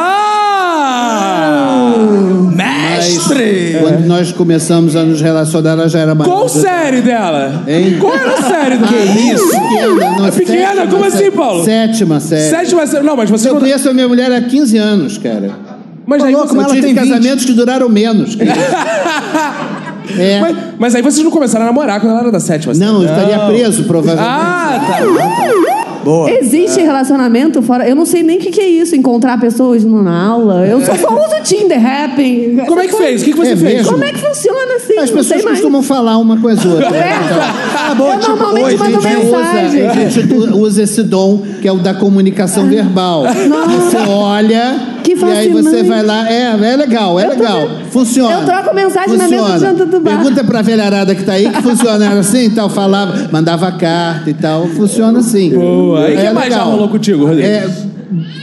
[SPEAKER 1] Mestre!
[SPEAKER 24] Quando nós começamos a nos relacionar, ela já era mais.
[SPEAKER 1] Qual o série dela?
[SPEAKER 24] Hein?
[SPEAKER 1] Qual era o série dela?
[SPEAKER 24] Que isso? Pequena, não,
[SPEAKER 1] É pequena?
[SPEAKER 24] sétima
[SPEAKER 1] Como assim,
[SPEAKER 24] série.
[SPEAKER 1] Paulo?
[SPEAKER 24] Sétima série.
[SPEAKER 1] Sétima série. Não, mas você...
[SPEAKER 24] Eu
[SPEAKER 1] quando-
[SPEAKER 24] conheço a minha mulher há 15 anos, cara.
[SPEAKER 1] Mas aí
[SPEAKER 24] Eu tive casamentos que duraram menos. cara. É.
[SPEAKER 1] Mas, mas aí vocês não começaram a namorar quando ela era da sétima. assim?
[SPEAKER 24] Não, eu estaria preso, provavelmente.
[SPEAKER 1] Ah, tá.
[SPEAKER 24] é.
[SPEAKER 17] Existe relacionamento fora. Eu não sei nem o que, que é isso, encontrar pessoas na aula. Eu
[SPEAKER 24] É.
[SPEAKER 17] só só uso Tinder, Happn.
[SPEAKER 1] Como é que fez? O que que você É fez? mesmo?
[SPEAKER 17] Como é que funciona assim?
[SPEAKER 24] As
[SPEAKER 17] Não sei
[SPEAKER 24] pessoas
[SPEAKER 17] mais.
[SPEAKER 24] costumam falar uma com as outras. né? Então,
[SPEAKER 17] Conversa. Eu normalmente
[SPEAKER 24] Tá tipo, "Oi,
[SPEAKER 17] mando
[SPEAKER 24] gente,
[SPEAKER 17] mensagem."
[SPEAKER 24] Usa, a gente tu- usa esse dom que é o da comunicação verbal. Você olha
[SPEAKER 17] Que
[SPEAKER 24] e aí você
[SPEAKER 17] fascinante.
[SPEAKER 24] vai lá. É, é legal, é
[SPEAKER 17] Eu tô
[SPEAKER 24] legal. Funciona.
[SPEAKER 17] Eu troco mensagem na
[SPEAKER 24] funciona.
[SPEAKER 17] mesa de janta do bar.
[SPEAKER 24] Pergunta pra velharada que tá aí que funcionava assim e tal. Falava, mandava carta e tal. Funciona assim.
[SPEAKER 1] Boa. E o Ah, que
[SPEAKER 24] É
[SPEAKER 1] mais já
[SPEAKER 24] legal.
[SPEAKER 1] rolou contigo, Rodrigo?
[SPEAKER 24] É,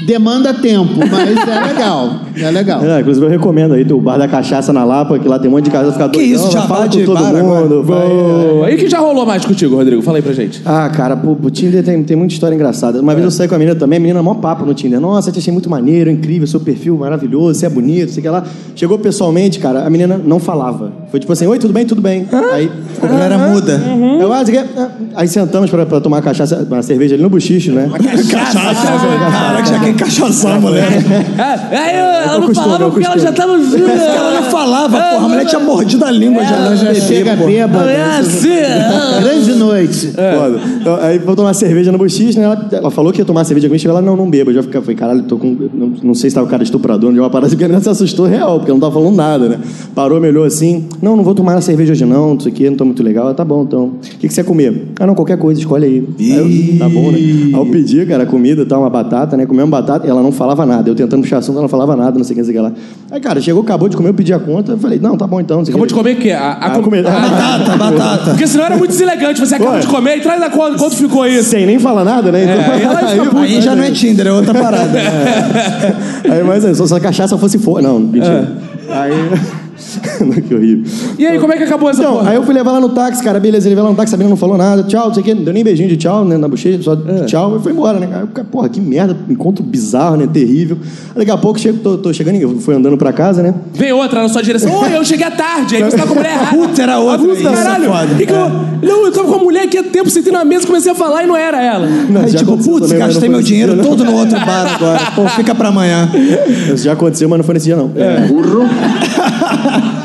[SPEAKER 24] demanda tempo, mas é legal. É legal.
[SPEAKER 19] É, inclusive eu recomendo aí o bar da cachaça na Lapa, que lá tem um monte de casa ficar doidão, vai, fala com todo mundo.
[SPEAKER 1] Boa. E o que já rolou mais contigo, Rodrigo? Fala aí pra gente.
[SPEAKER 19] Ah, cara, pô, o Tinder tem, tem muita história engraçada.
[SPEAKER 3] É.
[SPEAKER 19] Uma vez eu saí com a menina também, a menina é mó papo no Tinder. Nossa, te achei muito maneiro, incrível, seu perfil maravilhoso, você é bonito, sei que lá. Chegou pessoalmente, cara, a menina não falava. Foi tipo assim, oi, tudo bem, tudo bem. Aí ela era muda.
[SPEAKER 3] Uhum.
[SPEAKER 19] Eu, ah, sei o quê, ah. aí sentamos pra, pra tomar cachaça, uma cerveja ali no bochicho, né?
[SPEAKER 3] Caraca, já quer encaixação, moleque.
[SPEAKER 19] É.
[SPEAKER 1] Aí É, ela tá
[SPEAKER 3] não falava porque ela já
[SPEAKER 1] tava.
[SPEAKER 3] Ela não falava,
[SPEAKER 1] É.
[SPEAKER 3] porra. A mulher tinha mordido a língua já.
[SPEAKER 24] Ela já chega bêbada. Grande noite.
[SPEAKER 19] Foda. Então, Aí vou tomar cerveja no bochicho, né? Ela, ela falou que ia tomar cerveja comigo, chegou lá, não, não beba. Eu já fica- falei, caralho, tô com. Não, não sei se tava o cara estuprador, não deu uma parada, porque ela se assustou real, porque ela não tava falando nada, né? Parou, me olhou assim, não, não vou tomar cerveja hoje não, não sei o quê, não tô muito legal. Ela, tá bom, então. O que, que você quer comer? Ah, não, qualquer coisa, escolhe aí. Aí eu, tá bom, né? Aí eu pedi, cara, comida e tal, uma batata, né? Comemos batata, ela não falava nada. Eu tentando puxar assunto, ela não falava nada, não sei o que, não sei o que lá. Aí, cara, chegou, acabou de comer, eu pedi a conta, eu falei, não, tá bom então. não sei o que.
[SPEAKER 1] Acabou de comer o quê? A, Ah, tá,
[SPEAKER 19] A comida.
[SPEAKER 1] batata,
[SPEAKER 19] batata.
[SPEAKER 1] Porque senão era muito deselegante. Você acaba
[SPEAKER 19] Ué.
[SPEAKER 1] de comer e traz a conta. Quanto ficou aí?
[SPEAKER 19] Sem nem falar nada, né? Então-
[SPEAKER 1] É, aí ela fica puta,
[SPEAKER 19] Aí já
[SPEAKER 1] né,
[SPEAKER 19] não é
[SPEAKER 1] gente?
[SPEAKER 19] Tinder, é outra parada. Aí, mas é, só se a cachaça fosse for. Não, mentira. Aí. que horrível.
[SPEAKER 1] E aí, como é que acabou essa
[SPEAKER 19] Então,
[SPEAKER 1] porra?
[SPEAKER 19] aí eu fui levar ela no táxi, cara, beleza, ele veio lá no táxi, a menina não falou nada, tchau, não sei o quê, não deu nem beijinho de tchau, né, na bochecha, só tchau, e foi embora, né, cara. Eu fiquei, Porra, que merda, encontro bizarro, né, terrível. Aí daqui a pouco, chego, tô, tô chegando, eu fui andando pra casa, né,
[SPEAKER 1] Vem outra na sua direção. Oi, eu cheguei à tarde. Aí você tá com a mulher errada.
[SPEAKER 19] Puta, era outra,
[SPEAKER 1] Abusa,
[SPEAKER 19] isso é
[SPEAKER 1] caralho.
[SPEAKER 19] foda.
[SPEAKER 1] E que eu- Não, eu tava com a mulher aqui há tempo, sentei na mesa, comecei a falar e não era ela.
[SPEAKER 19] Não,
[SPEAKER 3] Aí,
[SPEAKER 19] já
[SPEAKER 3] tipo,
[SPEAKER 19] aconteceu
[SPEAKER 3] putz,
[SPEAKER 19] também, mas
[SPEAKER 3] gastei
[SPEAKER 19] não
[SPEAKER 3] meu
[SPEAKER 19] foi
[SPEAKER 3] dinheiro
[SPEAKER 19] esse dia,
[SPEAKER 3] todo
[SPEAKER 19] não.
[SPEAKER 3] no outro bar agora. Pô, fica pra amanhã. É.
[SPEAKER 19] Isso já aconteceu, mas não foi nesse dia, não. Burro. Tá, te- te- É.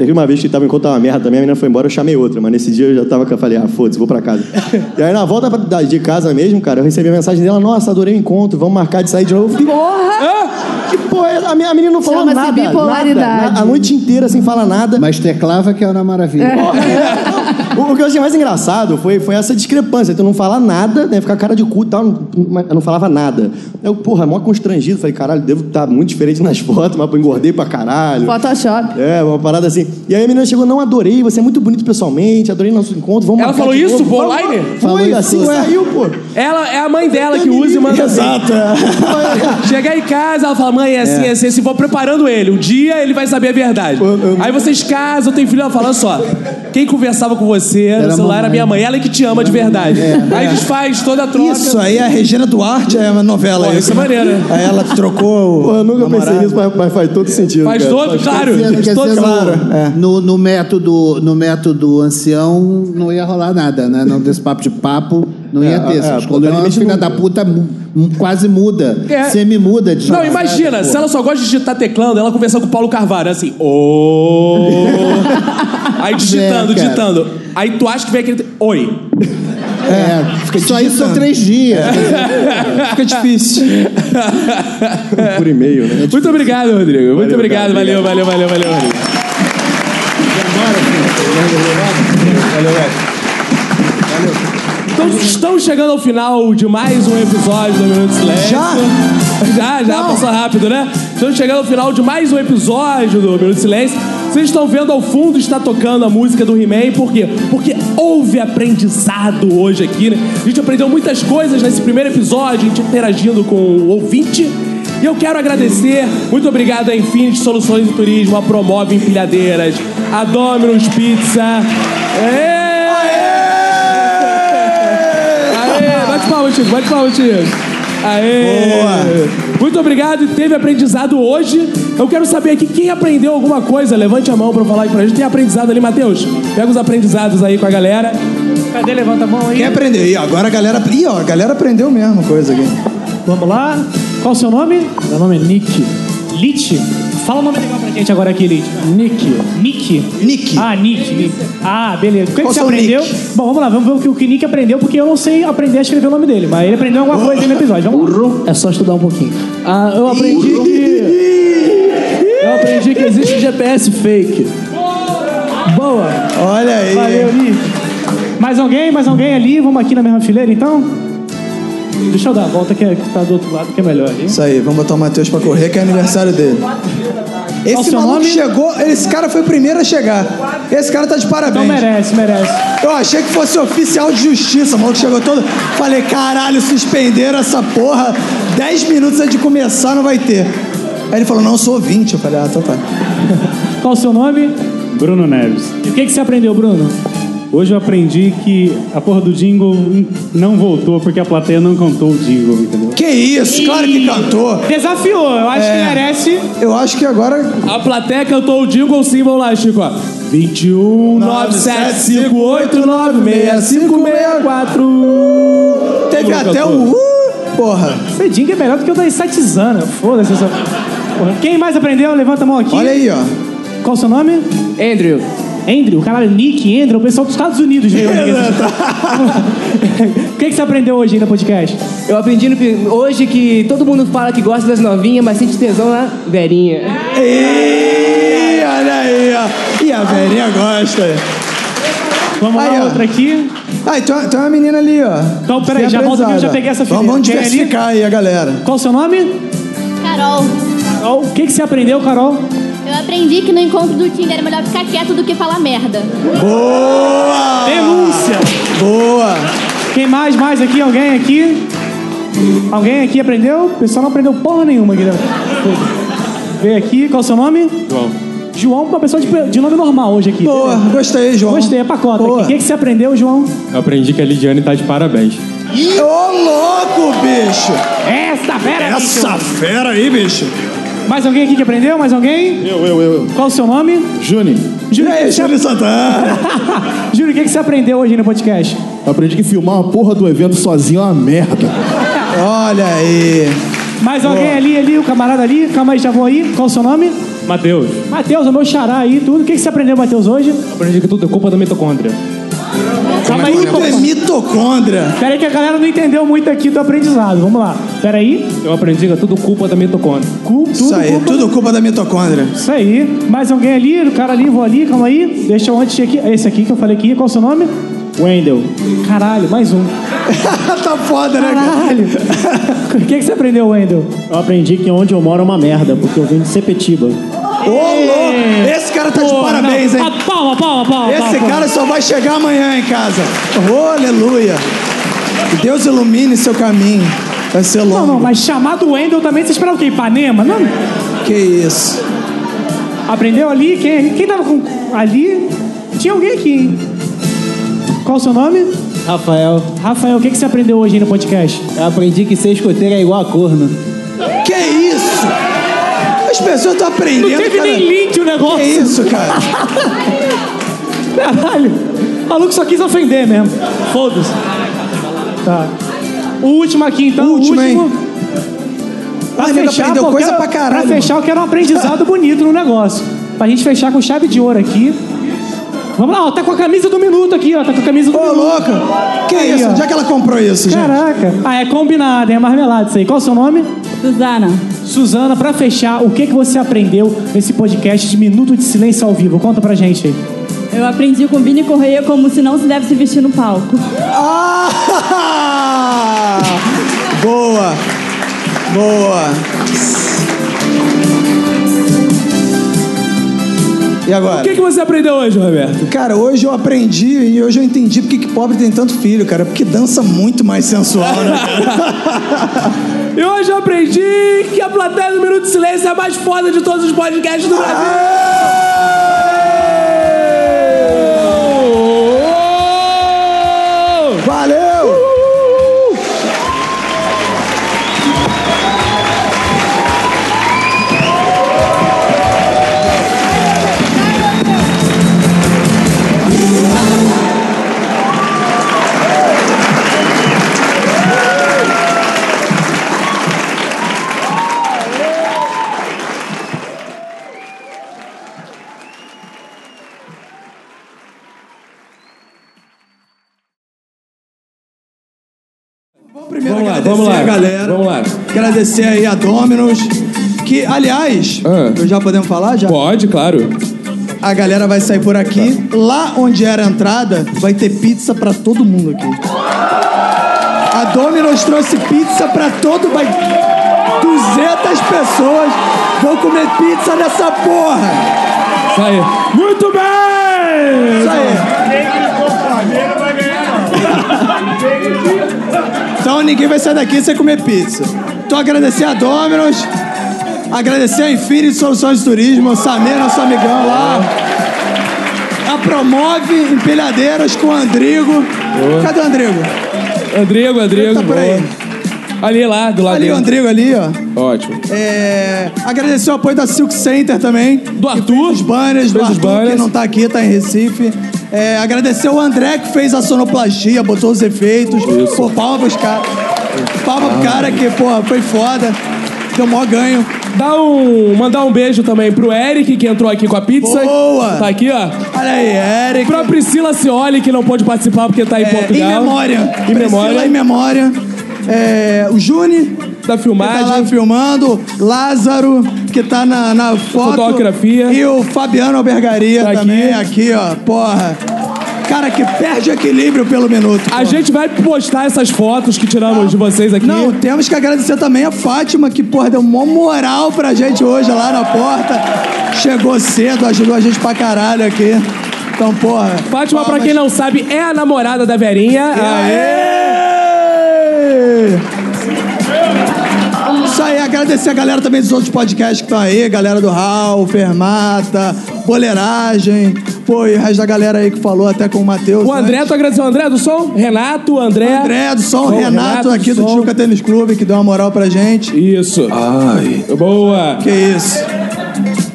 [SPEAKER 19] Teve uma vez que tava enquanto tava uma merda também, a menina foi embora, eu chamei outra, mas nesse dia eu já tava, eu falei, ah, foda-se, vou pra casa. E aí na volta pra- da- de casa mesmo, cara, eu recebi a mensagem dela, nossa, adorei o encontro, vamos marcar de sair de novo. Eu fiquei, Porra! Que porra, é essa? a minha- a menina não falou
[SPEAKER 17] Chama-se
[SPEAKER 19] nada.
[SPEAKER 17] bipolaridade.
[SPEAKER 19] nada, na- a noite inteira sem falar nada. é.
[SPEAKER 24] Mas teclava que era uma maravilha.
[SPEAKER 19] O, o que eu achei mais engraçado foi, foi essa discrepância. Tu não falar nada, né? Ficar cara de cu e tal. não- mas Eu não falava nada. Eu, porra, mó constrangido. Falei, caralho, devo estar muito diferente nas fotos, mas pô, engordei pra caralho.
[SPEAKER 17] Photoshop.
[SPEAKER 19] É, uma parada assim. E aí a menina chegou, não, adorei, você é muito bonito pessoalmente, adorei nosso encontro, vamos
[SPEAKER 1] Ela
[SPEAKER 19] marcar
[SPEAKER 1] falou
[SPEAKER 19] de
[SPEAKER 1] isso,
[SPEAKER 19] novo.
[SPEAKER 1] pô,
[SPEAKER 19] Falou-
[SPEAKER 1] online?
[SPEAKER 19] Foi, assim saiu, pô.
[SPEAKER 1] Ela é a mãe dela que usa e manda assim.
[SPEAKER 19] Exato.
[SPEAKER 1] Chega em casa, ela fala, mãe, é assim, é assim, é assim. Vou preparando ele. Um dia ele vai saber a verdade. Aí vocês casam, tem filho, ela fala, olha só, quem conversava com você no celular era minha mãe. Ela é que te ama de verdade. Aí desfaz toda a troca.
[SPEAKER 4] Isso aí, a Regina Duarte é uma novela.
[SPEAKER 1] Pô, isso é maneiro, né?
[SPEAKER 4] Aí ela trocou.
[SPEAKER 19] Pô, eu nunca pensei nisso, mas, mas faz todo sentido. cara.
[SPEAKER 1] claro.
[SPEAKER 24] Quer dizer,
[SPEAKER 19] Faz
[SPEAKER 24] quer
[SPEAKER 19] todo
[SPEAKER 24] dizer, no,
[SPEAKER 19] sentido. é.
[SPEAKER 24] no, no método, no método ancião não ia rolar nada, né? Não, desse papo de papo não ia
[SPEAKER 19] É,
[SPEAKER 24] ter.
[SPEAKER 19] é,
[SPEAKER 24] Você
[SPEAKER 19] é,
[SPEAKER 24] escolheu uma filha da puta mu- mu- quase muda,
[SPEAKER 1] É.
[SPEAKER 24] semi-muda. de
[SPEAKER 1] Não,
[SPEAKER 24] namorada,
[SPEAKER 1] imagina,
[SPEAKER 24] pô.
[SPEAKER 1] se ela só gosta de digitar teclando, ela conversando com o Paulo Carvalho, assim, ô. Aí digitando,
[SPEAKER 24] É, cara.
[SPEAKER 1] digitando. Aí tu acha que vem aquele. Oi.
[SPEAKER 24] É, só isso são três dias.
[SPEAKER 1] Fica difícil.
[SPEAKER 19] Por e-mail, né?
[SPEAKER 1] Muito obrigado, Rodrigo. Muito
[SPEAKER 19] Valeu,
[SPEAKER 1] obrigado,
[SPEAKER 19] cara,
[SPEAKER 1] valeu,
[SPEAKER 19] obrigado.
[SPEAKER 1] valeu, valeu, valeu, Rodrigo.
[SPEAKER 19] Valeu, velho.
[SPEAKER 1] Então estamos chegando ao final de mais um episódio do Minuto de Silêncio.
[SPEAKER 25] Já?
[SPEAKER 1] Já, já, passou rápido, né? Estamos chegando ao final de mais um episódio do Minuto de Silêncio. Vocês estão vendo ao fundo está tocando a música do He-Man, por quê? Porque houve aprendizado hoje aqui, né? A gente aprendeu muitas coisas nesse primeiro episódio, a gente interagindo com o ouvinte. E eu quero agradecer, muito obrigado a Infinity Soluções e Turismo, a Promove Empilhadeiras, a Domino's Pizza. É. Ê! Aê! Bate palma, Chico, bate palma, Chico. Aê! Muito obrigado e teve aprendizado hoje. Eu quero saber aqui quem aprendeu alguma coisa. Levante a mão pra eu falar aí pra gente. Tem aprendizado ali, Matheus? Pega os aprendizados aí com a galera.
[SPEAKER 21] Cadê? Levanta a mão aí.
[SPEAKER 4] Quem aprendeu? Ih, agora a galera. Ih, ó, a galera aprendeu mesmo coisa aqui.
[SPEAKER 21] Vamos lá. Qual o seu nome? Meu nome é Nick. Lit? Fala um nome legal pra gente agora aqui, Lit. Nick. Nick? Nick. Ah, Nick. Nick. Ah, beleza. O que,
[SPEAKER 4] Qual
[SPEAKER 21] que você
[SPEAKER 4] seu
[SPEAKER 21] aprendeu?
[SPEAKER 4] nick?
[SPEAKER 21] Bom, vamos lá, vamos ver o que o que Nick aprendeu, porque eu não sei aprender a escrever o nome dele, mas ele aprendeu alguma coisa aí no episódio. Vamos lá. É só estudar um pouquinho.
[SPEAKER 26] Ah, eu aprendi que. Eu aprendi que existe GPS fake.
[SPEAKER 21] Boa.
[SPEAKER 4] Olha aí.
[SPEAKER 21] Valeu, Nick. Mais alguém? Mais alguém ali? Vamos aqui na mesma fileira, então? Deixa eu dar a volta que, é- que tá do outro lado, que é melhor ali.
[SPEAKER 4] Isso aí, vamos botar o Matheus pra correr, que é aniversário dele.
[SPEAKER 21] Qual o
[SPEAKER 4] Esse
[SPEAKER 21] seu
[SPEAKER 4] maluco
[SPEAKER 21] nome?
[SPEAKER 4] chegou, esse cara foi o primeiro a chegar. Esse cara tá de parabéns.
[SPEAKER 21] Então merece, merece.
[SPEAKER 4] Eu achei que fosse oficial de justiça, o maluco chegou todo. Falei, caralho, suspenderam essa porra. 10 minutos antes de começar não vai ter. Aí ele falou, não, eu sou ouvinte. Eu falei, ah, tá, tá.
[SPEAKER 21] Qual o seu nome?
[SPEAKER 27] Bruno Neves.
[SPEAKER 21] E o que, que você aprendeu, Bruno?
[SPEAKER 27] Hoje eu aprendi que a porra do jingle não voltou porque a plateia não cantou o jingle, entendeu?
[SPEAKER 4] Que isso, claro que cantou. É.
[SPEAKER 21] Desafiou, eu acho que merece.
[SPEAKER 4] Eu acho que agora.
[SPEAKER 1] A plateia cantou o jingle sim, vamos lá, Chico. ó. 21 975896564.
[SPEAKER 4] Teve até o. Uh, porra.
[SPEAKER 21] Esse jingle é melhor do que o da Insetizana. Foda-se essa. Porra, Quem mais aprendeu? Levanta a mão aqui.
[SPEAKER 4] Olha aí, ó.
[SPEAKER 21] Qual o seu nome? Andrew. Andrew, caralho, Nick, Andrew, o pessoal dos Estados Unidos veio aqui. O que, que você aprendeu hoje aí no podcast?
[SPEAKER 28] Eu aprendi no pi- hoje que todo mundo fala que gosta das novinhas, mas sente tesão na velhinha.
[SPEAKER 4] Ih, olha aí, ó. E a velhinha gosta.
[SPEAKER 21] Vamos
[SPEAKER 4] lá, outra
[SPEAKER 21] aqui.
[SPEAKER 4] Ah, tem, uma- tem uma menina ali, ó.
[SPEAKER 21] Então, peraí,
[SPEAKER 4] Tem
[SPEAKER 21] já volta aqui, eu já
[SPEAKER 4] apresada.
[SPEAKER 21] peguei essa
[SPEAKER 4] Vamos-
[SPEAKER 21] fileira.
[SPEAKER 4] Vamos
[SPEAKER 21] Quem é ali?
[SPEAKER 4] diversificar aí a galera.
[SPEAKER 21] Qual o seu nome?
[SPEAKER 11] Carol,
[SPEAKER 21] Carol, o que, que você aprendeu, Carol?
[SPEAKER 11] eu aprendi que no encontro do Tinder é melhor ficar quieto do que falar merda.
[SPEAKER 4] Boa!
[SPEAKER 21] Denúncia!
[SPEAKER 4] Boa!
[SPEAKER 21] Quem mais, mais aqui? Alguém aqui? Alguém aqui aprendeu? O pessoal não aprendeu porra nenhuma aqui. né? Vem aqui, qual o seu nome?
[SPEAKER 27] João.
[SPEAKER 21] João, uma pessoa de, de nome normal hoje aqui. Boa,
[SPEAKER 4] gostei, João.
[SPEAKER 21] Gostei, é pacota. O que, que você aprendeu, João?
[SPEAKER 27] Eu aprendi que a Lidiane tá de parabéns.
[SPEAKER 4] Ô, louco, bicho!
[SPEAKER 21] Essa fera,
[SPEAKER 4] Essa
[SPEAKER 21] bicho!
[SPEAKER 4] fera aí, bicho!
[SPEAKER 21] Mais alguém aqui que aprendeu? Mais alguém?
[SPEAKER 19] Eu, eu, eu.
[SPEAKER 21] Qual o seu nome?
[SPEAKER 27] Juni.
[SPEAKER 21] Júlio,
[SPEAKER 4] aí, Júlio Santana?
[SPEAKER 21] Júlio, o que, que você aprendeu hoje no podcast?
[SPEAKER 3] Aprendi que filmar uma porra do evento sozinho é uma merda.
[SPEAKER 4] Olha aí.
[SPEAKER 21] Mais alguém ali, ali, o camarada ali. Calma aí, já vou aí. Qual o seu nome?
[SPEAKER 29] Matheus.
[SPEAKER 21] Matheus, o meu xará aí, tudo. O que, que você aprendeu, Matheus, hoje?
[SPEAKER 29] Aprendi que tudo é culpa da mitocôndria.
[SPEAKER 21] Calma aí,
[SPEAKER 29] Tudo é
[SPEAKER 21] mitocôndria. Peraí que a galera não entendeu muito aqui do aprendizado. Vamos lá. Peraí.
[SPEAKER 29] Eu aprendi que é tudo culpa da mitocôndria.
[SPEAKER 21] Culpa,
[SPEAKER 3] Isso aí, tudo culpa da mitocôndria.
[SPEAKER 21] Isso aí. Mais alguém ali? O cara ali, vou ali, calma aí. Deixa eu antes de aqui. É Esse aqui que eu falei aqui. Qual o seu nome? Wendel. Caralho, mais um.
[SPEAKER 3] tá foda, né, cara?
[SPEAKER 21] Caralho. O que, que você aprendeu, Wendel?
[SPEAKER 30] Eu aprendi que onde eu moro é uma merda, porque eu vim de Sepetiba.
[SPEAKER 3] Ô, louco! Esse cara tá de parabéns, hein?
[SPEAKER 21] Ah,
[SPEAKER 29] Palma, palma, palma.
[SPEAKER 3] Esse
[SPEAKER 30] palma.
[SPEAKER 3] cara só vai chegar amanhã em casa. Oh, aleluia! Que Deus ilumine seu caminho. Vai ser longo.
[SPEAKER 21] Não, não, mas chamado Wendel também, você esperava o quê? Ipanema? Não.
[SPEAKER 3] Que isso.
[SPEAKER 21] Aprendeu ali? Quem, quem tava com. Ali? Tinha alguém aqui, hein? Qual o seu nome?
[SPEAKER 30] Rafael.
[SPEAKER 21] Rafael, o que, que você aprendeu hoje aí no podcast?
[SPEAKER 30] Eu aprendi que ser escoteiro é igual a corno.
[SPEAKER 3] Que isso? As pessoas estão aprendendo.
[SPEAKER 21] Não teve
[SPEAKER 3] cara.
[SPEAKER 21] nem link o negócio.
[SPEAKER 3] Que isso, cara?
[SPEAKER 21] Caralho. O maluco só quis ofender mesmo. Foda-se. Tá. O último aqui, então. O último. Pra
[SPEAKER 3] Ah, nego aprendeu
[SPEAKER 21] pô, eu
[SPEAKER 3] coisa
[SPEAKER 21] quero-
[SPEAKER 3] pra caralho,
[SPEAKER 21] pra fechar,
[SPEAKER 3] mano.
[SPEAKER 21] eu quero um aprendizado bonito no negócio. Pra gente fechar com chave de ouro aqui. Vamos lá, ó, tá com a camisa do minuto aqui, ó. Tá com a camisa do Ô, minuto.
[SPEAKER 3] louca! Que isso? Onde é que ela comprou isso, gente?
[SPEAKER 21] Caraca. Ah, é combinado, é marmelada isso aí. Qual o seu nome?
[SPEAKER 6] Suzana.
[SPEAKER 21] Suzana, pra fechar, o que, que você aprendeu nesse podcast de Minuto de Silêncio ao Vivo? Conta pra gente aí.
[SPEAKER 6] Eu aprendi com Vini Correia como se não se deve se vestir no palco.
[SPEAKER 3] Ah! Boa! Boa! E agora? O que,
[SPEAKER 21] você aprendeu hoje, Roberto?
[SPEAKER 3] Cara, hoje eu aprendi e hoje eu entendi porque que pobre tem tanto filho, cara. Porque dança muito mais sensual, né?
[SPEAKER 1] E hoje eu aprendi que a plateia do Minuto de Silêncio é a mais foda de todos os podcasts do Brasil.
[SPEAKER 3] Valeu! Primeiro,
[SPEAKER 4] Vamos lá,
[SPEAKER 3] agradecer
[SPEAKER 4] vamos lá,
[SPEAKER 3] a É, galera.
[SPEAKER 4] vamos lá.
[SPEAKER 3] Agradecer aí a Dominos. Que, aliás,
[SPEAKER 1] Ah.
[SPEAKER 3] eu já podemos falar? Já?
[SPEAKER 4] Pode, claro.
[SPEAKER 3] A galera vai sair por aqui. Lá onde era a entrada, vai ter pizza pra todo mundo aqui. A Domino's trouxe pizza pra todo... Vai... 200 pessoas vão comer pizza nessa porra!
[SPEAKER 1] Isso aí. Muito bem!
[SPEAKER 3] Isso aí. Então ninguém vai sair daqui sem comer pizza. Então agradecer a Domino's, agradecer a Infinity Soluções de Turismo, o Samir, nosso amigão lá. A Promove Empilhadeiras com o Andrigo. Cadê o Andrigo?
[SPEAKER 1] Andrego, Andrego.
[SPEAKER 3] Tá por aí.
[SPEAKER 1] boa. Ali lá, do lado
[SPEAKER 3] Ali o
[SPEAKER 1] dele.
[SPEAKER 3] Andrigo ali, ó.
[SPEAKER 1] Ótimo.
[SPEAKER 3] É, agradecer o apoio da Silk Center também. Do Arthur. Os banners, do
[SPEAKER 1] Fez os
[SPEAKER 3] Arthur, que não tá aqui, tá em Recife. É, agradecer o André que fez a sonoplastia, botou os efeitos. Pô, palma pros caras. Palma pro cara que, porra, foi foda. Deu mó ganho.
[SPEAKER 1] Dá um, mandar um beijo também pro Eric, que entrou aqui com a pizza.
[SPEAKER 3] Boa!
[SPEAKER 1] Tá aqui, ó.
[SPEAKER 3] Olha aí, Eric.
[SPEAKER 1] Pra Priscila Cioli, que não pôde participar porque tá em Portugal.
[SPEAKER 3] É Em memória.
[SPEAKER 1] Em
[SPEAKER 3] Priscila,
[SPEAKER 1] memória.
[SPEAKER 3] Em memória. É, o Juni.
[SPEAKER 1] Da filmagem.
[SPEAKER 3] Que tá lá filmando. Lázaro, que tá na, na foto.
[SPEAKER 1] Fotografia.
[SPEAKER 3] E o Fabiano Albergaria
[SPEAKER 1] Tá aqui.
[SPEAKER 3] também. Aqui. ó. Porra. Cara que perde o equilíbrio pelo minuto.
[SPEAKER 1] A gente vai postar essas fotos que tiramos de vocês aqui.
[SPEAKER 3] Não, temos que agradecer também a Fátima, que, porra, deu mó moral pra gente hoje lá na porta. Chegou cedo, ajudou a gente pra caralho aqui. Então, porra.
[SPEAKER 1] Fátima, pra quem não sabe, é a namorada da Verinha.
[SPEAKER 3] É. Isso aí, agradecer a galera também dos outros podcasts que estão aí, galera do Raul, Fermata, Boleiragem, pô, e o resto da galera aí que falou até com o Matheus. né?
[SPEAKER 1] O André, tu agradeceu o André do som? Renato, André.
[SPEAKER 3] André do som, Renato, aqui do
[SPEAKER 1] som.
[SPEAKER 3] Chuca Tênis Clube, que deu uma moral pra gente.
[SPEAKER 1] Isso. Ai. Boa.
[SPEAKER 3] Que isso.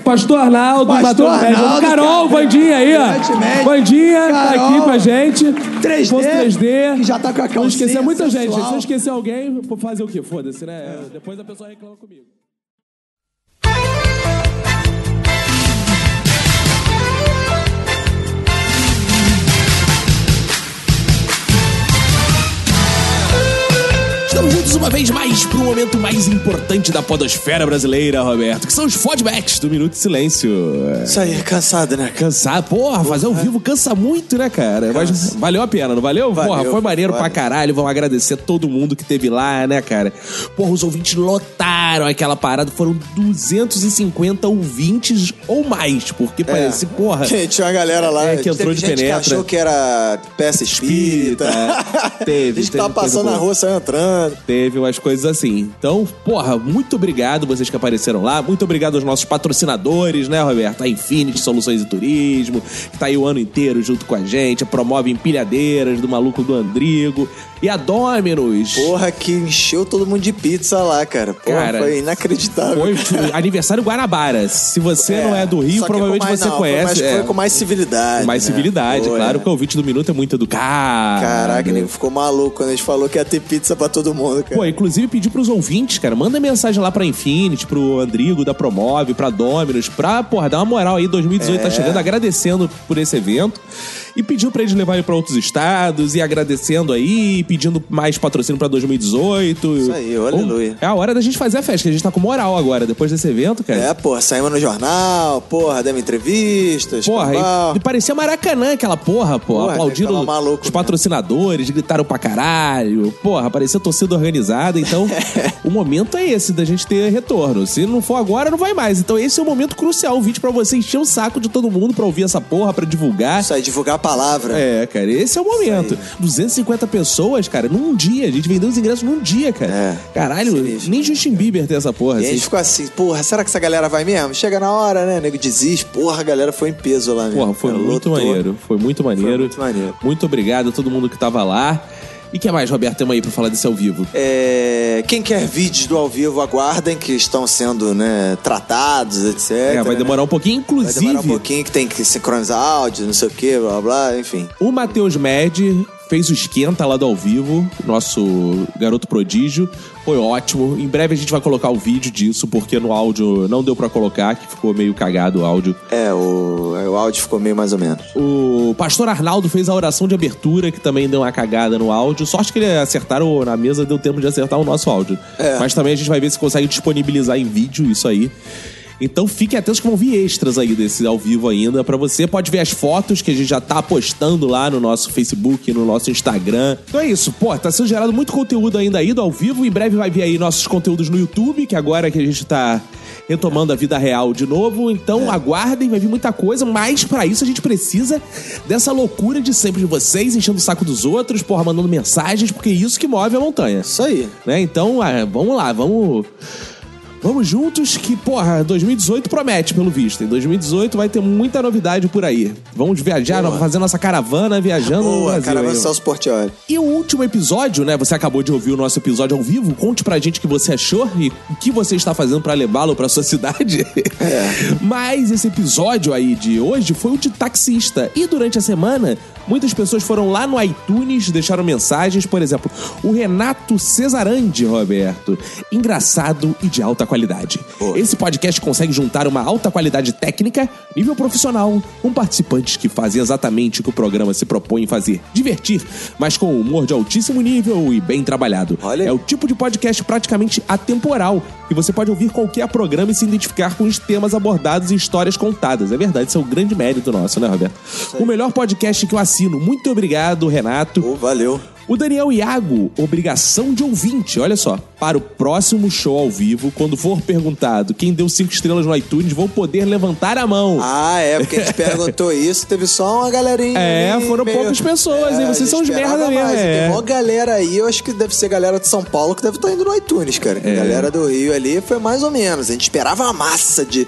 [SPEAKER 1] Pastor Arnaldo, bateu
[SPEAKER 3] Pastor
[SPEAKER 1] o pé.
[SPEAKER 3] Arnaldo,
[SPEAKER 1] Carol,
[SPEAKER 3] cara.
[SPEAKER 1] Vandinha aí, ó.
[SPEAKER 3] Evidentemente.
[SPEAKER 1] Vandinha tá
[SPEAKER 3] Carol.
[SPEAKER 1] aqui com a gente.
[SPEAKER 3] 3D,
[SPEAKER 1] Posto 3D.
[SPEAKER 3] já tá com a
[SPEAKER 1] Não esquecer
[SPEAKER 3] calcinha
[SPEAKER 1] muita gente.
[SPEAKER 3] sensual.
[SPEAKER 1] Se eu esquecer alguém, vou fazer o quê? É, Foda-se, né? Depois a pessoa reclama comigo. uma vez mais pro momento mais importante da podosfera brasileira, Roberto, que são os fodbacks do Minuto de Silêncio.
[SPEAKER 4] Isso aí, cansado, né?
[SPEAKER 1] Cansar, porra, fazer ao vivo cansa muito, né, cara? Mas valeu a pena, não valeu? porra,
[SPEAKER 4] Valeu,
[SPEAKER 1] foi maneiro pra
[SPEAKER 4] valeu.
[SPEAKER 1] caralho. Vamos agradecer todo mundo que teve lá, né, cara? Porra, os ouvintes lotaram aquela parada. Foram 250 ouvintes ou mais, porque parece, porra.
[SPEAKER 4] Gente, É. tinha uma galera lá.
[SPEAKER 1] É, que entrou
[SPEAKER 4] teve
[SPEAKER 1] de
[SPEAKER 4] gente
[SPEAKER 1] penetra.
[SPEAKER 4] que achou que era peça espírita.
[SPEAKER 1] é. Teve.
[SPEAKER 4] a gente tava Tá passando na rua, saiu entrando.
[SPEAKER 1] Teve umas coisas assim. Então, porra, muito obrigado vocês que apareceram lá. Muito obrigado aos nossos patrocinadores, né, Roberto? A Infinity Soluções e Turismo, que tá aí o ano inteiro junto com a gente. Promove empilhadeiras do maluco do Andrigo. E a Dominus.
[SPEAKER 4] Porra, que encheu todo mundo de pizza lá, cara. Porra,
[SPEAKER 1] Cara,
[SPEAKER 4] foi inacreditável.
[SPEAKER 1] Foi o aniversário Guarabara. Se você não é do Rio,
[SPEAKER 4] só que
[SPEAKER 1] provavelmente
[SPEAKER 4] com mais-
[SPEAKER 1] você
[SPEAKER 4] não, foi
[SPEAKER 1] conhece.
[SPEAKER 4] mais-
[SPEAKER 1] é.
[SPEAKER 4] Foi com mais civilidade.
[SPEAKER 1] Mais
[SPEAKER 4] né?
[SPEAKER 1] civilidade,
[SPEAKER 4] Foi,
[SPEAKER 1] claro, porque o ouvinte do minuto é muito educado.
[SPEAKER 4] Caraca, nego ficou maluco quando a gente falou que ia ter pizza pra todo mundo, cara.
[SPEAKER 1] Pô, inclusive pedir pros ouvintes, cara, manda mensagem lá pra Infinity, pro Andrigo da Promove, pra Dominus, pra, porra, dar uma moral aí, 2018 tá
[SPEAKER 4] É.
[SPEAKER 1] chegando, agradecendo por esse evento. E pediu pra eles levarem pra outros estados, e agradecendo aí, e pedindo mais patrocínio pra 2018. Isso
[SPEAKER 4] aí, aleluia.
[SPEAKER 1] É a hora da gente fazer a festa, que a gente tá com moral agora, depois desse evento, cara.
[SPEAKER 4] É, porra, saímos no jornal, porra, demos entrevistas.
[SPEAKER 1] Porra,
[SPEAKER 4] escambau.
[SPEAKER 1] e, e parecia Maracanã aquela porra, pô.
[SPEAKER 4] Porra,
[SPEAKER 1] Aplaudindo
[SPEAKER 4] tava maluco
[SPEAKER 1] os patrocinadores, gritaram pra caralho. Porra, parecia torcida organizada. Então, o momento é esse da gente ter retorno. Se não for agora, não vai mais. Então, esse é o momento crucial. O vídeo pra você encher o saco de todo mundo pra ouvir essa porra, pra divulgar.
[SPEAKER 4] Isso aí, divulgar a palavra.
[SPEAKER 1] É, cara, esse é o momento. 250 pessoas, cara, num dia. A gente vendeu os ingressos num dia, cara. Caralho, nem Justin Bieber tem essa porra.
[SPEAKER 4] E a
[SPEAKER 1] assim.
[SPEAKER 4] É, gente ficou assim, porra, será que essa galera vai mesmo? Chega na hora, né? Nego desiste, porra, a galera foi em peso lá mesmo.
[SPEAKER 1] Porra, foi
[SPEAKER 4] Cara,
[SPEAKER 1] muito
[SPEAKER 4] lotou.
[SPEAKER 1] maneiro. Foi muito maneiro. muito obrigado a todo mundo que tava lá. E que mais, Roberto, temos aí pra falar desse ao vivo?
[SPEAKER 4] É, quem quer vídeos do ao vivo, aguardem que estão sendo né, tratados, etc.
[SPEAKER 1] É, vai demorar um pouquinho, inclusive.
[SPEAKER 4] Vai demorar um pouquinho que tem que sincronizar áudio, não sei o que, blá blá, blá, enfim.
[SPEAKER 1] O Matheus Med fez o esquenta lá do ao vivo, nosso garoto prodígio. Foi ótimo. Em breve a gente vai colocar o vídeo disso, porque no áudio não deu pra colocar, que ficou meio cagado o áudio.
[SPEAKER 4] É, o, o áudio ficou meio mais ou menos.
[SPEAKER 1] O pastor Arnaldo fez a oração de abertura, que também deu uma cagada no áudio. Sorte que eles acertaram na mesa, deu tempo de acertar o nosso áudio.
[SPEAKER 4] É.
[SPEAKER 1] Mas também a gente vai ver se consegue disponibilizar em vídeo isso aí. Então fiquem atentos que vão vir extras aí desse ao vivo ainda pra você. Pode ver as fotos que a gente já tá postando lá no nosso Facebook, no nosso Instagram. Então é isso, pô, tá sendo gerado muito conteúdo ainda aí do ao vivo. Em breve vai vir aí nossos conteúdos no YouTube, que agora que a gente tá retomando a vida real de novo.
[SPEAKER 4] É.
[SPEAKER 1] Então aguardem, vai vir muita coisa, mas pra isso a gente precisa dessa loucura de sempre de vocês, enchendo o saco dos outros, porra, mandando mensagens, porque é isso que move a montanha. Isso
[SPEAKER 4] aí.
[SPEAKER 1] Né? Então, ah, vamos lá, vamos Vamos juntos que, porra, 2018 promete, pelo visto. Em 2018 vai ter muita novidade por aí. Vamos viajar, fazer nossa caravana, viajando no
[SPEAKER 4] Boa,
[SPEAKER 1] Brasil.
[SPEAKER 4] cara,
[SPEAKER 1] aí, ó.
[SPEAKER 4] avançar os portiórios.
[SPEAKER 1] E o último episódio, né? Você acabou de ouvir o nosso episódio ao vivo. Conte pra gente o que você achou e o que você está tá fazendo pra levá-lo pra sua cidade.
[SPEAKER 4] É.
[SPEAKER 1] Mas esse episódio aí de hoje foi o de taxista. E durante a semana, muitas pessoas foram lá no iTunes, deixaram mensagens. Por exemplo, o Renato Cesarandi, Roberto. Engraçado e de alta qualidade. Esse podcast consegue juntar uma alta qualidade técnica, nível profissional, com participantes que fazem exatamente o que o programa se propõe fazer: divertir, mas com humor de altíssimo nível e bem trabalhado. É o tipo de podcast praticamente atemporal, que você pode ouvir qualquer programa e se identificar com os temas abordados e histórias contadas. É verdade, isso é o grande mérito nosso, né, Roberto? O melhor podcast que eu assino. Muito obrigado, Renato.
[SPEAKER 4] valeu.
[SPEAKER 1] O Daniel Iago, obrigação de ouvinte, olha só. Para o próximo show ao vivo, quando for perguntado quem deu cinco estrelas no iTunes, vão poder levantar a mão.
[SPEAKER 4] Ah, é, porque a gente perguntou isso, teve só uma galerinha.
[SPEAKER 1] É,
[SPEAKER 4] ali,
[SPEAKER 1] foram poucas pessoas, hein?
[SPEAKER 4] a
[SPEAKER 1] Vocês
[SPEAKER 4] gente
[SPEAKER 1] são uns
[SPEAKER 4] É, esperava
[SPEAKER 1] merda mesmo,
[SPEAKER 4] mais,
[SPEAKER 1] é.
[SPEAKER 4] Tem uma galera aí, eu acho que deve ser galera de São Paulo que deve estar indo no iTunes, cara.
[SPEAKER 1] É.
[SPEAKER 4] A galera do Rio ali foi mais ou menos. A gente esperava uma massa de.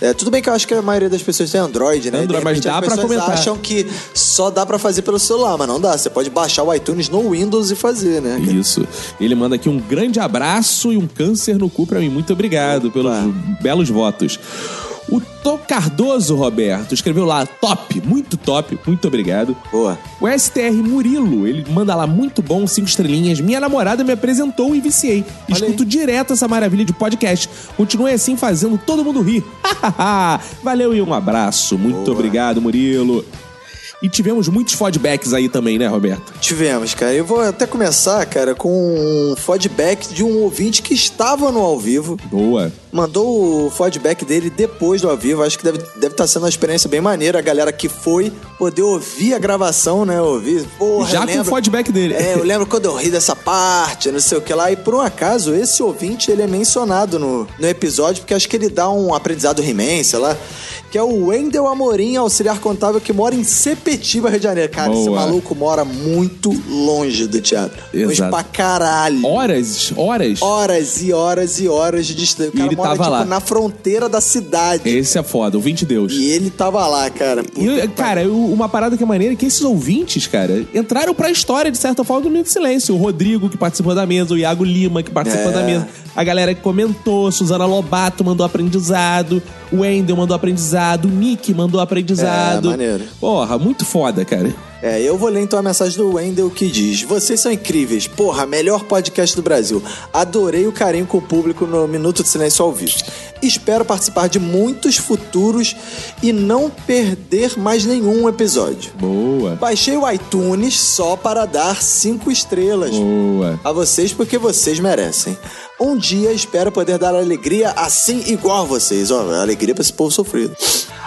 [SPEAKER 4] é, tudo bem que eu acho que a maioria das pessoas tem Android, né?
[SPEAKER 1] Android,
[SPEAKER 4] De repente,
[SPEAKER 1] mas dá
[SPEAKER 4] as
[SPEAKER 1] pra
[SPEAKER 4] pessoas
[SPEAKER 1] comentar.
[SPEAKER 4] acham que só dá pra fazer pelo celular, mas não dá. Você pode baixar o iTunes no Windows e fazer, né?
[SPEAKER 1] Isso. Ele manda aqui um grande abraço e um câncer no cu pra mim. Muito obrigado pelos belos votos. O Tô Cardoso, Roberto, escreveu lá, top, muito top, muito obrigado.
[SPEAKER 4] Boa.
[SPEAKER 1] O STR Murilo, ele manda lá, muito bom, cinco estrelinhas. Minha namorada me apresentou e viciei. Escuto direto essa maravilha de podcast. Continue assim fazendo todo mundo rir. Valeu e um abraço. Muito obrigado, Murilo. E tivemos muitos feedbacks aí também, né, Roberto?
[SPEAKER 4] Tivemos, cara. Eu vou até começar, cara, com um feedback de um ouvinte que estava no ao vivo.
[SPEAKER 1] Boa.
[SPEAKER 4] Mandou o feedback dele depois do ao vivo. Acho que deve, deve estar sendo uma experiência bem maneira. A galera que foi poder ouvir a gravação, né? Ouvir. Porra,
[SPEAKER 1] Já com
[SPEAKER 4] eu
[SPEAKER 1] o
[SPEAKER 4] lembro-
[SPEAKER 1] feedback dele.
[SPEAKER 4] É, eu lembro quando eu ri dessa parte, não sei o que lá. E por um acaso, esse ouvinte, ele é mencionado no, no episódio, porque acho que ele dá um aprendizado He-Man, sei lá. Que é o Wendel Amorim, auxiliar contábil, que mora em Sepetiba, Rio de Janeiro. Cara, esse
[SPEAKER 1] Boa.
[SPEAKER 4] maluco mora muito longe do teatro. Longe
[SPEAKER 1] Exato.
[SPEAKER 4] pra caralho.
[SPEAKER 1] Horas, horas.
[SPEAKER 4] Horas e horas e horas de distância.
[SPEAKER 1] E
[SPEAKER 4] O cara
[SPEAKER 1] ele
[SPEAKER 4] mora,
[SPEAKER 1] tava
[SPEAKER 4] tipo,
[SPEAKER 1] lá.
[SPEAKER 4] na fronteira da cidade.
[SPEAKER 1] Esse é foda, ouvinte Deus.
[SPEAKER 4] E ele tava lá, cara.
[SPEAKER 1] E, cara, eu- uma parada que é maneira é que esses ouvintes, cara, entraram pra história, de certa forma, do Minuto de Silêncio. O Rodrigo, que participou da mesa, o Iago Lima, que participou
[SPEAKER 4] É.
[SPEAKER 1] da mesa. A galera que comentou, Suzana Lobato mandou aprendizado, o Wendel mandou aprendizado, o Nick mandou aprendizado.
[SPEAKER 4] É, maneiro.
[SPEAKER 1] Porra, muito foda, cara.
[SPEAKER 4] É, eu vou ler então a mensagem do Wendel que diz: Vocês são incríveis, porra, melhor podcast do Brasil. Adorei o carinho com o público no Minuto de Silêncio ao vivo. Espero participar de muitos futuros e não perder mais nenhum episódio.
[SPEAKER 1] Boa.
[SPEAKER 4] Baixei o iTunes só para dar cinco estrelas
[SPEAKER 1] Boa.
[SPEAKER 4] a vocês porque vocês merecem. Um dia espero poder dar alegria assim igual a vocês. Ó, alegria pra esse povo sofrido.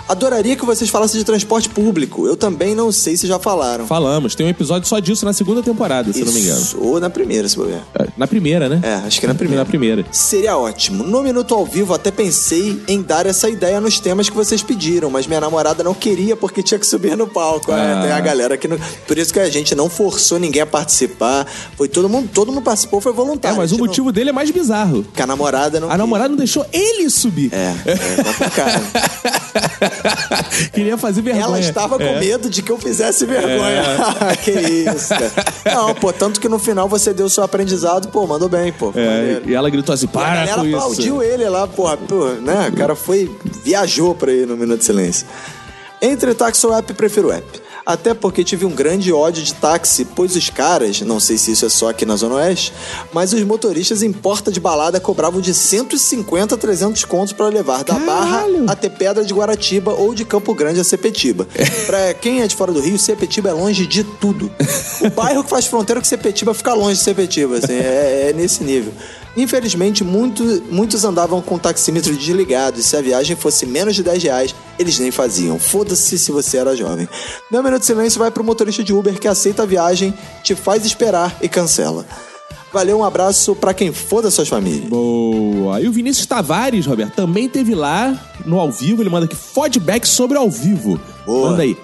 [SPEAKER 4] Adoraria que vocês falassem de transporte público. Eu também não sei se já falaram.
[SPEAKER 1] Falamos, tem um episódio só disso na segunda temporada, se eu não me engano.
[SPEAKER 4] Isso, Ou na primeira, se bobear.
[SPEAKER 1] Na primeira, né?
[SPEAKER 4] É, acho que na primeira.
[SPEAKER 1] Na primeira.
[SPEAKER 4] Seria ótimo. No Minuto ao Vivo até pensei em dar essa ideia nos temas que vocês pediram, mas minha namorada não queria porque tinha que subir no palco.
[SPEAKER 1] Ah.
[SPEAKER 4] É, tem a galera que não... Por isso que a gente não forçou ninguém a participar. Foi todo mundo, todo mundo participou, foi voluntário.
[SPEAKER 1] É, mas
[SPEAKER 4] A
[SPEAKER 1] o
[SPEAKER 4] gente não-
[SPEAKER 1] motivo dele é mais bizarro.
[SPEAKER 4] tipo, Que a namorada não.
[SPEAKER 1] A namorada não deixou ele subir.
[SPEAKER 4] É, é complicado.
[SPEAKER 1] Queria fazer vergonha.
[SPEAKER 4] Ela estava com
[SPEAKER 1] É.
[SPEAKER 4] medo de que eu fizesse vergonha. Ah,
[SPEAKER 1] É.
[SPEAKER 4] que isso, cara. Não, pô, tanto que no final você deu o seu aprendizado, pô, mandou bem, pô.
[SPEAKER 1] É, e ela gritou assim:
[SPEAKER 4] a
[SPEAKER 1] para
[SPEAKER 4] galera
[SPEAKER 1] com isso.
[SPEAKER 4] aplaudiu ele lá, porra, pô, né? O cara foi, viajou pra ir no Minuto de Silêncio. Entre táxi ou app, prefiro o app. Até porque tive um grande ódio de táxi, pois os caras, não sei se isso é só aqui na Zona Oeste, mas os motoristas em porta de balada cobravam de 150 a 300 contos pra levar da Barra até Pedra de Guaratiba ou de Campo Grande a Sepetiba. pra quem é de fora do Rio, Sepetiba é longe de tudo. O bairro que faz fronteira com Sepetiba fica longe de Sepetiba, assim, é, é nesse nível. Infelizmente, muito- muitos andavam com o taxímetro desligado e se a viagem fosse menos de 10 reais, eles nem faziam. Foda-se se você era jovem. No minuto de silêncio, vai pro motorista de Uber que aceita a viagem, te faz esperar e cancela. Valeu, um abraço pra quem for das suas famílias.
[SPEAKER 1] Boa. E o Vinícius tá Tavares, Roberto, também teve lá no ao vivo. Ele manda aqui feedback sobre ao vivo.
[SPEAKER 4] Boa.
[SPEAKER 1] Manda aí.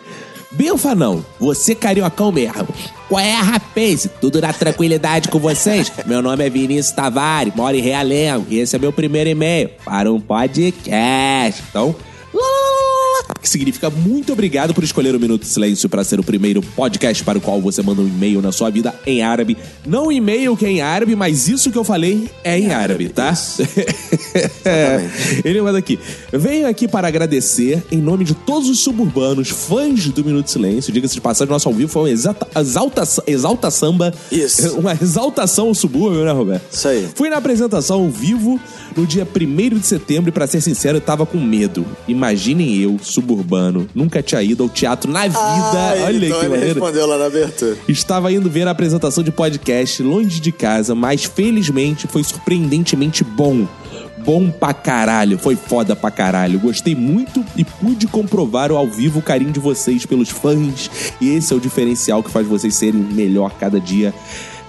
[SPEAKER 1] Benfanão, você cariocão mesmo. Qual é a rapaz? Tudo na tranquilidade com vocês? Meu nome é Vinícius Tavares, moro em Realengo. E esse é meu primeiro e-mail para um podcast. Então, lá, lá, lá, lá, lá, que significa muito obrigado por escolher o Minuto de Silêncio para ser o primeiro podcast para o qual você manda um e-mail na sua vida em árabe. Não um e-mail que é em árabe, mas isso que eu falei é em árabe, tá? É. Ele manda aqui. Venho aqui para agradecer, em nome de todos os suburbanos, fãs do Minuto de Silêncio. Diga-se de passagem, nosso ao vivo foi uma exata, exalta, exalta samba.
[SPEAKER 4] Isso.
[SPEAKER 1] Uma exaltação ao subúrbio, né, Roberto?
[SPEAKER 4] Isso aí.
[SPEAKER 1] Fui na apresentação ao vivo no dia 1 de setembro e, pra ser sincero, eu tava com medo. Imaginem eu, suburbano, nunca tinha ido ao teatro na vida.
[SPEAKER 4] Ah,
[SPEAKER 1] Olha
[SPEAKER 4] então
[SPEAKER 1] que
[SPEAKER 4] ele
[SPEAKER 1] maneiro.
[SPEAKER 4] respondeu lá na abertura.
[SPEAKER 1] Estava indo ver a apresentação de podcast longe de casa, mas felizmente foi surpreendentemente bom. Bom pra caralho, foi foda pra caralho. Gostei muito e pude comprovar o ao vivo o carinho de vocês pelos fãs. E esse é o diferencial que faz vocês serem melhor cada dia.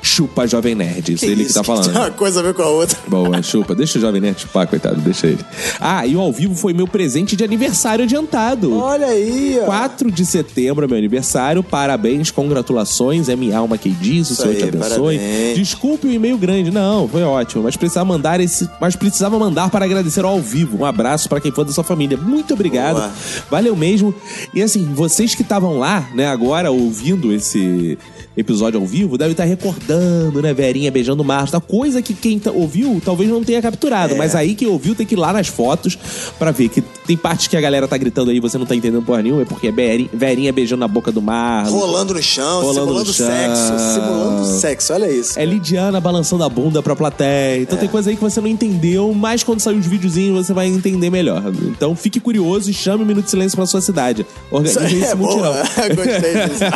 [SPEAKER 1] Chupa Jovem Nerd, isso é ele que tá falando.
[SPEAKER 4] Tem uma coisa a ver com a outra.
[SPEAKER 1] Boa, chupa. Deixa o Jovem Nerd chupar, coitado. Deixa ele. Ah, e o ao vivo foi meu presente de aniversário adiantado.
[SPEAKER 4] Olha aí, ó.
[SPEAKER 1] 4 de setembro é meu aniversário. Parabéns, congratulações. É minha alma que diz, o
[SPEAKER 4] Isso
[SPEAKER 1] Senhor te
[SPEAKER 4] aí,
[SPEAKER 1] abençoe.
[SPEAKER 4] parabéns.
[SPEAKER 1] Desculpe o e-mail grande. Não, foi ótimo. Mas precisava mandar esse. Mas precisava mandar para agradecer ao vivo. Um abraço para quem for da sua família. Muito obrigado.
[SPEAKER 4] Boa.
[SPEAKER 1] Valeu mesmo. E assim, vocês que estavam lá, né, agora ouvindo esse episódio ao vivo, deve estar recordando, né? Verinha beijando o Marcos. Tá? Coisa que quem tá- ouviu talvez não tenha
[SPEAKER 4] É.
[SPEAKER 1] capturado. Mas aí quem ouviu tem que ir lá nas fotos pra ver que tem partes que a galera tá gritando aí e você não tá entendendo porra nenhuma. É porque é Beri- Verinha beijando na boca do Marcos.
[SPEAKER 4] Rolando no chão,
[SPEAKER 1] Rolando
[SPEAKER 4] simulando
[SPEAKER 1] no chão.
[SPEAKER 4] sexo, simulando sexo, olha isso. É.
[SPEAKER 1] É Lidiana balançando a bunda pra plateia. Então tem coisa aí que você não entendeu, mas quando sair os videozinhos você vai entender melhor. Então fique curioso e chame o Minuto de Silêncio pra sua cidade. Organize
[SPEAKER 4] Isso é
[SPEAKER 1] esse
[SPEAKER 4] boa.
[SPEAKER 1] mutirão.
[SPEAKER 4] Gostei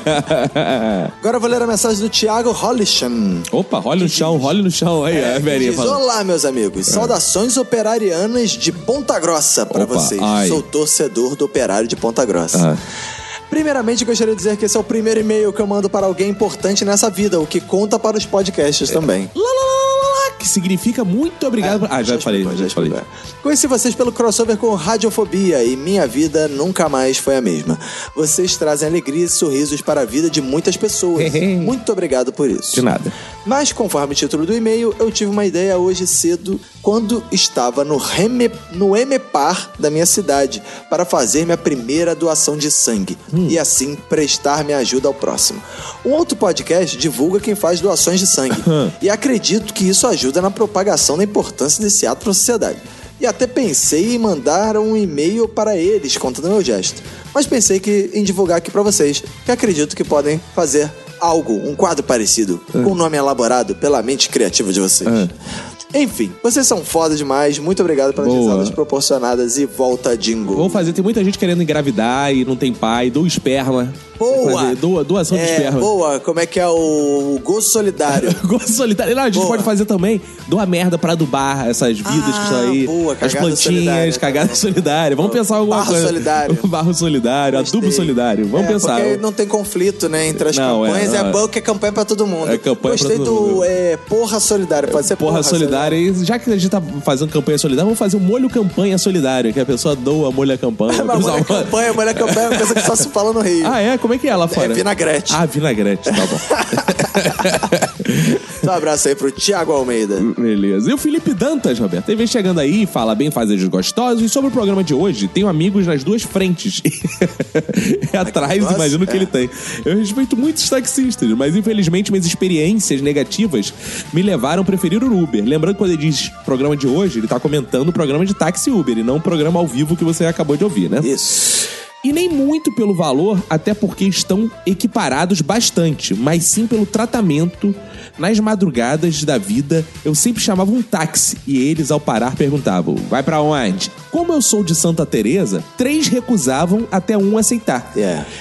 [SPEAKER 1] disso.
[SPEAKER 4] Agora eu vou ler a mensagem do Thiago Hollishan.
[SPEAKER 1] É. Opa, role no chão, role no chão. Aí, é, a velhinha
[SPEAKER 4] Diz,
[SPEAKER 1] falando.
[SPEAKER 4] Olá, meus amigos. Saudações operarianas de Ponta Grossa para
[SPEAKER 1] Opa,
[SPEAKER 4] vocês.
[SPEAKER 1] ai.
[SPEAKER 4] Sou torcedor do operário de Ponta Grossa.
[SPEAKER 1] Ah.
[SPEAKER 4] Primeiramente, gostaria de dizer que esse é o primeiro e-mail que eu mando para alguém importante nessa vida, o que conta para os
[SPEAKER 1] É.
[SPEAKER 4] podcasts também.
[SPEAKER 1] Lá, lá, lá, lá, lá, lá, que significa muito obrigado. por- Ah, já, falei, já, falei.
[SPEAKER 4] Conheci vocês pelo crossover com Radiofobia e minha vida nunca mais foi a mesma. Vocês trazem alegria e sorrisos para a vida de muitas pessoas. Muito obrigado por isso.
[SPEAKER 1] De nada.
[SPEAKER 4] Mas, conforme o título do e-mail, eu tive uma ideia hoje cedo quando estava no, Reme, no EMEPAR da minha cidade para fazer minha primeira doação de sangue
[SPEAKER 1] Hum.
[SPEAKER 4] e assim prestar minha ajuda ao próximo. Um outro podcast divulga quem faz doações de sangue e acredito que isso ajuda na propagação da importância desse ato para a sociedade. E até pensei em mandar um e-mail para eles contando meu gesto. Mas pensei que em divulgar aqui para vocês, que acredito que podem fazer algo, um quadro parecido,
[SPEAKER 1] É.
[SPEAKER 4] com um nome elaborado pela mente criativa de vocês. Enfim, vocês são foda demais. Muito obrigado pelas
[SPEAKER 1] É. Boa.
[SPEAKER 4] risadas proporcionadas e volta, Dingo. É,
[SPEAKER 1] Vou fazer, tem muita gente querendo engravidar e não tem pai, doa esperma. Tem que
[SPEAKER 4] Boa!
[SPEAKER 1] fazer, doa- doação de
[SPEAKER 4] É,
[SPEAKER 1] esperma.
[SPEAKER 4] boa, como é que é o, o gosto solidário?
[SPEAKER 1] Gosto solidário. Não, a gente pode fazer também. Doa merda pra adubar essas vidas que estão aí.
[SPEAKER 4] Ah, boa,
[SPEAKER 1] as
[SPEAKER 4] cagada
[SPEAKER 1] plantinhas,
[SPEAKER 4] solidária
[SPEAKER 1] cagada solidária. Vamos pensar em alguma
[SPEAKER 4] Barro
[SPEAKER 1] coisa.
[SPEAKER 4] solidário.
[SPEAKER 1] Barro solidário, adubo solidário. Vamos
[SPEAKER 4] É,
[SPEAKER 1] pensar.
[SPEAKER 4] Porque não tem conflito, né, entre as
[SPEAKER 1] Não, é,
[SPEAKER 4] campanhas. É,
[SPEAKER 1] não, é.
[SPEAKER 4] bom que é campanha pra todo mundo.
[SPEAKER 1] É campanha pra
[SPEAKER 4] Gostei
[SPEAKER 1] todo
[SPEAKER 4] do
[SPEAKER 1] mundo.
[SPEAKER 4] é, porra solidária. Pode ser
[SPEAKER 1] Porra
[SPEAKER 4] porra
[SPEAKER 1] solidária, e já que a gente tá fazendo campanha solidária, vamos fazer um molho campanha solidário, que a pessoa doa molho a campanha.
[SPEAKER 4] Mas mulher campanha, mulher campanha é uma coisa que só se fala no Rio.
[SPEAKER 1] Ah, é? Como é que é lá fora?
[SPEAKER 4] É vinagrete.
[SPEAKER 1] Ah, vinagrete, tá bom.
[SPEAKER 4] Então, um abraço aí pro Tiago Almeida.
[SPEAKER 1] Beleza. E o Felipe Dantas, Roberto, ele vem chegando aí, fala bem fazeres gostosos. E sobre o programa de hoje, tenho amigos nas duas frentes. é atrás,
[SPEAKER 4] Nossa,
[SPEAKER 1] imagino que
[SPEAKER 4] é.
[SPEAKER 1] ele tem. Eu respeito muitos taxistas, mas infelizmente minhas experiências negativas me levaram a preferir o Uber. Lembrando que quando ele diz programa de hoje, ele tá comentando o programa de táxi Uber e não o programa ao vivo que você acabou de ouvir, né?
[SPEAKER 4] Isso.
[SPEAKER 1] E nem muito pelo valor, até porque estão equiparados bastante, mas sim pelo tratamento. Nas madrugadas da vida, eu sempre chamava um táxi e eles, ao parar, perguntavam: vai pra onde? Como eu sou de Santa Teresa, três recusavam até um aceitar.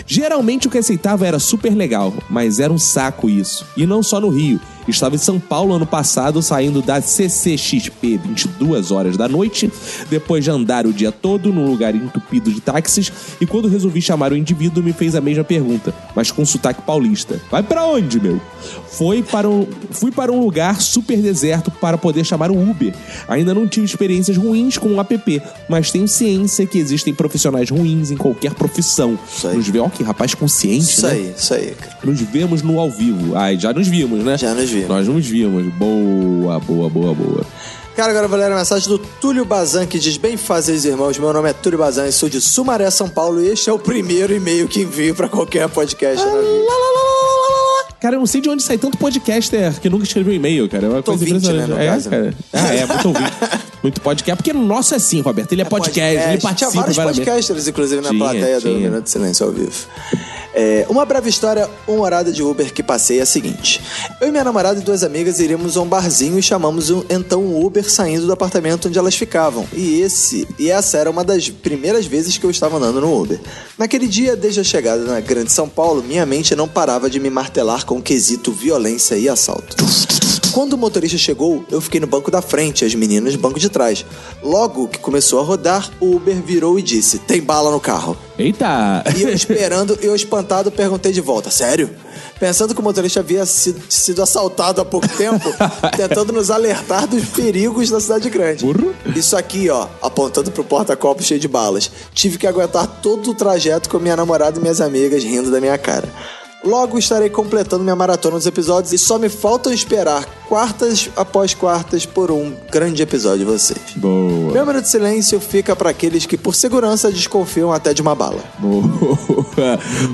[SPEAKER 1] Geralmente o que aceitava era super legal, mas era um saco isso. E não só no Rio. Estava em São Paulo ano passado, saindo da CCXP 22 horas da noite, depois de andar o dia todo num lugar entupido de táxis, e quando resolvi chamar o indivíduo, me fez a mesma pergunta, mas com sotaque paulista. Vai pra onde, meu? Foi para um, fui para um lugar super deserto para poder chamar um Uber. Ainda não tive experiências ruins com o app, mas tenho ciência que existem profissionais ruins em qualquer profissão. Nos vê, ó, que rapaz consciente,
[SPEAKER 4] Isso
[SPEAKER 1] né?
[SPEAKER 4] aí, isso aí. cara.
[SPEAKER 1] Nos vemos no ao vivo. Ai, já nos vimos, né? Já
[SPEAKER 4] nos vimos.
[SPEAKER 1] Nós nos vimos. Boa, boa, boa, boa.
[SPEAKER 4] Cara, agora eu vou ler a mensagem do Túlio Bazan, que diz: Bem fazeres, irmãos. Meu nome é Túlio Bazan e sou de Sumaré, São Paulo. E este é o primeiro e-mail que envio pra qualquer podcast. na vida.
[SPEAKER 1] Cara, eu não sei de onde sai tanto podcaster que nunca escreveu e-mail, cara. É uma coisa
[SPEAKER 4] ouvinte,
[SPEAKER 1] impressionante.
[SPEAKER 4] né, no
[SPEAKER 1] é,
[SPEAKER 4] caso,
[SPEAKER 1] cara.
[SPEAKER 4] né?
[SPEAKER 1] Ah, é, muito ouvinte. muito podcast. Porque o nosso é assim, Roberto. Ele é, podcast, ele participa.
[SPEAKER 4] Tinha vários
[SPEAKER 1] variamente.
[SPEAKER 4] podcasters, inclusive, na
[SPEAKER 1] Tinha,
[SPEAKER 4] plateia do
[SPEAKER 1] tinha.
[SPEAKER 4] Minuto de Silêncio ao vivo. É, uma breve história, uma horada de Uber que passei é a seguinte. Eu e minha namorada e duas amigas iríamos a um barzinho e chamamos um, então um Uber saindo do apartamento onde elas ficavam. E esse e essa era uma das primeiras vezes que eu estava andando no Uber. Naquele dia, desde a chegada na Grande São Paulo, minha mente não parava de me martelar com o quesito violência e assalto. Quando o motorista chegou, eu fiquei no banco da frente, as meninas no banco de trás. Logo que começou a rodar, o Uber virou e disse: Tem bala no carro.
[SPEAKER 1] Eita!
[SPEAKER 4] E eu esperando, eu espantado, perguntei de volta: Sério? Pensando que o motorista havia sido, sido assaltado há pouco tempo, tentando nos alertar dos perigos da cidade grande. Isso aqui, ó, apontando pro porta-copo cheio de balas. Tive que aguentar todo o trajeto com minha namorada e minhas amigas rindo da minha cara. Logo estarei completando minha maratona dos episódios e só me faltam esperar quartas após quartas por um grande episódio de vocês.
[SPEAKER 1] Boa.
[SPEAKER 4] Meu minuto de silêncio fica para aqueles que, por segurança, desconfiam até de uma bala.
[SPEAKER 1] Boa.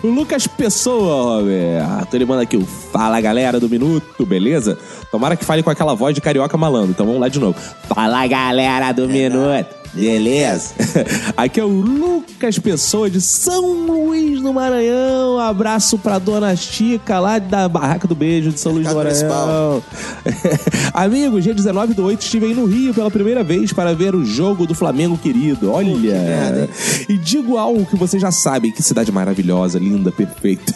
[SPEAKER 1] O Lucas Pessoa, Roberto. Ele manda aqui o Fala Galera do Minuto, beleza? Tomara que fale com aquela voz de carioca malandro. Então vamos lá de novo. Fala Galera do Minuto. Beleza? Aqui é o Lucas Pessoa de São Luís do Maranhão. Abraço pra dona Chica lá da Barraca do Beijo de São Luís do Maranhão. Amigos, dia 19 do 8 estive aí no Rio pela primeira vez para ver o jogo do Flamengo querido. Olha! e digo algo que vocês já sabem: que cidade maravilhosa, linda, perfeita.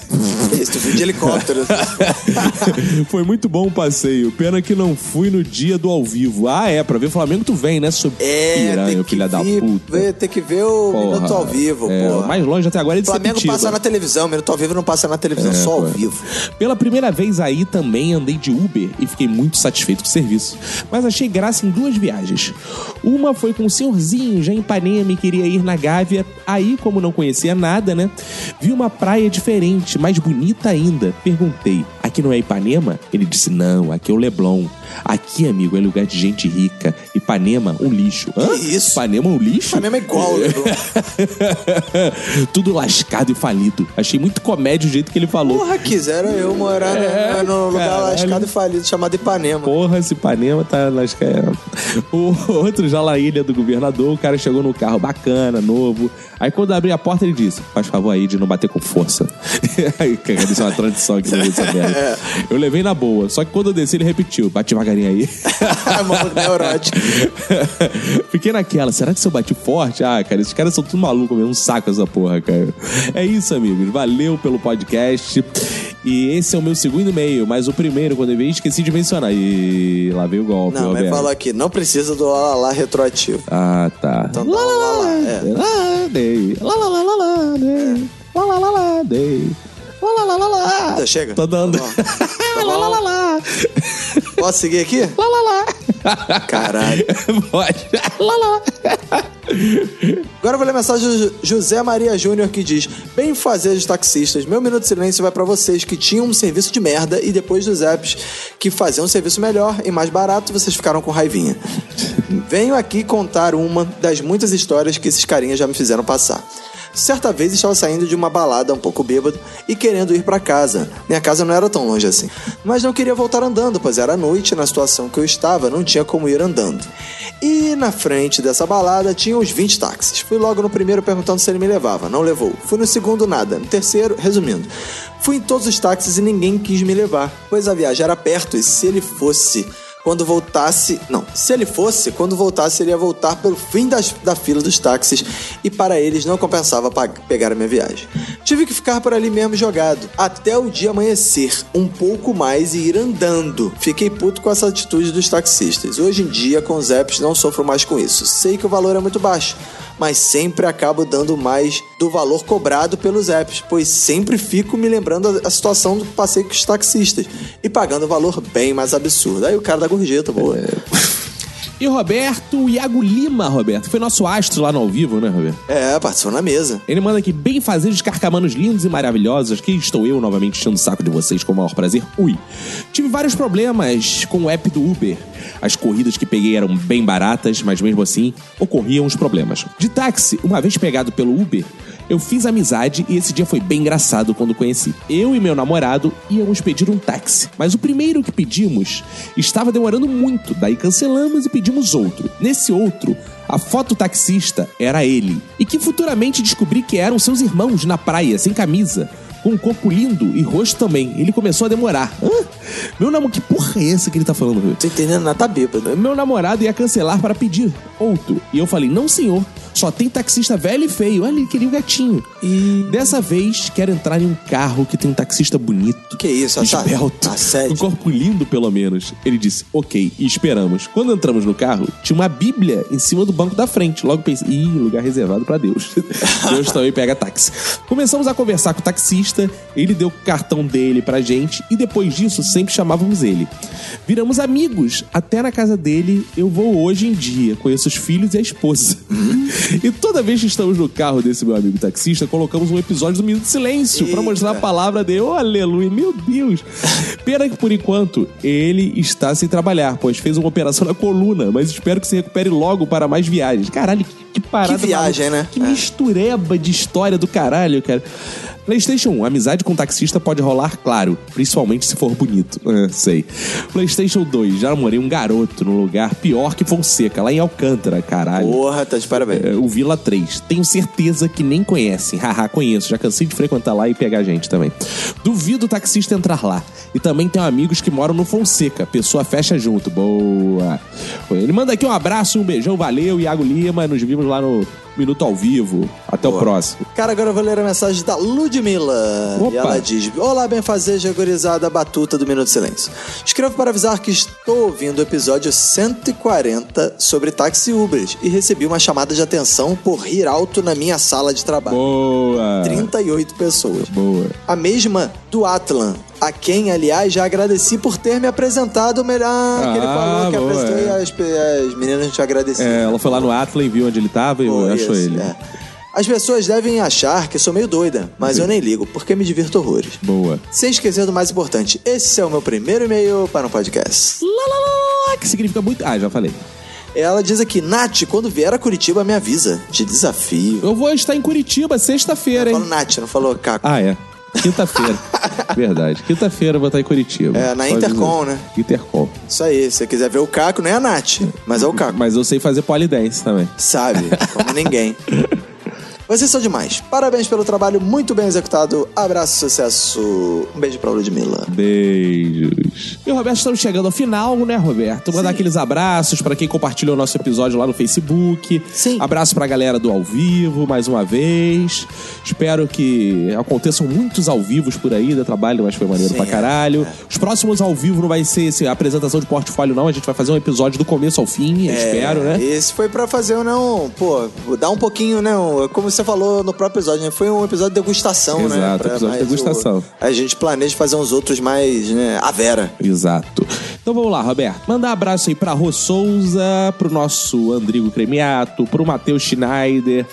[SPEAKER 4] Isso, tu viu de helicóptero.
[SPEAKER 1] Foi muito bom o passeio. Pena que não fui no dia do ao vivo. Ah, é, pra ver o Flamengo tu vem, né? Sub...
[SPEAKER 4] É,
[SPEAKER 1] piranha,
[SPEAKER 4] tem que
[SPEAKER 1] filha da
[SPEAKER 4] ver-
[SPEAKER 1] puta.
[SPEAKER 4] ver- tem que ver o
[SPEAKER 1] Porra.
[SPEAKER 4] Minuto ao Vivo,
[SPEAKER 1] É,
[SPEAKER 4] pô.
[SPEAKER 1] o mais longe até agora é de
[SPEAKER 4] Flamengo
[SPEAKER 1] Sepetiba.
[SPEAKER 4] passa na televisão, Minuto ao Vivo não passa na televisão,
[SPEAKER 1] É,
[SPEAKER 4] só ao
[SPEAKER 1] pô.
[SPEAKER 4] vivo.
[SPEAKER 1] Pela primeira vez aí também andei de Uber e fiquei muito satisfeito com o serviço. Mas achei graça em duas viagens. Uma foi com o senhorzinho já em Ipanema e queria ir na Gávea. Aí, como não conhecia nada, né? Vi uma praia diferente, mais bonita ainda. Perguntei: aqui não é Ipanema? Ele disse: não, aqui é o Leblon. Aqui, amigo, é lugar de gente rica. Ipanema, um lixo. Hã? isso? Ipanema, um lixo? Ipanema
[SPEAKER 4] é igual, Leblon.
[SPEAKER 1] Tudo lascado e falido. Achei muito comédia o jeito que ele falou.
[SPEAKER 4] Porra, quisera eu morar
[SPEAKER 1] É,
[SPEAKER 4] no, no lugar
[SPEAKER 1] caralho.
[SPEAKER 4] lascado e falido chamado Ipanema.
[SPEAKER 1] Porra, esse Ipanema tá lascando. O outro já lá ilha do governador, o cara chegou no carro bacana, novo. Aí quando eu abri a porta, ele disse: faz favor aí de não bater com força. Aí, cara, Isso é uma tradição aqui no Rio de Janeiro. Eu levei na boa, só que quando eu desci, ele repetiu: bate devagarinho aí.
[SPEAKER 4] Maluco neurótico.
[SPEAKER 1] Fiquei naquela, será que se eu bati forte? Ah, cara, esses caras são tudo maluco mesmo, um saco essa porra, cara. É isso, amigos. Valeu pelo podcast. E esse é o meu segundo e-mail, mas o primeiro, quando eu vi, esqueci de mencionar. E lá veio o golpe,
[SPEAKER 4] Não, mas
[SPEAKER 1] Roberto.
[SPEAKER 4] falou aqui, não precisa do lá, lá, lá retroativo.
[SPEAKER 1] Ah, tá.
[SPEAKER 4] Então tá lá, lá, lá, é.
[SPEAKER 1] Lá, dei. Lá, lá, lá, lá, lá, dei. Lá, lá, lá, lá, dei. Lá, lá, lá, lá, lá. né?
[SPEAKER 4] Tá, chega.
[SPEAKER 1] Tô dando.
[SPEAKER 4] lá, lá, lá, lá. Posso seguir aqui?
[SPEAKER 1] Lá, lá, lá.
[SPEAKER 4] Caralho.
[SPEAKER 1] Pode.
[SPEAKER 4] Lá, lá. Agora eu vou ler a mensagem do Ju- José Maria Júnior que diz: Bem fazer os taxistas, meu minuto de silêncio vai pra vocês que tinham um serviço de merda e depois dos apps que faziam um serviço melhor e mais barato, vocês ficaram com raivinha. Venho aqui contar uma das muitas histórias que esses carinhas já me fizeram passar. Certa vez estava saindo de uma balada um pouco bêbado e querendo ir pra casa. Minha casa não era tão longe assim. Mas não queria voltar andando, pois era noite e na situação que eu estava não tinha como ir andando. E na frente dessa balada tinha uns 20 táxis. Fui logo no primeiro perguntando se ele me levava. Não levou. Fui no segundo, nada. No terceiro, resumindo. Fui em todos os táxis e ninguém quis me levar, pois a viagem era perto e se ele fosse. Quando voltasse. Não, se ele fosse, quando voltasse, ele ia voltar pelo fim das- da fila dos táxis e para eles não compensava pa- pegar a minha viagem. Tive que ficar por ali mesmo jogado, até o dia amanhecer, um pouco mais e ir andando. Fiquei puto com essa atitude dos taxistas. Hoje em dia, com os apps, não sofro mais com isso. Sei que o valor é muito baixo, mas sempre acabo dando mais do valor cobrado pelos apps, pois sempre fico me lembrando a- a situação do passeio com os taxistas e pagando um valor bem mais absurdo. Aí o cara da gorjeta, boa.
[SPEAKER 1] E o Roberto, o Iago Lima, Roberto. Foi nosso astro lá no ao vivo, né, Roberto?
[SPEAKER 4] É, participou na mesa.
[SPEAKER 1] Ele manda aqui bem fazer os carcamanos lindos e maravilhosos. Que estou eu novamente enchendo o saco de vocês com o maior prazer. Ui. Tive vários problemas com o app do Uber. As corridas que peguei eram bem baratas, mas mesmo assim ocorriam os problemas. De táxi, uma vez pegado pelo Uber, eu fiz amizade e esse dia foi bem engraçado quando conheci. Eu e meu namorado íamos pedir um táxi, mas o primeiro que pedimos estava demorando muito, daí cancelamos e pedimos outro. Nesse outro, a foto do taxista era ele, e que futuramente descobri que eram seus irmãos na praia, sem camisa. Com um corpo lindo e rosto também. Ele começou a demorar. Hã? Meu namorado. Que porra é essa que ele tá falando? Tô
[SPEAKER 4] entendendo, nada tá bêbado.
[SPEAKER 1] Meu namorado ia cancelar para pedir outro. E eu falei: não, senhor. Só tem taxista velho e feio. Olha, ele queria o gatinho. E dessa vez quero entrar em um carro que tem um taxista bonito.
[SPEAKER 4] Que é isso,
[SPEAKER 1] Esbelto. Um corpo lindo, pelo menos. Ele disse, ok, e esperamos. Quando entramos no carro, tinha uma bíblia em cima do banco da frente. Logo pensei, ih, lugar reservado pra Deus. Deus também pega táxi. Começamos a conversar com o taxista, ele deu o cartão dele pra gente, e depois disso, sempre chamávamos ele. Viramos amigos, até na casa dele eu vou hoje em dia. Conheço os filhos e a esposa. E toda vez que estamos no carro desse meu amigo taxista, colocamos um episódio do Minuto de Silêncio pra mostrar a palavra de oh, aleluia, meu Deus. Pena que por enquanto ele está sem trabalhar, pois fez uma operação na coluna, mas espero que se recupere logo para mais viagens. Caralho, que- que parada.
[SPEAKER 4] Que viagem,
[SPEAKER 1] maluca.
[SPEAKER 4] né?
[SPEAKER 1] Que mistureba de história do caralho, cara. PlayStation 1, amizade com taxista pode rolar, claro, principalmente se for bonito. É, sei. PlayStation 2, já namorei um garoto num lugar pior que Fonseca, lá em Alcântara, caralho.
[SPEAKER 4] Porra, tá de parabéns.
[SPEAKER 1] É, o Vila 3. Tenho certeza que nem conhecem. Haha, conheço. Já cansei de frequentar lá e pegar gente também. Duvido o taxista entrar lá. E também tenho amigos que moram no Fonseca. Pessoa fecha junto. Boa. Ele manda aqui um abraço e um beijão. Valeu, Iago Lima. Nos vimos lá no Minuto ao Vivo. Até o próximo.
[SPEAKER 4] Cara, agora eu vou ler a mensagem da Ludmilla.
[SPEAKER 1] Opa.
[SPEAKER 4] E ela diz: Olá, benfazeja gurizada batuta do Minuto de Silêncio. Escrevo para avisar que estou ouvindo o episódio 140 sobre táxi e Ubers e recebi uma chamada de atenção por rir alto na minha sala de trabalho.
[SPEAKER 1] Boa!
[SPEAKER 4] 38 pessoas.
[SPEAKER 1] Boa.
[SPEAKER 4] A mesma do Atlan. A quem, aliás, já agradeci por ter me apresentado melhor. Ah, que ele
[SPEAKER 1] Ah,
[SPEAKER 4] falou que
[SPEAKER 1] boa,
[SPEAKER 4] apresentou
[SPEAKER 1] é.
[SPEAKER 4] e as, pe- as meninas te agradeceram.
[SPEAKER 1] É, ela foi lá no Atlas e viu onde ele tava e achou
[SPEAKER 4] isso,
[SPEAKER 1] ele.
[SPEAKER 4] é. As pessoas devem achar que sou meio doida, mas eu nem ligo, porque me divirto horrores.
[SPEAKER 1] Boa.
[SPEAKER 4] Sem esquecer do mais importante, esse é o meu primeiro e-mail para um podcast.
[SPEAKER 1] Ah, que significa muito. Ah, já falei.
[SPEAKER 4] Ela diz aqui, Nath, quando vier a Curitiba, me avisa. Te desafio.
[SPEAKER 1] Eu vou estar em Curitiba sexta-feira,
[SPEAKER 4] hein? Falou Nath, não falou Caco.
[SPEAKER 1] Ah, é. Quinta-feira. Verdade. Quinta-feira eu vou estar em Curitiba.
[SPEAKER 4] É, na
[SPEAKER 1] Só
[SPEAKER 4] Intercom,
[SPEAKER 1] avisando.
[SPEAKER 4] né?
[SPEAKER 1] Intercom.
[SPEAKER 4] Isso aí, se você quiser ver o Caco, não é a Nath, mas é o Caco.
[SPEAKER 1] Mas eu sei fazer polidense também.
[SPEAKER 4] Sabe, como ninguém. Vocês são demais. Parabéns pelo trabalho muito bem executado. Abraço, sucesso. Um beijo pra Ludmilla.
[SPEAKER 1] Beijos. E Roberto, estamos chegando ao final, né, Roberto? Mandar aqueles abraços pra quem compartilhou nosso episódio lá no Facebook. Sim. Abraço pra galera do ao vivo, mais uma vez. Espero que aconteçam muitos ao vivos por aí, dá trabalho, mas foi maneiro
[SPEAKER 4] Sim,
[SPEAKER 1] pra
[SPEAKER 4] é,
[SPEAKER 1] caralho. Os próximos ao vivo não vai ser esse- a apresentação de portfólio, não. A gente vai fazer um episódio do começo ao fim, eu espero, né?
[SPEAKER 4] É, Esse foi pra fazer um, não, pô, dar um pouquinho, né? um- como você falou no próprio episódio, né? Foi um episódio de degustação, né?
[SPEAKER 1] Exato,
[SPEAKER 4] Pra
[SPEAKER 1] episódio de
[SPEAKER 4] mais
[SPEAKER 1] degustação.
[SPEAKER 4] o- a gente planeja fazer uns outros mais, né? A Vera.
[SPEAKER 1] Exato. Então vamos lá, Roberto. Mandar abraço aí pra Rô Souza, pro nosso Andrigo Cremiato, pro Matheus Schneider,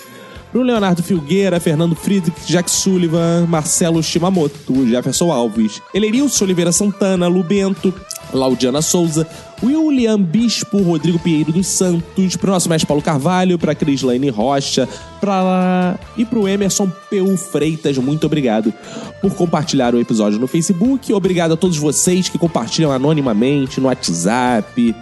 [SPEAKER 1] pro Leonardo Filgueira, Fernando Friedrich, Jack Sullivan, Marcelo Shimamoto, Jefferson Alves, Elerilson Oliveira Santana, Lubento, Laudiana Souza, William Bispo, Rodrigo Pinheiro dos Santos, pro nosso mestre Paulo Carvalho, pra Crislaine Rocha, pra lá e pro Emerson Peu Freitas, muito obrigado por compartilhar o episódio no Facebook. Obrigado a todos vocês que compartilham anonimamente no WhatsApp,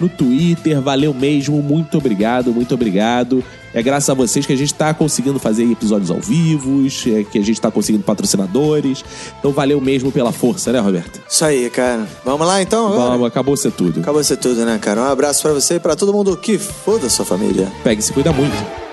[SPEAKER 1] no Twitter. Valeu mesmo, muito obrigado, muito obrigado. É graças a vocês que a gente tá conseguindo fazer episódios ao vivo, é que a gente tá conseguindo patrocinadores. Então valeu mesmo pela força, né, Roberto?
[SPEAKER 4] Isso aí, cara. Vamos lá então? agora?
[SPEAKER 1] Vamos, acabou ser tudo.
[SPEAKER 4] Acabou ser tudo, né, cara? Um abraço pra você e pra todo mundo que foda sua família.
[SPEAKER 1] Pega e se cuida muito.